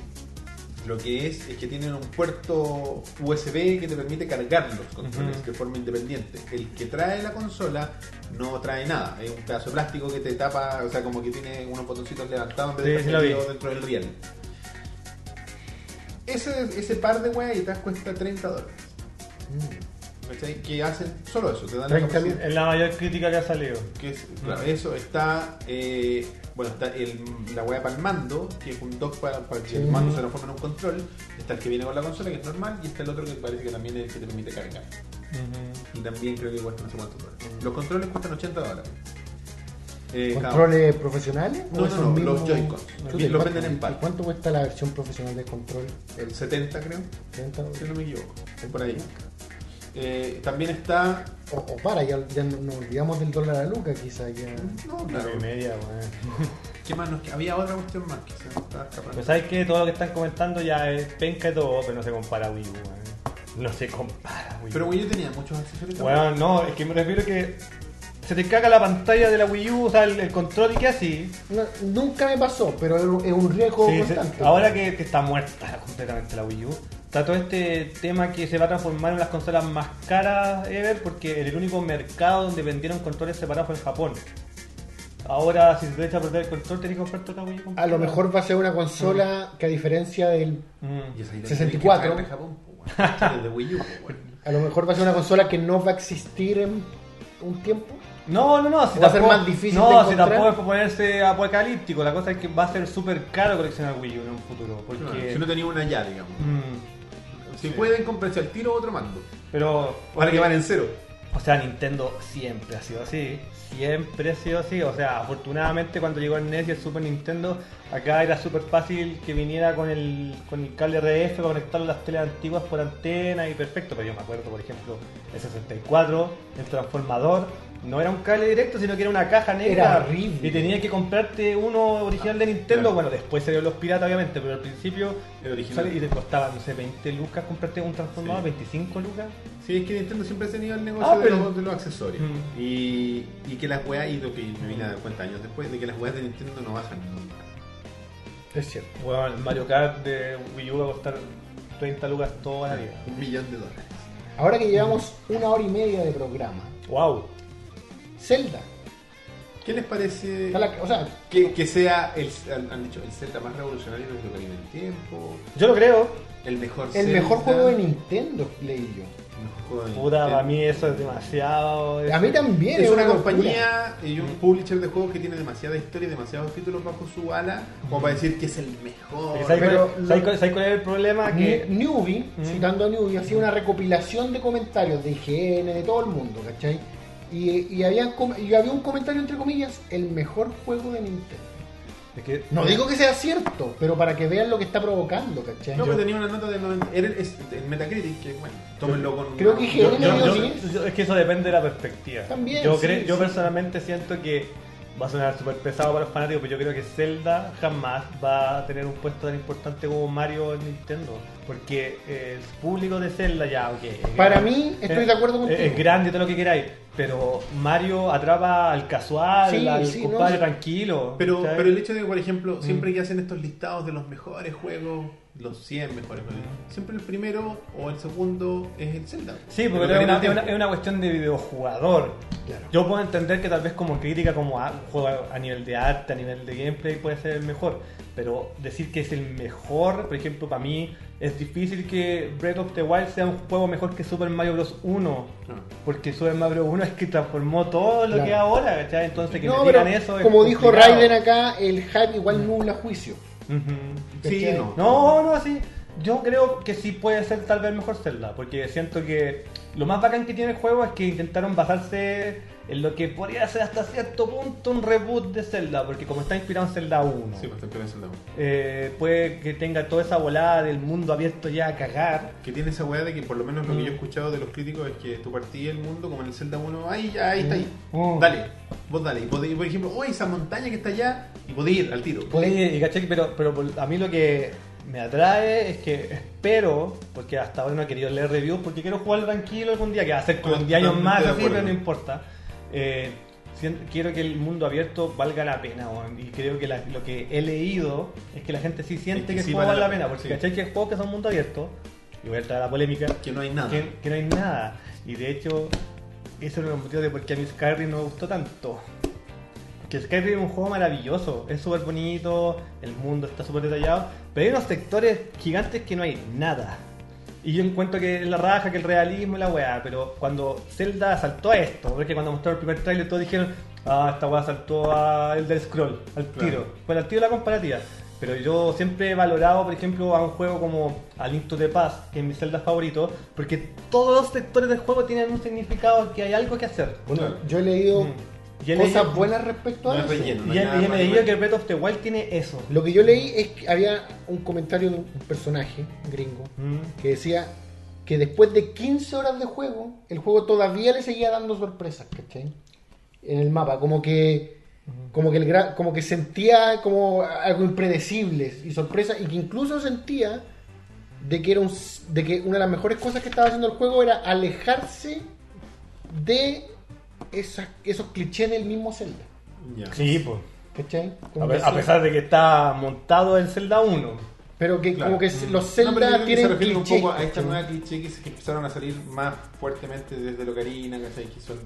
A: Lo que es es que tienen un puerto USB que te permite cargar los controles
C: Ujú.
A: de forma independiente. El que trae la consola no trae nada. Es un pedazo de plástico que te tapa, o sea, como que tiene unos botoncitos levantados en vez de
C: Sí,
A: estar
C: sí lo vi.
A: metido dentro del riel. Ese, ese par de weas cuesta 30 dólares.
B: Mm.
A: ¿Cachai? Que hacen solo eso, te dan la
B: 30
A: capacidad-
C: Es la mayor crítica que ha salido.
A: que es, claro, eso está, eh, bueno, está el, la weá para el mando, que es un dock para, para que el
B: Sí.
A: mando se transforme en un control. Está el que viene con la consola, que es normal, y está el otro que parece que también es el que te permite cargar.
C: Ujú.
A: Y también creo que cuesta no sé cuántos dólares.
B: Mm.
A: Los controles cuestan 80 dólares. Eh, cada
B: ¿Controles profesionales?
A: No, no,
B: esos
A: no, los
B: mismos-
A: Joy-Cons.
B: Chuta,
A: Los
B: ¿y cuánto-
A: venden en pack.
B: ¿y ¿Cuánto cuesta la versión profesional del control?
A: uno, El 70 creo,
B: 30
A: si no me equivoco. Por ahí. Eh, también está...
B: O, o
A: Mm.
B: para, ya, ya no- nos olvidamos del dólar a Luca, quizá. Ya.
A: No,
C: Una
A: claro.
C: y media, weón.
A: ¿Qué más nos queda? Había otra cuestión más que se me estaba escapando.
B: Pues
C: Pero sabes que todo lo que están comentando ya es penca y todo, pero no se compara a Wii U, weón. No se compara a Wii U.
A: Pero güey, yo tenía muchos accesorios. también.
C: Bueno, no, es que me refiero que se te caga la pantalla de la Wii U, o sea, el, el control y que así.
B: No, nunca me pasó, pero es un- es un riesgo
C: Sí, se-
B: constante.
C: ahora que, que está muerta completamente la Wii U, está todo este tema que se va a transformar en las consolas más caras ever, porque era el único mercado donde vendieron controles separados fue en Japón. Ahora, si se te echa a perder el control, tenés que comprar toda la Wii U.
B: A lo mejor va a ser una
A: Mm.
B: consola que a diferencia del...
C: Mm.
A: Y esa idea
B: 64.
A: que sacar de Japón, pues, güey. Desde Wii U, pues, güey.
B: A lo mejor va a ser una consola que no va a existir en un tiempo.
C: No, no, no. Si
B: Va a ser
C: tampoco-
B: más difícil
C: No,
B: de
C: si
B: encontrar.
C: tampoco es para ponerse apocalíptico. La cosa es que va a ser súper caro coleccionar Wii U en un futuro. Porque.
A: Claro, Si no tenía una ya, digamos.
C: Mm,
A: Si pueden comprarse al tiro otro mando.
C: pero.
A: Ahora que van en cero.
C: O sea, Nintendo siempre ha sido así. Siempre ha sido así. O sea, afortunadamente cuando llegó el NES y el Super Nintendo, acá era súper fácil que viniera con el, con el cable RF para conectar las teles antiguas por antena y perfecto. Pero yo me acuerdo, por ejemplo, el 64, el transformador. No era un cable directo, sino que era una caja negra.
B: Era horrible.
C: Y tenías que comprarte uno original de Nintendo. Bueno, después salieron los piratas, obviamente, pero al principio.
A: El original.
C: sale- Y te costaba, no sé, 20 lucas comprarte un transformador,
A: Sí.
C: 25 lucas.
A: Sí, es que Nintendo siempre ha tenido el negocio
C: Ah,
A: de,
C: pero-
A: los, de los accesorios.
C: Mm.
A: Y, y que las weas, y lo que me vine a dar cuenta años después, de que las weas de Nintendo no bajan nunca.
B: Es cierto.
C: Bueno, el Mario Kart de Wii U va a costar 30 lucas toda la vida.
A: Un millón de dólares.
B: Ahora que llevamos una hora y media de programa.
C: ¡Wow!
B: Zelda.
A: ¿Qué les parece
B: Está la- O sea,
A: que, que sea el, han- han dicho, el Zelda más revolucionario desde que viene el tiempo?
C: Yo lo creo.
A: El mejor
B: el
A: Zelda,
B: mejor juego de Nintendo, leí yo.
A: el mejor juego de
C: Puta,
A: Nintendo.
C: para mí eso es demasiado.
B: A mí también.
A: Es una
B: locura.
A: compañía y un publisher de juegos que tiene demasiada historia y demasiados títulos bajo su ala como para decir que es el mejor.
C: Porque ¿Sabes cuál,
B: Pero-
C: sabes cuál- sabes cuál es el problema?
B: Ni-
C: Que
B: Newbie,
C: Mm.
B: citando a Newbie, hacía una recopilación de comentarios de IGN, de todo el mundo, ¿cachai? Y, y había, com- y había un comentario entre comillas, el mejor juego de Nintendo.
C: es que-
B: No digo que sea cierto, pero para que vean lo que está provocando, ¿cachai?
A: No,
B: Yo-
A: pero tenía una nota del 90. Era el, es- el Metacritic, que bueno, tómenlo con.
B: creo que
A: yo-
B: IGN
A: yo-
B: le dio
A: yo-
C: yo- yo- es que eso depende de la perspectiva.
B: También,
C: yo
B: sí,
C: cre- yo
B: sí.
C: personalmente siento que va a sonar súper pesado para los fanáticos, pero yo creo que Zelda jamás va a tener un puesto tan importante como Mario en Nintendo. Porque eh, el público de Zelda ya, ok. es
B: Para
C: grande.
B: mí, estoy
C: Es-
B: de acuerdo
C: es,
B: contigo.
C: es grande y todo lo que queráis, pero Mario atrapa al casual,
B: Sí,
C: al
B: sí,
C: compadre
B: no,
C: tranquilo.
A: Pero,
C: ¿cachai?
A: pero el hecho de que, por
C: Mm.
A: ejemplo, siempre que hacen estos listados de los mejores juegos, los 100 mejores juegos, siempre el primero o el segundo es el Zelda.
C: Sí,
A: Pero
C: porque es una,
A: tiene
C: es una-
A: tiempo.
C: es una cuestión de videojugador.
B: Claro.
C: Yo puedo entender que tal vez como crítica, como a, juego a nivel de arte, a nivel de gameplay, puede ser el mejor. Pero decir que es el mejor, por ejemplo, para mí es difícil que Breath of the Wild sea un juego mejor que Super Mario Bros. 1.
A: Ah.
C: Porque Super Mario 1 es que transformó todo lo
B: Claro.
C: que es ahora, ¿cachai? Entonces que
B: No,
C: me digan
B: pero
C: eso es
B: como dijo
C: complicado. Mm.
B: Raiden acá, el hype igual nubla juicio.
C: Ujú.
A: Sí,
B: ¿cachai?
A: no.
C: No, no, sí. Yo creo que sí puede ser tal vez mejor Zelda, porque siento que lo más bacán que tiene el juego es que intentaron basarse en lo que podría ser hasta cierto punto un reboot de Zelda, porque como está inspirado en Zelda 1,
A: Sí, pues. bastante bien Zelda.
C: eh, puede que tenga toda esa volada del mundo abierto ya a cagar.
A: Que tiene esa weá de que, por lo menos lo que
C: Mm.
A: yo he escuchado de los críticos, es que tú partís el mundo como en el Zelda 1, ahí, ya, ahí está ahí.
C: Mm.
A: Dale, vos dale. Y podéis, por ejemplo, oh, esa montaña que está allá, y podéis ir al tiro.
C: Oye, y caché que- pero, pero por- a mí lo que me atrae es que espero, porque hasta ahora no he querido leer reviews, porque quiero jugar tranquilo algún día, que va a ser como
A: Estoy
C: 10 años
A: totalmente
C: más,
A: de
C: así,
A: acuerdo.
C: pero no importa. Eh, sien- quiero que el mundo abierto valga la pena, weón, y creo que la- lo que he leído es que la gente sí siente
A: Es que
C: que, el
A: sí
C: juego vale la pena, porque
A: sí.
C: caché que hay juegos que son mundo abierto, y voy a entrar a la polémica,
A: Que no hay nada.
C: que, que no hay nada. Y de hecho, ese es uno de los motivos de por qué a mí Skyrim no me gustó tanto. Que Skyrim es un juego maravilloso, es súper bonito, el mundo está súper detallado, pero hay unos sectores gigantes que no hay nada. Y yo encuentro que es la raja, que el realismo y la weá, pero cuando Zelda saltó a esto, porque cuando mostraron el primer tráiler todos dijeron, ah, esta weá saltó a Elder Scroll, al
A: Claro.
C: tiro. Bueno, al tiro la comparativa. Pero yo siempre he valorado, por ejemplo, a un juego como A Link to the Past, que es mi Zelda favorito, porque todos los sectores del juego tienen un significado, que hay algo que hacer.
B: Bueno, yo he leído
C: Mm. Y he
B: cosas
C: leído-
B: buenas respecto a
A: No es
B: eso.
A: relleno.
C: Y
A: hay
C: ya,
A: nada
C: y ya
A: más
C: me
A: de
C: digo
A: bueno.
C: que Breath of the Wild tiene eso.
B: Lo que yo leí es que había un comentario de un personaje gringo
C: Mm.
B: que decía que después de 15 horas de juego, el juego todavía le seguía dando sorpresas, ¿cachai? En el mapa, como que Como que, el gra- como que sentía como algo impredecible y sorpresa, y que incluso sentía de que, era un s- de que una de las mejores cosas que estaba haciendo el juego era alejarse de esas- esos clichés del mismo Zelda.
A: Ya.
C: Sí, pues.
B: ¿Cachai? Como
C: A,
B: que
C: pe- a
B: sí.
C: pesar de que está montado en Zelda 1.
B: Pero que
A: Claro.
B: como que s- los
A: No, pero yo
B: Zelda
A: creo que se
B: tienen
A: refieren un
B: clichés.
A: poco a esta
B: ¿cachai?
A: nueva cliché que, se- que empezaron a salir más fuertemente desde Locarina, ¿cachai? Que son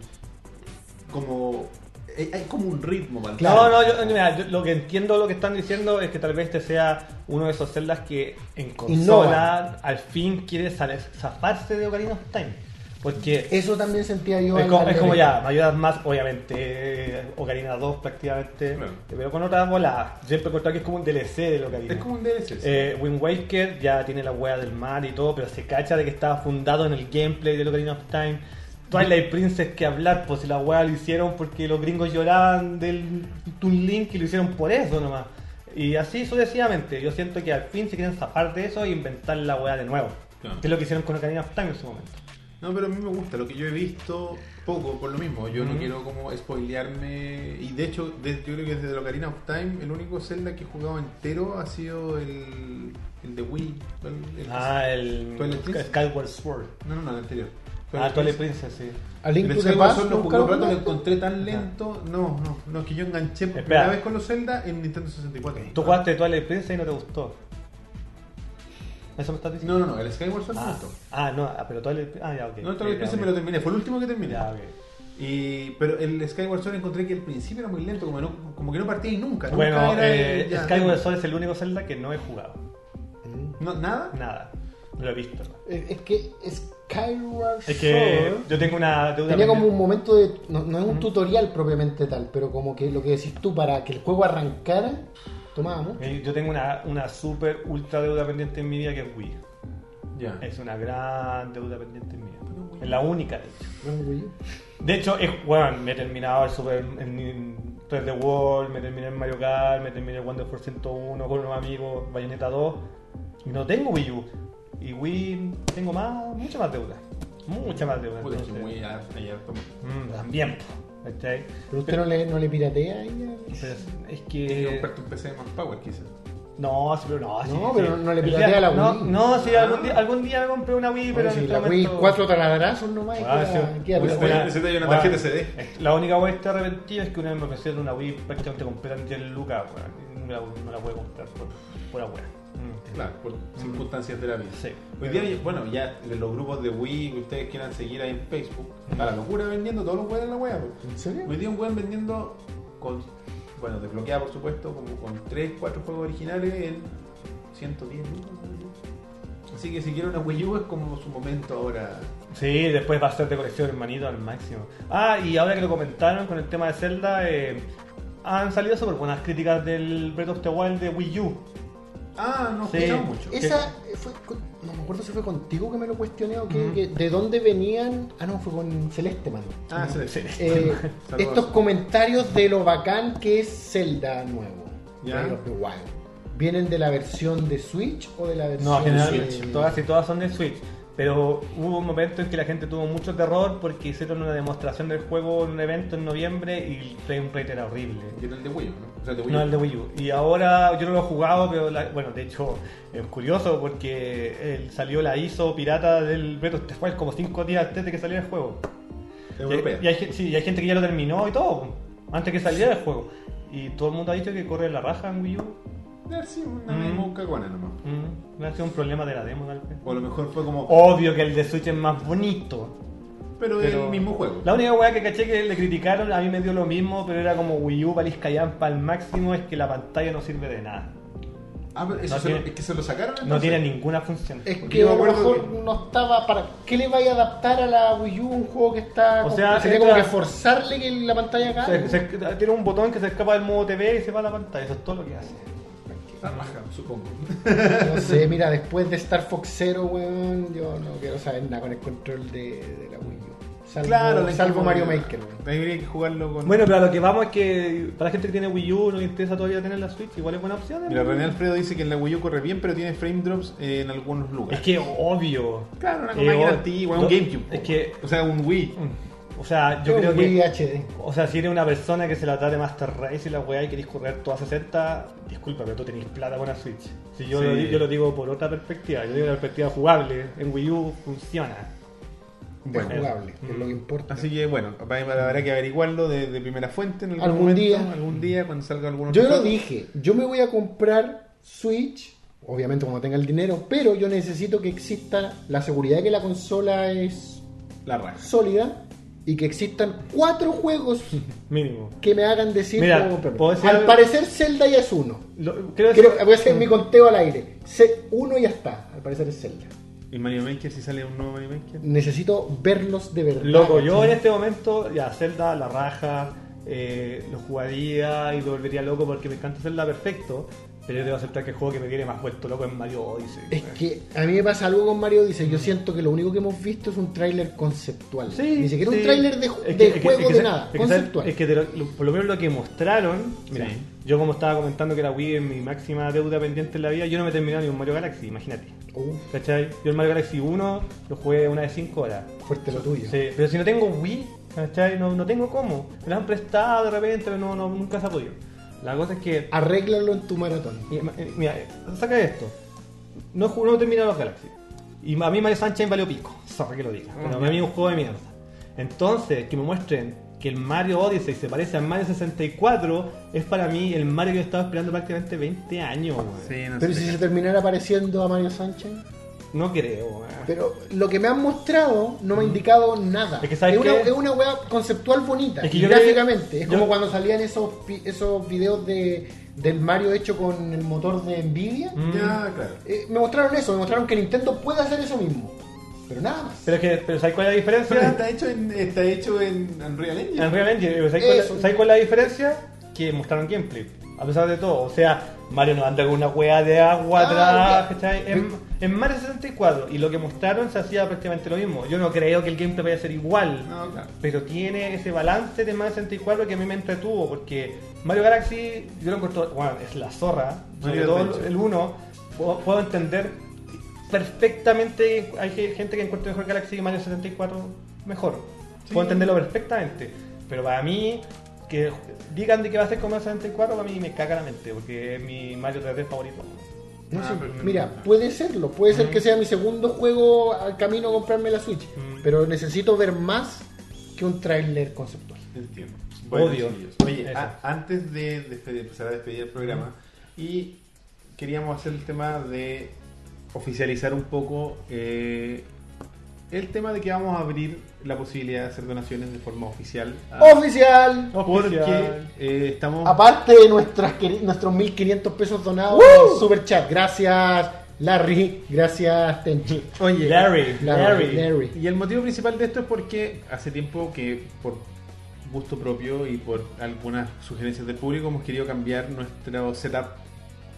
A: como. Hay, hay como un ritmo, ¿vale?
B: Claro.
C: No, no, yo, mira, yo lo que entiendo lo que están diciendo es que tal vez este sea uno de esos celdas que en consola al fin quiere sal- zafarse de Ocarina of Time. Porque es,
B: Eso también sentía yo. al-
C: co-
B: al
C: es como
B: leer.
C: ya, me ayudas más, obviamente, eh, Ocarina 2 prácticamente,
A: Claro.
C: pero con otras bolas. Siempre he encontrado que es como un DLC de Ocarina.
A: Es como un DLC. sí.
C: Eh, Wind Waker ya tiene la wea del mar y todo, pero se cacha de que estaba fundado en el gameplay de Ocarina of Time. Twilight Princess que hablar, pues si la wea lo hicieron porque los gringos lloraban del Toon Link y lo hicieron por eso nomás. Y así sucesivamente. Yo siento que al fin se quieren zafar de eso y inventar la wea de nuevo.
A: Claro.
C: Que es lo que hicieron con Ocarina of Time en su momento.
A: No, pero a mí me gusta, lo que yo he visto poco, por lo mismo. Yo no
C: Ujú.
A: quiero como spoilearme. Y de hecho, de- yo creo que desde Locarina of Time, el único Zelda que he jugado entero ha sido el, el de Wii. el- el-
C: Ah, el
A: Twilight Princess.
C: Skyward Sword.
A: No, no, no, el anterior.
C: Ah, Twilight Princess, sí.
B: A
A: El
B: Link to the
A: Skyward
B: Past
A: Sword lo
B: nunca
A: jugué
B: lo
A: un rato, lo
B: jugaste.
A: encontré tan lento. No, no, no, es que yo enganché por
C: Espera.
A: primera vez con los Zelda en Nintendo 64.
C: Tú jugaste Twilight Princess y no te gustó. ¿Eso me estás diciendo?
A: No, no, no, el Skyward Sword me
C: Ah,
A: gustó.
C: ah, no, ah, pero Twilight Ah, ya, ok.
A: No, Twilight
C: Ya,
A: Princess
C: ok.
A: me lo terminé, fue el último que terminé.
C: Ya, ok.
A: Y, pero el Skyward Sword encontré que al principio era muy lento, como, no- como que no partía y nunca. nunca
C: Bueno,
A: era
C: eh,
A: el- ya.
C: Skyward Sword es el único Zelda que no he jugado.
A: No, ¿Nada?
C: Nada. No lo he visto.
B: Eh, Es que Skyward
C: Es que
A: ¿eh?
B: Sword
C: yo tengo una deuda.
B: tenía como un
C: pendiente.
B: momento de. No, no es un tutorial propiamente tal, pero como que lo que decís tú, para que el juego arrancara, tomaba mucho.
C: Eh, Yo tengo una, una super ultra deuda pendiente en mi vida que es Wii.
A: Ya.
C: Es una gran deuda pendiente en mi vida. Es la única, de hecho.
B: No, güey.
C: De hecho, es, bueno, me he terminado el Super en, en 3D World, me terminé en Mario Kart, me terminé el Wonder Force 101 con unos amigos, Bayonetta 2. Y no tengo Wii U. Y Wii tengo más, mucha más deuda. Mucha más deuda.
A: Puta, es que
C: entonces.
A: muy ar- hay harto-
C: Mm, también. ¿cachai?
B: Pero usted no le, no le piratea ahí. a-
C: Pero es- es
A: Hay que
C: que.
A: comprarte un PC de más power, quizás.
C: No, sí, pero no. sí,
B: No,
C: sí.
B: pero no le
C: El
B: piratea
C: día-
B: la
C: No,
B: Wii.
C: no, sí, algún día, algún día me compré una Wii,
B: Oye,
C: pero. en
B: si
C: este
B: la Wii,
C: momento-
B: cuatro taladrazos nomás. y queda-
C: Ah, sí.
B: queda
A: Pues,
B: pirateado.
A: Oye, ese te dio una tarjeta CD.
C: La única web que estoy arrepentido es que una vez me ofrecieron una Wii prácticamente completa en 10 lucas, weón. No la, no la pude comprar por pura weá. Mm.
A: Claro, por circunstancias de la vida.
C: Sí.
A: Hoy día, hay- bueno, ya de los grupos de Wii que ustedes quieran seguir ahí en Facebook,
C: Mm.
A: a la locura vendiendo todos los weones en la wea. pues. po.
B: ¿En serio?
A: Hoy día un weón vendiendo con, bueno, desbloqueada por supuesto, como con 3, 4 juegos originales en 110 lucas. ¿no? Así que si quieren una Wii U es como su momento ahora.
C: Sí, después va a ser de colección, hermanito, al máximo. Ah, y ahora que lo comentaron con el tema de Zelda, eh, han salido súper buenas críticas del Breath of the Wild de Wii U.
A: Ah, no
C: Sí.
A: he escuchado mucho.
B: Esa eh, fue. con- No me acuerdo si fue contigo que me lo cuestioné o que,
C: Mm.
B: que- ¿De dónde venían? Ah, no, fue con Celeste, mano.
A: Ah, se le
B: Eh,
A: Saludos.
B: estos comentarios de lo bacán que es Zelda nuevo.
A: Ya.
B: Breath of the Wild. ¿Vienen de la versión de Switch o de la versión
C: No,
B: de
C: generalmente todas y todas son de Switch. Pero hubo un momento en que la gente tuvo mucho terror porque hicieron una demostración del juego en un evento en noviembre y el framerate era horrible.
A: Y era el de Wii U, ¿no? O sea, el de Wii U.
C: No, el de Wii U. Y ahora yo no lo he jugado, pero la- bueno, de hecho es curioso porque él salió la ISO pirata del Breath of the Wild como 5 días antes de que saliera el juego.
A: Europea.
C: Y, y hay, gen- sí, y hay gente que ya lo terminó y todo, antes que saliera el juego. Y todo el mundo ha dicho que corre la raja en Wii U.
A: Debe haber sido una
C: Mm.
A: demo cagona nomás.
C: Mm, no ha sido un problema de la demo, tal vez.
A: O a lo mejor fue como.
C: Obvio que el de Switch es más bonito.
A: pero es
C: pero-
A: el mismo juego.
C: La única weá que caché que le criticaron, a mí me dio lo mismo, pero era como Wii U, Palis Callampa al máximo, es que la pantalla no sirve de nada.
A: Ah, pero eso
C: No
A: se lo-
C: tiene-
A: es que se lo sacaron.
C: No
A: entonces.
C: tiene ninguna función.
B: Es
A: Porque
B: que
A: yo me
B: a lo
A: acuerdo
B: mejor no estaba para. ¿Qué le vaya a adaptar a la Wii U un juego que está.
C: O sea,
B: sería
C: esta-
B: como que forzarle que la pantalla acá.
C: Se- se- tiene un botón que se escapa del modo TV y se va a la pantalla, eso es todo lo que hace.
A: Está Ah, raja, supongo.
B: No sé, mira, después de Star Fox Zero, weón, yo no quiero saber nada con el control de, de la Wii U. Salvo,
C: Oh,
B: salvo Mario Maker, weón.
A: Tendría que jugarlo con.
C: Bueno, pero a lo que vamos es que para la gente que tiene Wii U no le interesa todavía tener la Switch, igual es buena opción. ¿eh?
A: Mira, René Alfredo dice que en la Wii U corre bien, pero tiene frame drops eh, en algunos
C: Es
A: lugares.
C: que obvio.
A: claro, una
C: Eh,
A: máquina
C: o-
A: antigua, un
C: do-
A: GameCube.
C: Es que
A: O sea, un Wii.
C: O sea, yo
B: Es
C: creo
B: un
C: que.
B: VIH.
C: O sea, si eres una persona que se la da de Master Race y la weá y querés correr todas 60, disculpa, pero tú tenés plata con la Switch. Si yo,
D: Sí.
C: lo, di- yo lo digo por otra perspectiva, yo digo una perspectiva jugable, en Wii U funciona.
B: de
D: Bueno.
B: jugable, que es lo que
C: Mm.
B: importa.
D: Así que bueno, va- habrá que averiguarlo de, de primera fuente en algún,
B: Algún
D: momento,
B: día.
D: Algún día, cuando salga alguno.
B: Yo lo dije, yo me voy a comprar Switch, obviamente cuando tenga el dinero, pero yo necesito que exista la seguridad de que la consola es
D: La raja.
B: sólida y que existan cuatro juegos
C: Mínimo.
B: que me hagan decir
C: Mira,
B: cómo comprarlo.
C: puedo decir
B: Al
C: algo-
B: parecer Zelda ya es uno.
C: Lo- creo que-
B: Creo- voy a hacer mi conteo al aire. Ce- Uno ya está, al parecer es Zelda.
D: ¿Y Mario Maker si sale un nuevo Mario Maker?
B: Necesito verlos de verdad.
C: Loco, yo en
B: ¿cachai?
C: este momento, ya, Zelda, la raja, eh, lo jugaría y me volvería loco porque me encanta Zelda perfecto, pero yo debo aceptar que el juego que me tiene más vuelto loco es Mario Odyssey.
B: Es que a mí me pasa algo con Mario Dice, yo siento que lo único que hemos visto es un tráiler conceptual.
C: Mm. Sí,
B: Ni siquiera
C: sí.
B: un tráiler de, ju-
C: Es
B: de
C: que- es que-
B: juego
C: es que
B: de
C: sa-
B: nada,
C: es que sa-
B: conceptual.
C: Es que de lo- lo- por lo menos lo que mostraron, mira,
D: Sí.
C: yo como estaba comentando que la Wii es mi máxima deuda pendiente en la vida, yo no me he terminado ni un Mario Galaxy, imagínate.
B: Uf,
C: ¿Cachai? Yo el Mario Galaxy 1 lo jugué una de 5 horas.
B: fuerte lo tuyo.
C: Sí, pero si no tengo Wii, ¿cachai? No, no tengo cómo. Me lo han prestado de repente, pero no, no, nunca se ha podido. La cosa es que.
B: Arréglalo en tu maratón.
C: Mira, eh, mira, eh, saca esto. No, ju- no termina los Galaxy. Y a mí Mario Sunshine valió pico. Sorry que lo diga. Pero a mí es un juego de mierda. Entonces, que me muestren que el Mario Odyssey se parece al Mario 64 es para mí el Mario que yo estaba esperando prácticamente 20 años, weón.
D: Sí, no
B: Pero
D: sé.
B: si se terminara pareciendo a Mario Sánchez.
C: Ah. No creo, weón.
B: Pero lo que me han mostrado no me ha indicado nada.
C: Mm. Es que ¿sabes
B: una,
C: qué?
B: es una wea conceptual bonita.
C: Es que
B: y
C: yo creo que-
B: gráficamente. Es
C: yo-
B: como cuando salían esos, pi- esos videos de, del Mario hecho con el motor de Nvidia.
C: Mm.
A: Ya, claro.
B: Eh, me mostraron eso, me mostraron que Nintendo puede hacer eso mismo. Pero nada más.
C: Pero es que, pero ¿sabes cuál es la
A: Pero
C: diferencia?
A: está hecho en, está hecho en Unreal Engine.
C: En Real Engine, pero ¿sabes cuál,
B: Eso.
C: ¿sabes cuál es la diferencia? Que mostraron gameplay, a pesar de todo. O sea, Mario no anda con una hueá de agua
B: Ah,
C: atrás,
B: ya.
C: ¿cachai? En, en Mario 64, y lo que mostraron se hacía prácticamente lo mismo. Yo no creo que el gameplay vaya a ser igual,
A: No, claro.
C: pero tiene ese balance de Mario 64 que a mí me entretuvo, porque Mario Galaxy, yo lo encontré, bueno, es la zorra, sobre
A: Mario
C: todo
A: Adventure.
C: el 1, puedo, puedo entender perfectamente, hay ge- gente que encuentra mejor Galaxy y Mario 74 mejor, puedo entenderlo perfectamente, pero para mí, que digan de que va a ser como Mario 64, para mí me caga la mente, porque es mi Mario 3D favorito.
B: No
A: Ah,
B: sé,
A: pero no-
B: mira, puede serlo, puede ser que sea mi segundo juego al camino a comprarme la Switch,
C: Mm.
B: pero necesito ver más que un tráiler conceptual.
A: Entiendo.
C: Odio.
A: chiquillos, Oye,
C: Eso.
A: a- antes de despedir- empezar a despedir el programa, y queríamos hacer el tema de oficializar un poco eh, el tema de que vamos a abrir la posibilidad de hacer donaciones de forma oficial. a-
B: Oficial,
A: porque
C: Oficial.
A: eh, estamos.
B: aparte de nuestras, queri- nuestros 15500 pesos donados en Super Chat, gracias Larry, gracias Tenchi.
A: Oye,
C: Larry,
B: Larry,
C: Larry.
B: Larry.
A: Y el motivo principal de esto es porque hace tiempo que por gusto propio y por algunas sugerencias del público hemos querido cambiar nuestro setup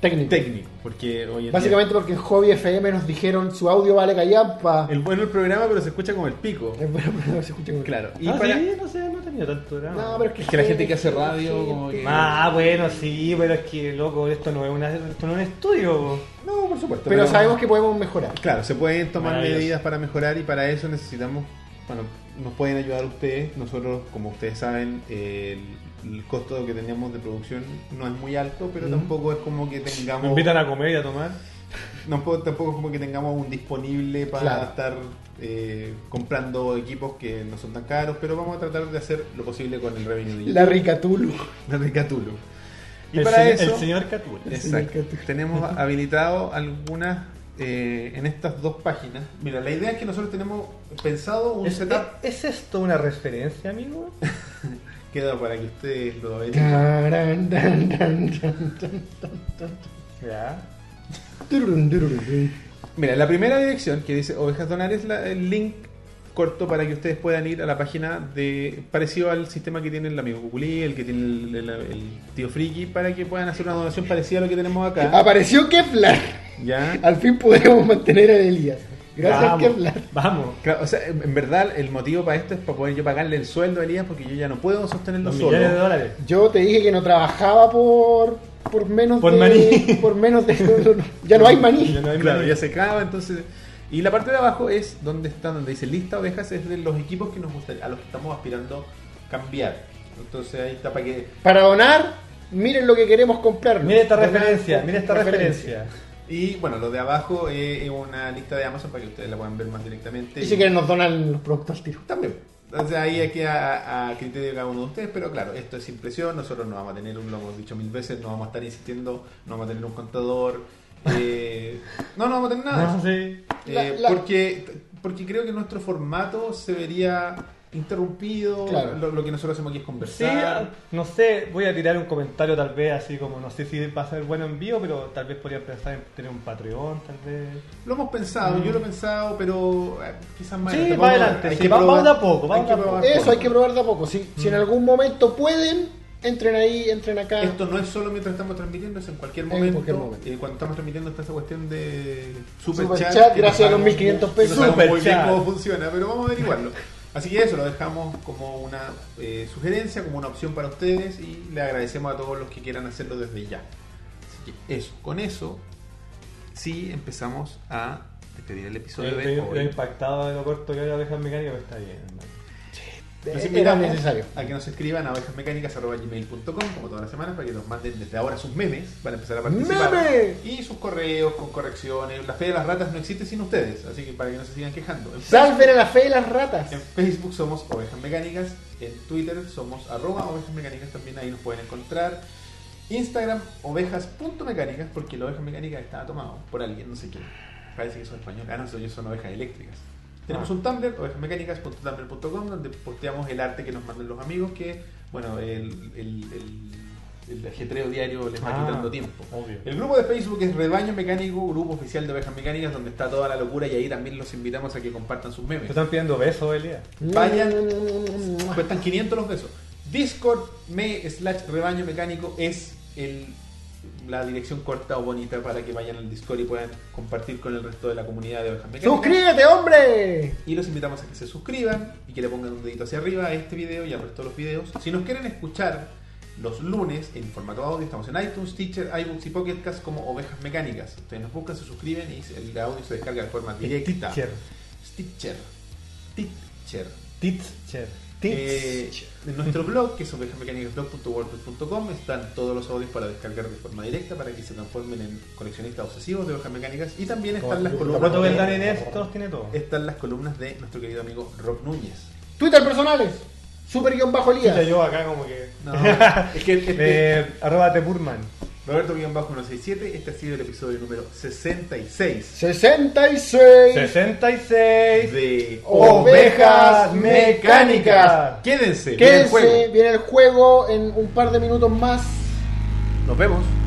B: Técnico.
A: técnico. Porque hoy en día-
B: Básicamente porque en Hobby FM nos dijeron su audio vale callampa.
A: El bueno el programa, pero se escucha como el pico.
B: Eh, bueno, pero no se escucha muy
A: Claro. Y
C: Y ah,
A: para-
C: sí, no sé, no he tenido tanto drama.
B: No, pero es que,
A: Es que la gente que hace radio,
B: gente-
A: como que-
C: Ah, bueno, sí, pero es que, loco, esto no es, una, esto no es un estudio.
A: No, por supuesto.
B: Pero sabemos que podemos mejorar.
A: Claro, se pueden tomar
C: Maravilloso.
A: medidas para mejorar y para eso necesitamos. Bueno, nos pueden ayudar ustedes. Nosotros, como ustedes saben, eh, el, el costo que teníamos de producción no es muy alto, pero tampoco es como que
C: Me
A: tengamos.
C: invitan a comer y a tomar.
A: no puedo- tampoco es como que tengamos un disponible para
B: Claro.
A: estar eh, comprando equipos que no son tan caros, pero vamos a tratar de hacer lo posible con el revenue. de
B: La Ricatulu.
A: La Ricatulo. Y
C: el,
A: para
C: se-
A: eso.
C: el señor Catula.
A: Exacto.
B: Sindicato.
A: Tenemos habilitado algunas eh, en estas dos páginas. Mira, la idea es que nosotros tenemos pensado un
C: ¿Es,
A: setup
C: ¿Es esto una referencia, amigo?
A: queda para que ustedes lo vean.
B: Tarán, tan, tan, tan, tan.
C: Ya.
B: Tururun, tururun.
A: Mira, la primera dirección que dice Ovejas Donar es la- el link corto para que ustedes puedan ir a la página de parecido al sistema que tiene el amigo Cuculí, el que tiene el, el- el tío Friki, para que puedan hacer una donación parecida a lo que tenemos acá.
B: Apareció Keflar.
A: ¿Ya?
B: Al fin podemos mantener a Elías. Gracias,
C: vamos,
B: Keflar.
C: Vamos.
A: Claro, o sea, en en verdad el motivo para esto es para poder yo pagarle el sueldo a Elías porque yo ya no puedo sostenerlo
C: Los
A: solo.
C: millones de dólares.
B: Yo te dije que no trabajaba por, por menos
C: Por
B: de.
C: maní.
B: Por menos de. no, no, no. ya no hay maní.
C: Ya no hay
A: claro,
C: maní.
A: ya se acaba, entonces Y la parte de abajo es donde están, donde dice lista ovejas, es de los equipos que nos gustaría, a los que estamos aspirando cambiar. Entonces ahí está para que.
B: Para donar, miren lo que queremos comprar.
C: Mira esta referencia, mira esta referencia.
A: Y bueno, lo de abajo eh, es una lista de Amazon para que ustedes la puedan ver más directamente.
B: Y si quieren nos donan los productos al tiro.
A: También. Entonces ahí aquí a, a criterio de cada uno de ustedes, pero claro, esto es impresión, nosotros no vamos a tener un, lo hemos dicho mil veces, no vamos a estar insistiendo, no vamos a tener un contador, eh, no, no vamos a tener nada. de eso.
C: No, sí.
A: Eh,
B: La- la-
A: Porque, porque creo que nuestro formato se vería interrumpido,
B: Claro.
A: lo, lo que nosotros hacemos aquí es
C: Sí,
A: conversar.
C: no sé, voy a tirar un comentario tal vez así como no sé si va a ser bueno envío, pero tal vez podría pensar en tener un Patreon, tal vez.
A: Lo hemos pensado, yo lo he pensado, pero eh, quizás más
C: Mm. Sí,
A: adelante.
C: más
A: Vamos a-
C: adelante,
A: hay
C: sí,
A: que
C: va-
A: probar-
C: vamos de a poco,
A: hay
C: vamos
A: que
C: de a poco.
A: probar
B: Eso hay
A: formas.
B: que probar de a poco. Si, si en
C: Mm.
B: algún momento pueden, entren ahí, entren acá.
A: Esto no es solo mientras estamos transmitiendo, es en cualquier
B: En
A: momento.
B: cualquier momento.
A: Eh, cuando estamos transmitiendo está esa cuestión de
B: Superchat,
A: superchat. que
B: gracias
A: no
B: a los
A: sabemos-
B: 1500 pesos.
A: No sabemos muy bien
C: Superchat.
A: cómo funciona, pero vamos a averiguarlo. Así que eso, lo dejamos como una eh, sugerencia, como una opción para ustedes y le agradecemos a todos los que quieran hacerlo desde ya. Así que eso, con eso, sí empezamos a despedir el episodio
C: Estoy,
A: de
C: estoy
A: hoy.
C: impactado de lo corto que hay ovejas mecánicas, pero está bien. hermano.
A: Los
B: Eh, era
A: invitamos
B: necesario.
A: A que nos escriban a ovejasmecánicas.gmail.com como todas las semanas para que nos manden desde ahora sus memes. Van a empezar a participar.
B: ¡Memes!
A: Y sus correos con correcciones. La fe de las ratas no existe sin ustedes, así que para que no se sigan quejando. En,
B: Salven a la fe de las ratas.
A: en Facebook somos Ovejas Mecánicas. En Twitter somos arroba Ovejas Mecánicas. También ahí nos pueden encontrar. Instagram ovejas.mecánicas porque la oveja mecánica estaba tomado por alguien, no sé quién. Parece que son español. Ah, no, ellos son ovejas eléctricas. Tenemos
C: Ah.
A: un Tumblr, ovejasmecánicas.tumblr.com, donde posteamos el arte que nos mandan los amigos, que, bueno, el, el, el, el ajetreo diario les va
C: Ah.
A: quitando tiempo.
C: Obvio.
A: El grupo de Facebook es Rebaño Mecánico, grupo oficial de ovejas mecánicas, donde está toda la locura y ahí también los invitamos a que compartan sus
C: Te
A: memes.
C: están pidiendo besos, Elías.
A: Vayan. Cuestan 500 los besos. Discord me slash rebaño mecánico es el, la dirección corta o bonita para que vayan al Discord y puedan compartir con el resto de la comunidad de ovejas mecánicas.
B: ¡Suscríbete, hombre!
A: Y los invitamos a que se suscriban y que le pongan un dedito hacia arriba a este video y al resto de los videos. Si nos quieren escuchar los lunes en formato audio, estamos en iTunes, Teacher, iBooks y Pocket Cast como ovejas mecánicas. Ustedes nos buscan, se suscriben y el audio se descarga de forma directa.
C: Teacher.
A: Stitcher. Teacher.
C: Teacher.
A: Eh, en nuestro blog, que es ovejasmecánicasblog.wordpress.com, están todos los audios para descargar de forma directa para que se transformen en coleccionistas obsesivos de ovejas mecánicas. Y también están las columnas
C: Roberto Beltrán
A: de,
C: Inés, todos tiene todo.
A: están las columnas de nuestro querido amigo Rob Núñez.
B: Twitter personales. Super guión bajo
C: Puta,
B: Elías.
C: yo acá como que.
A: No, es que este,
C: Eh, arróbate Burman.
A: Roberto-167, este ha sido el episodio número 66 Este-
B: 66.
C: 66.
A: de
B: Ovejas
C: Mecánicas.
A: Quédense, viene el
B: Quédense,
A: juego.
B: viene el juego en un par de minutos más.
A: Nos vemos.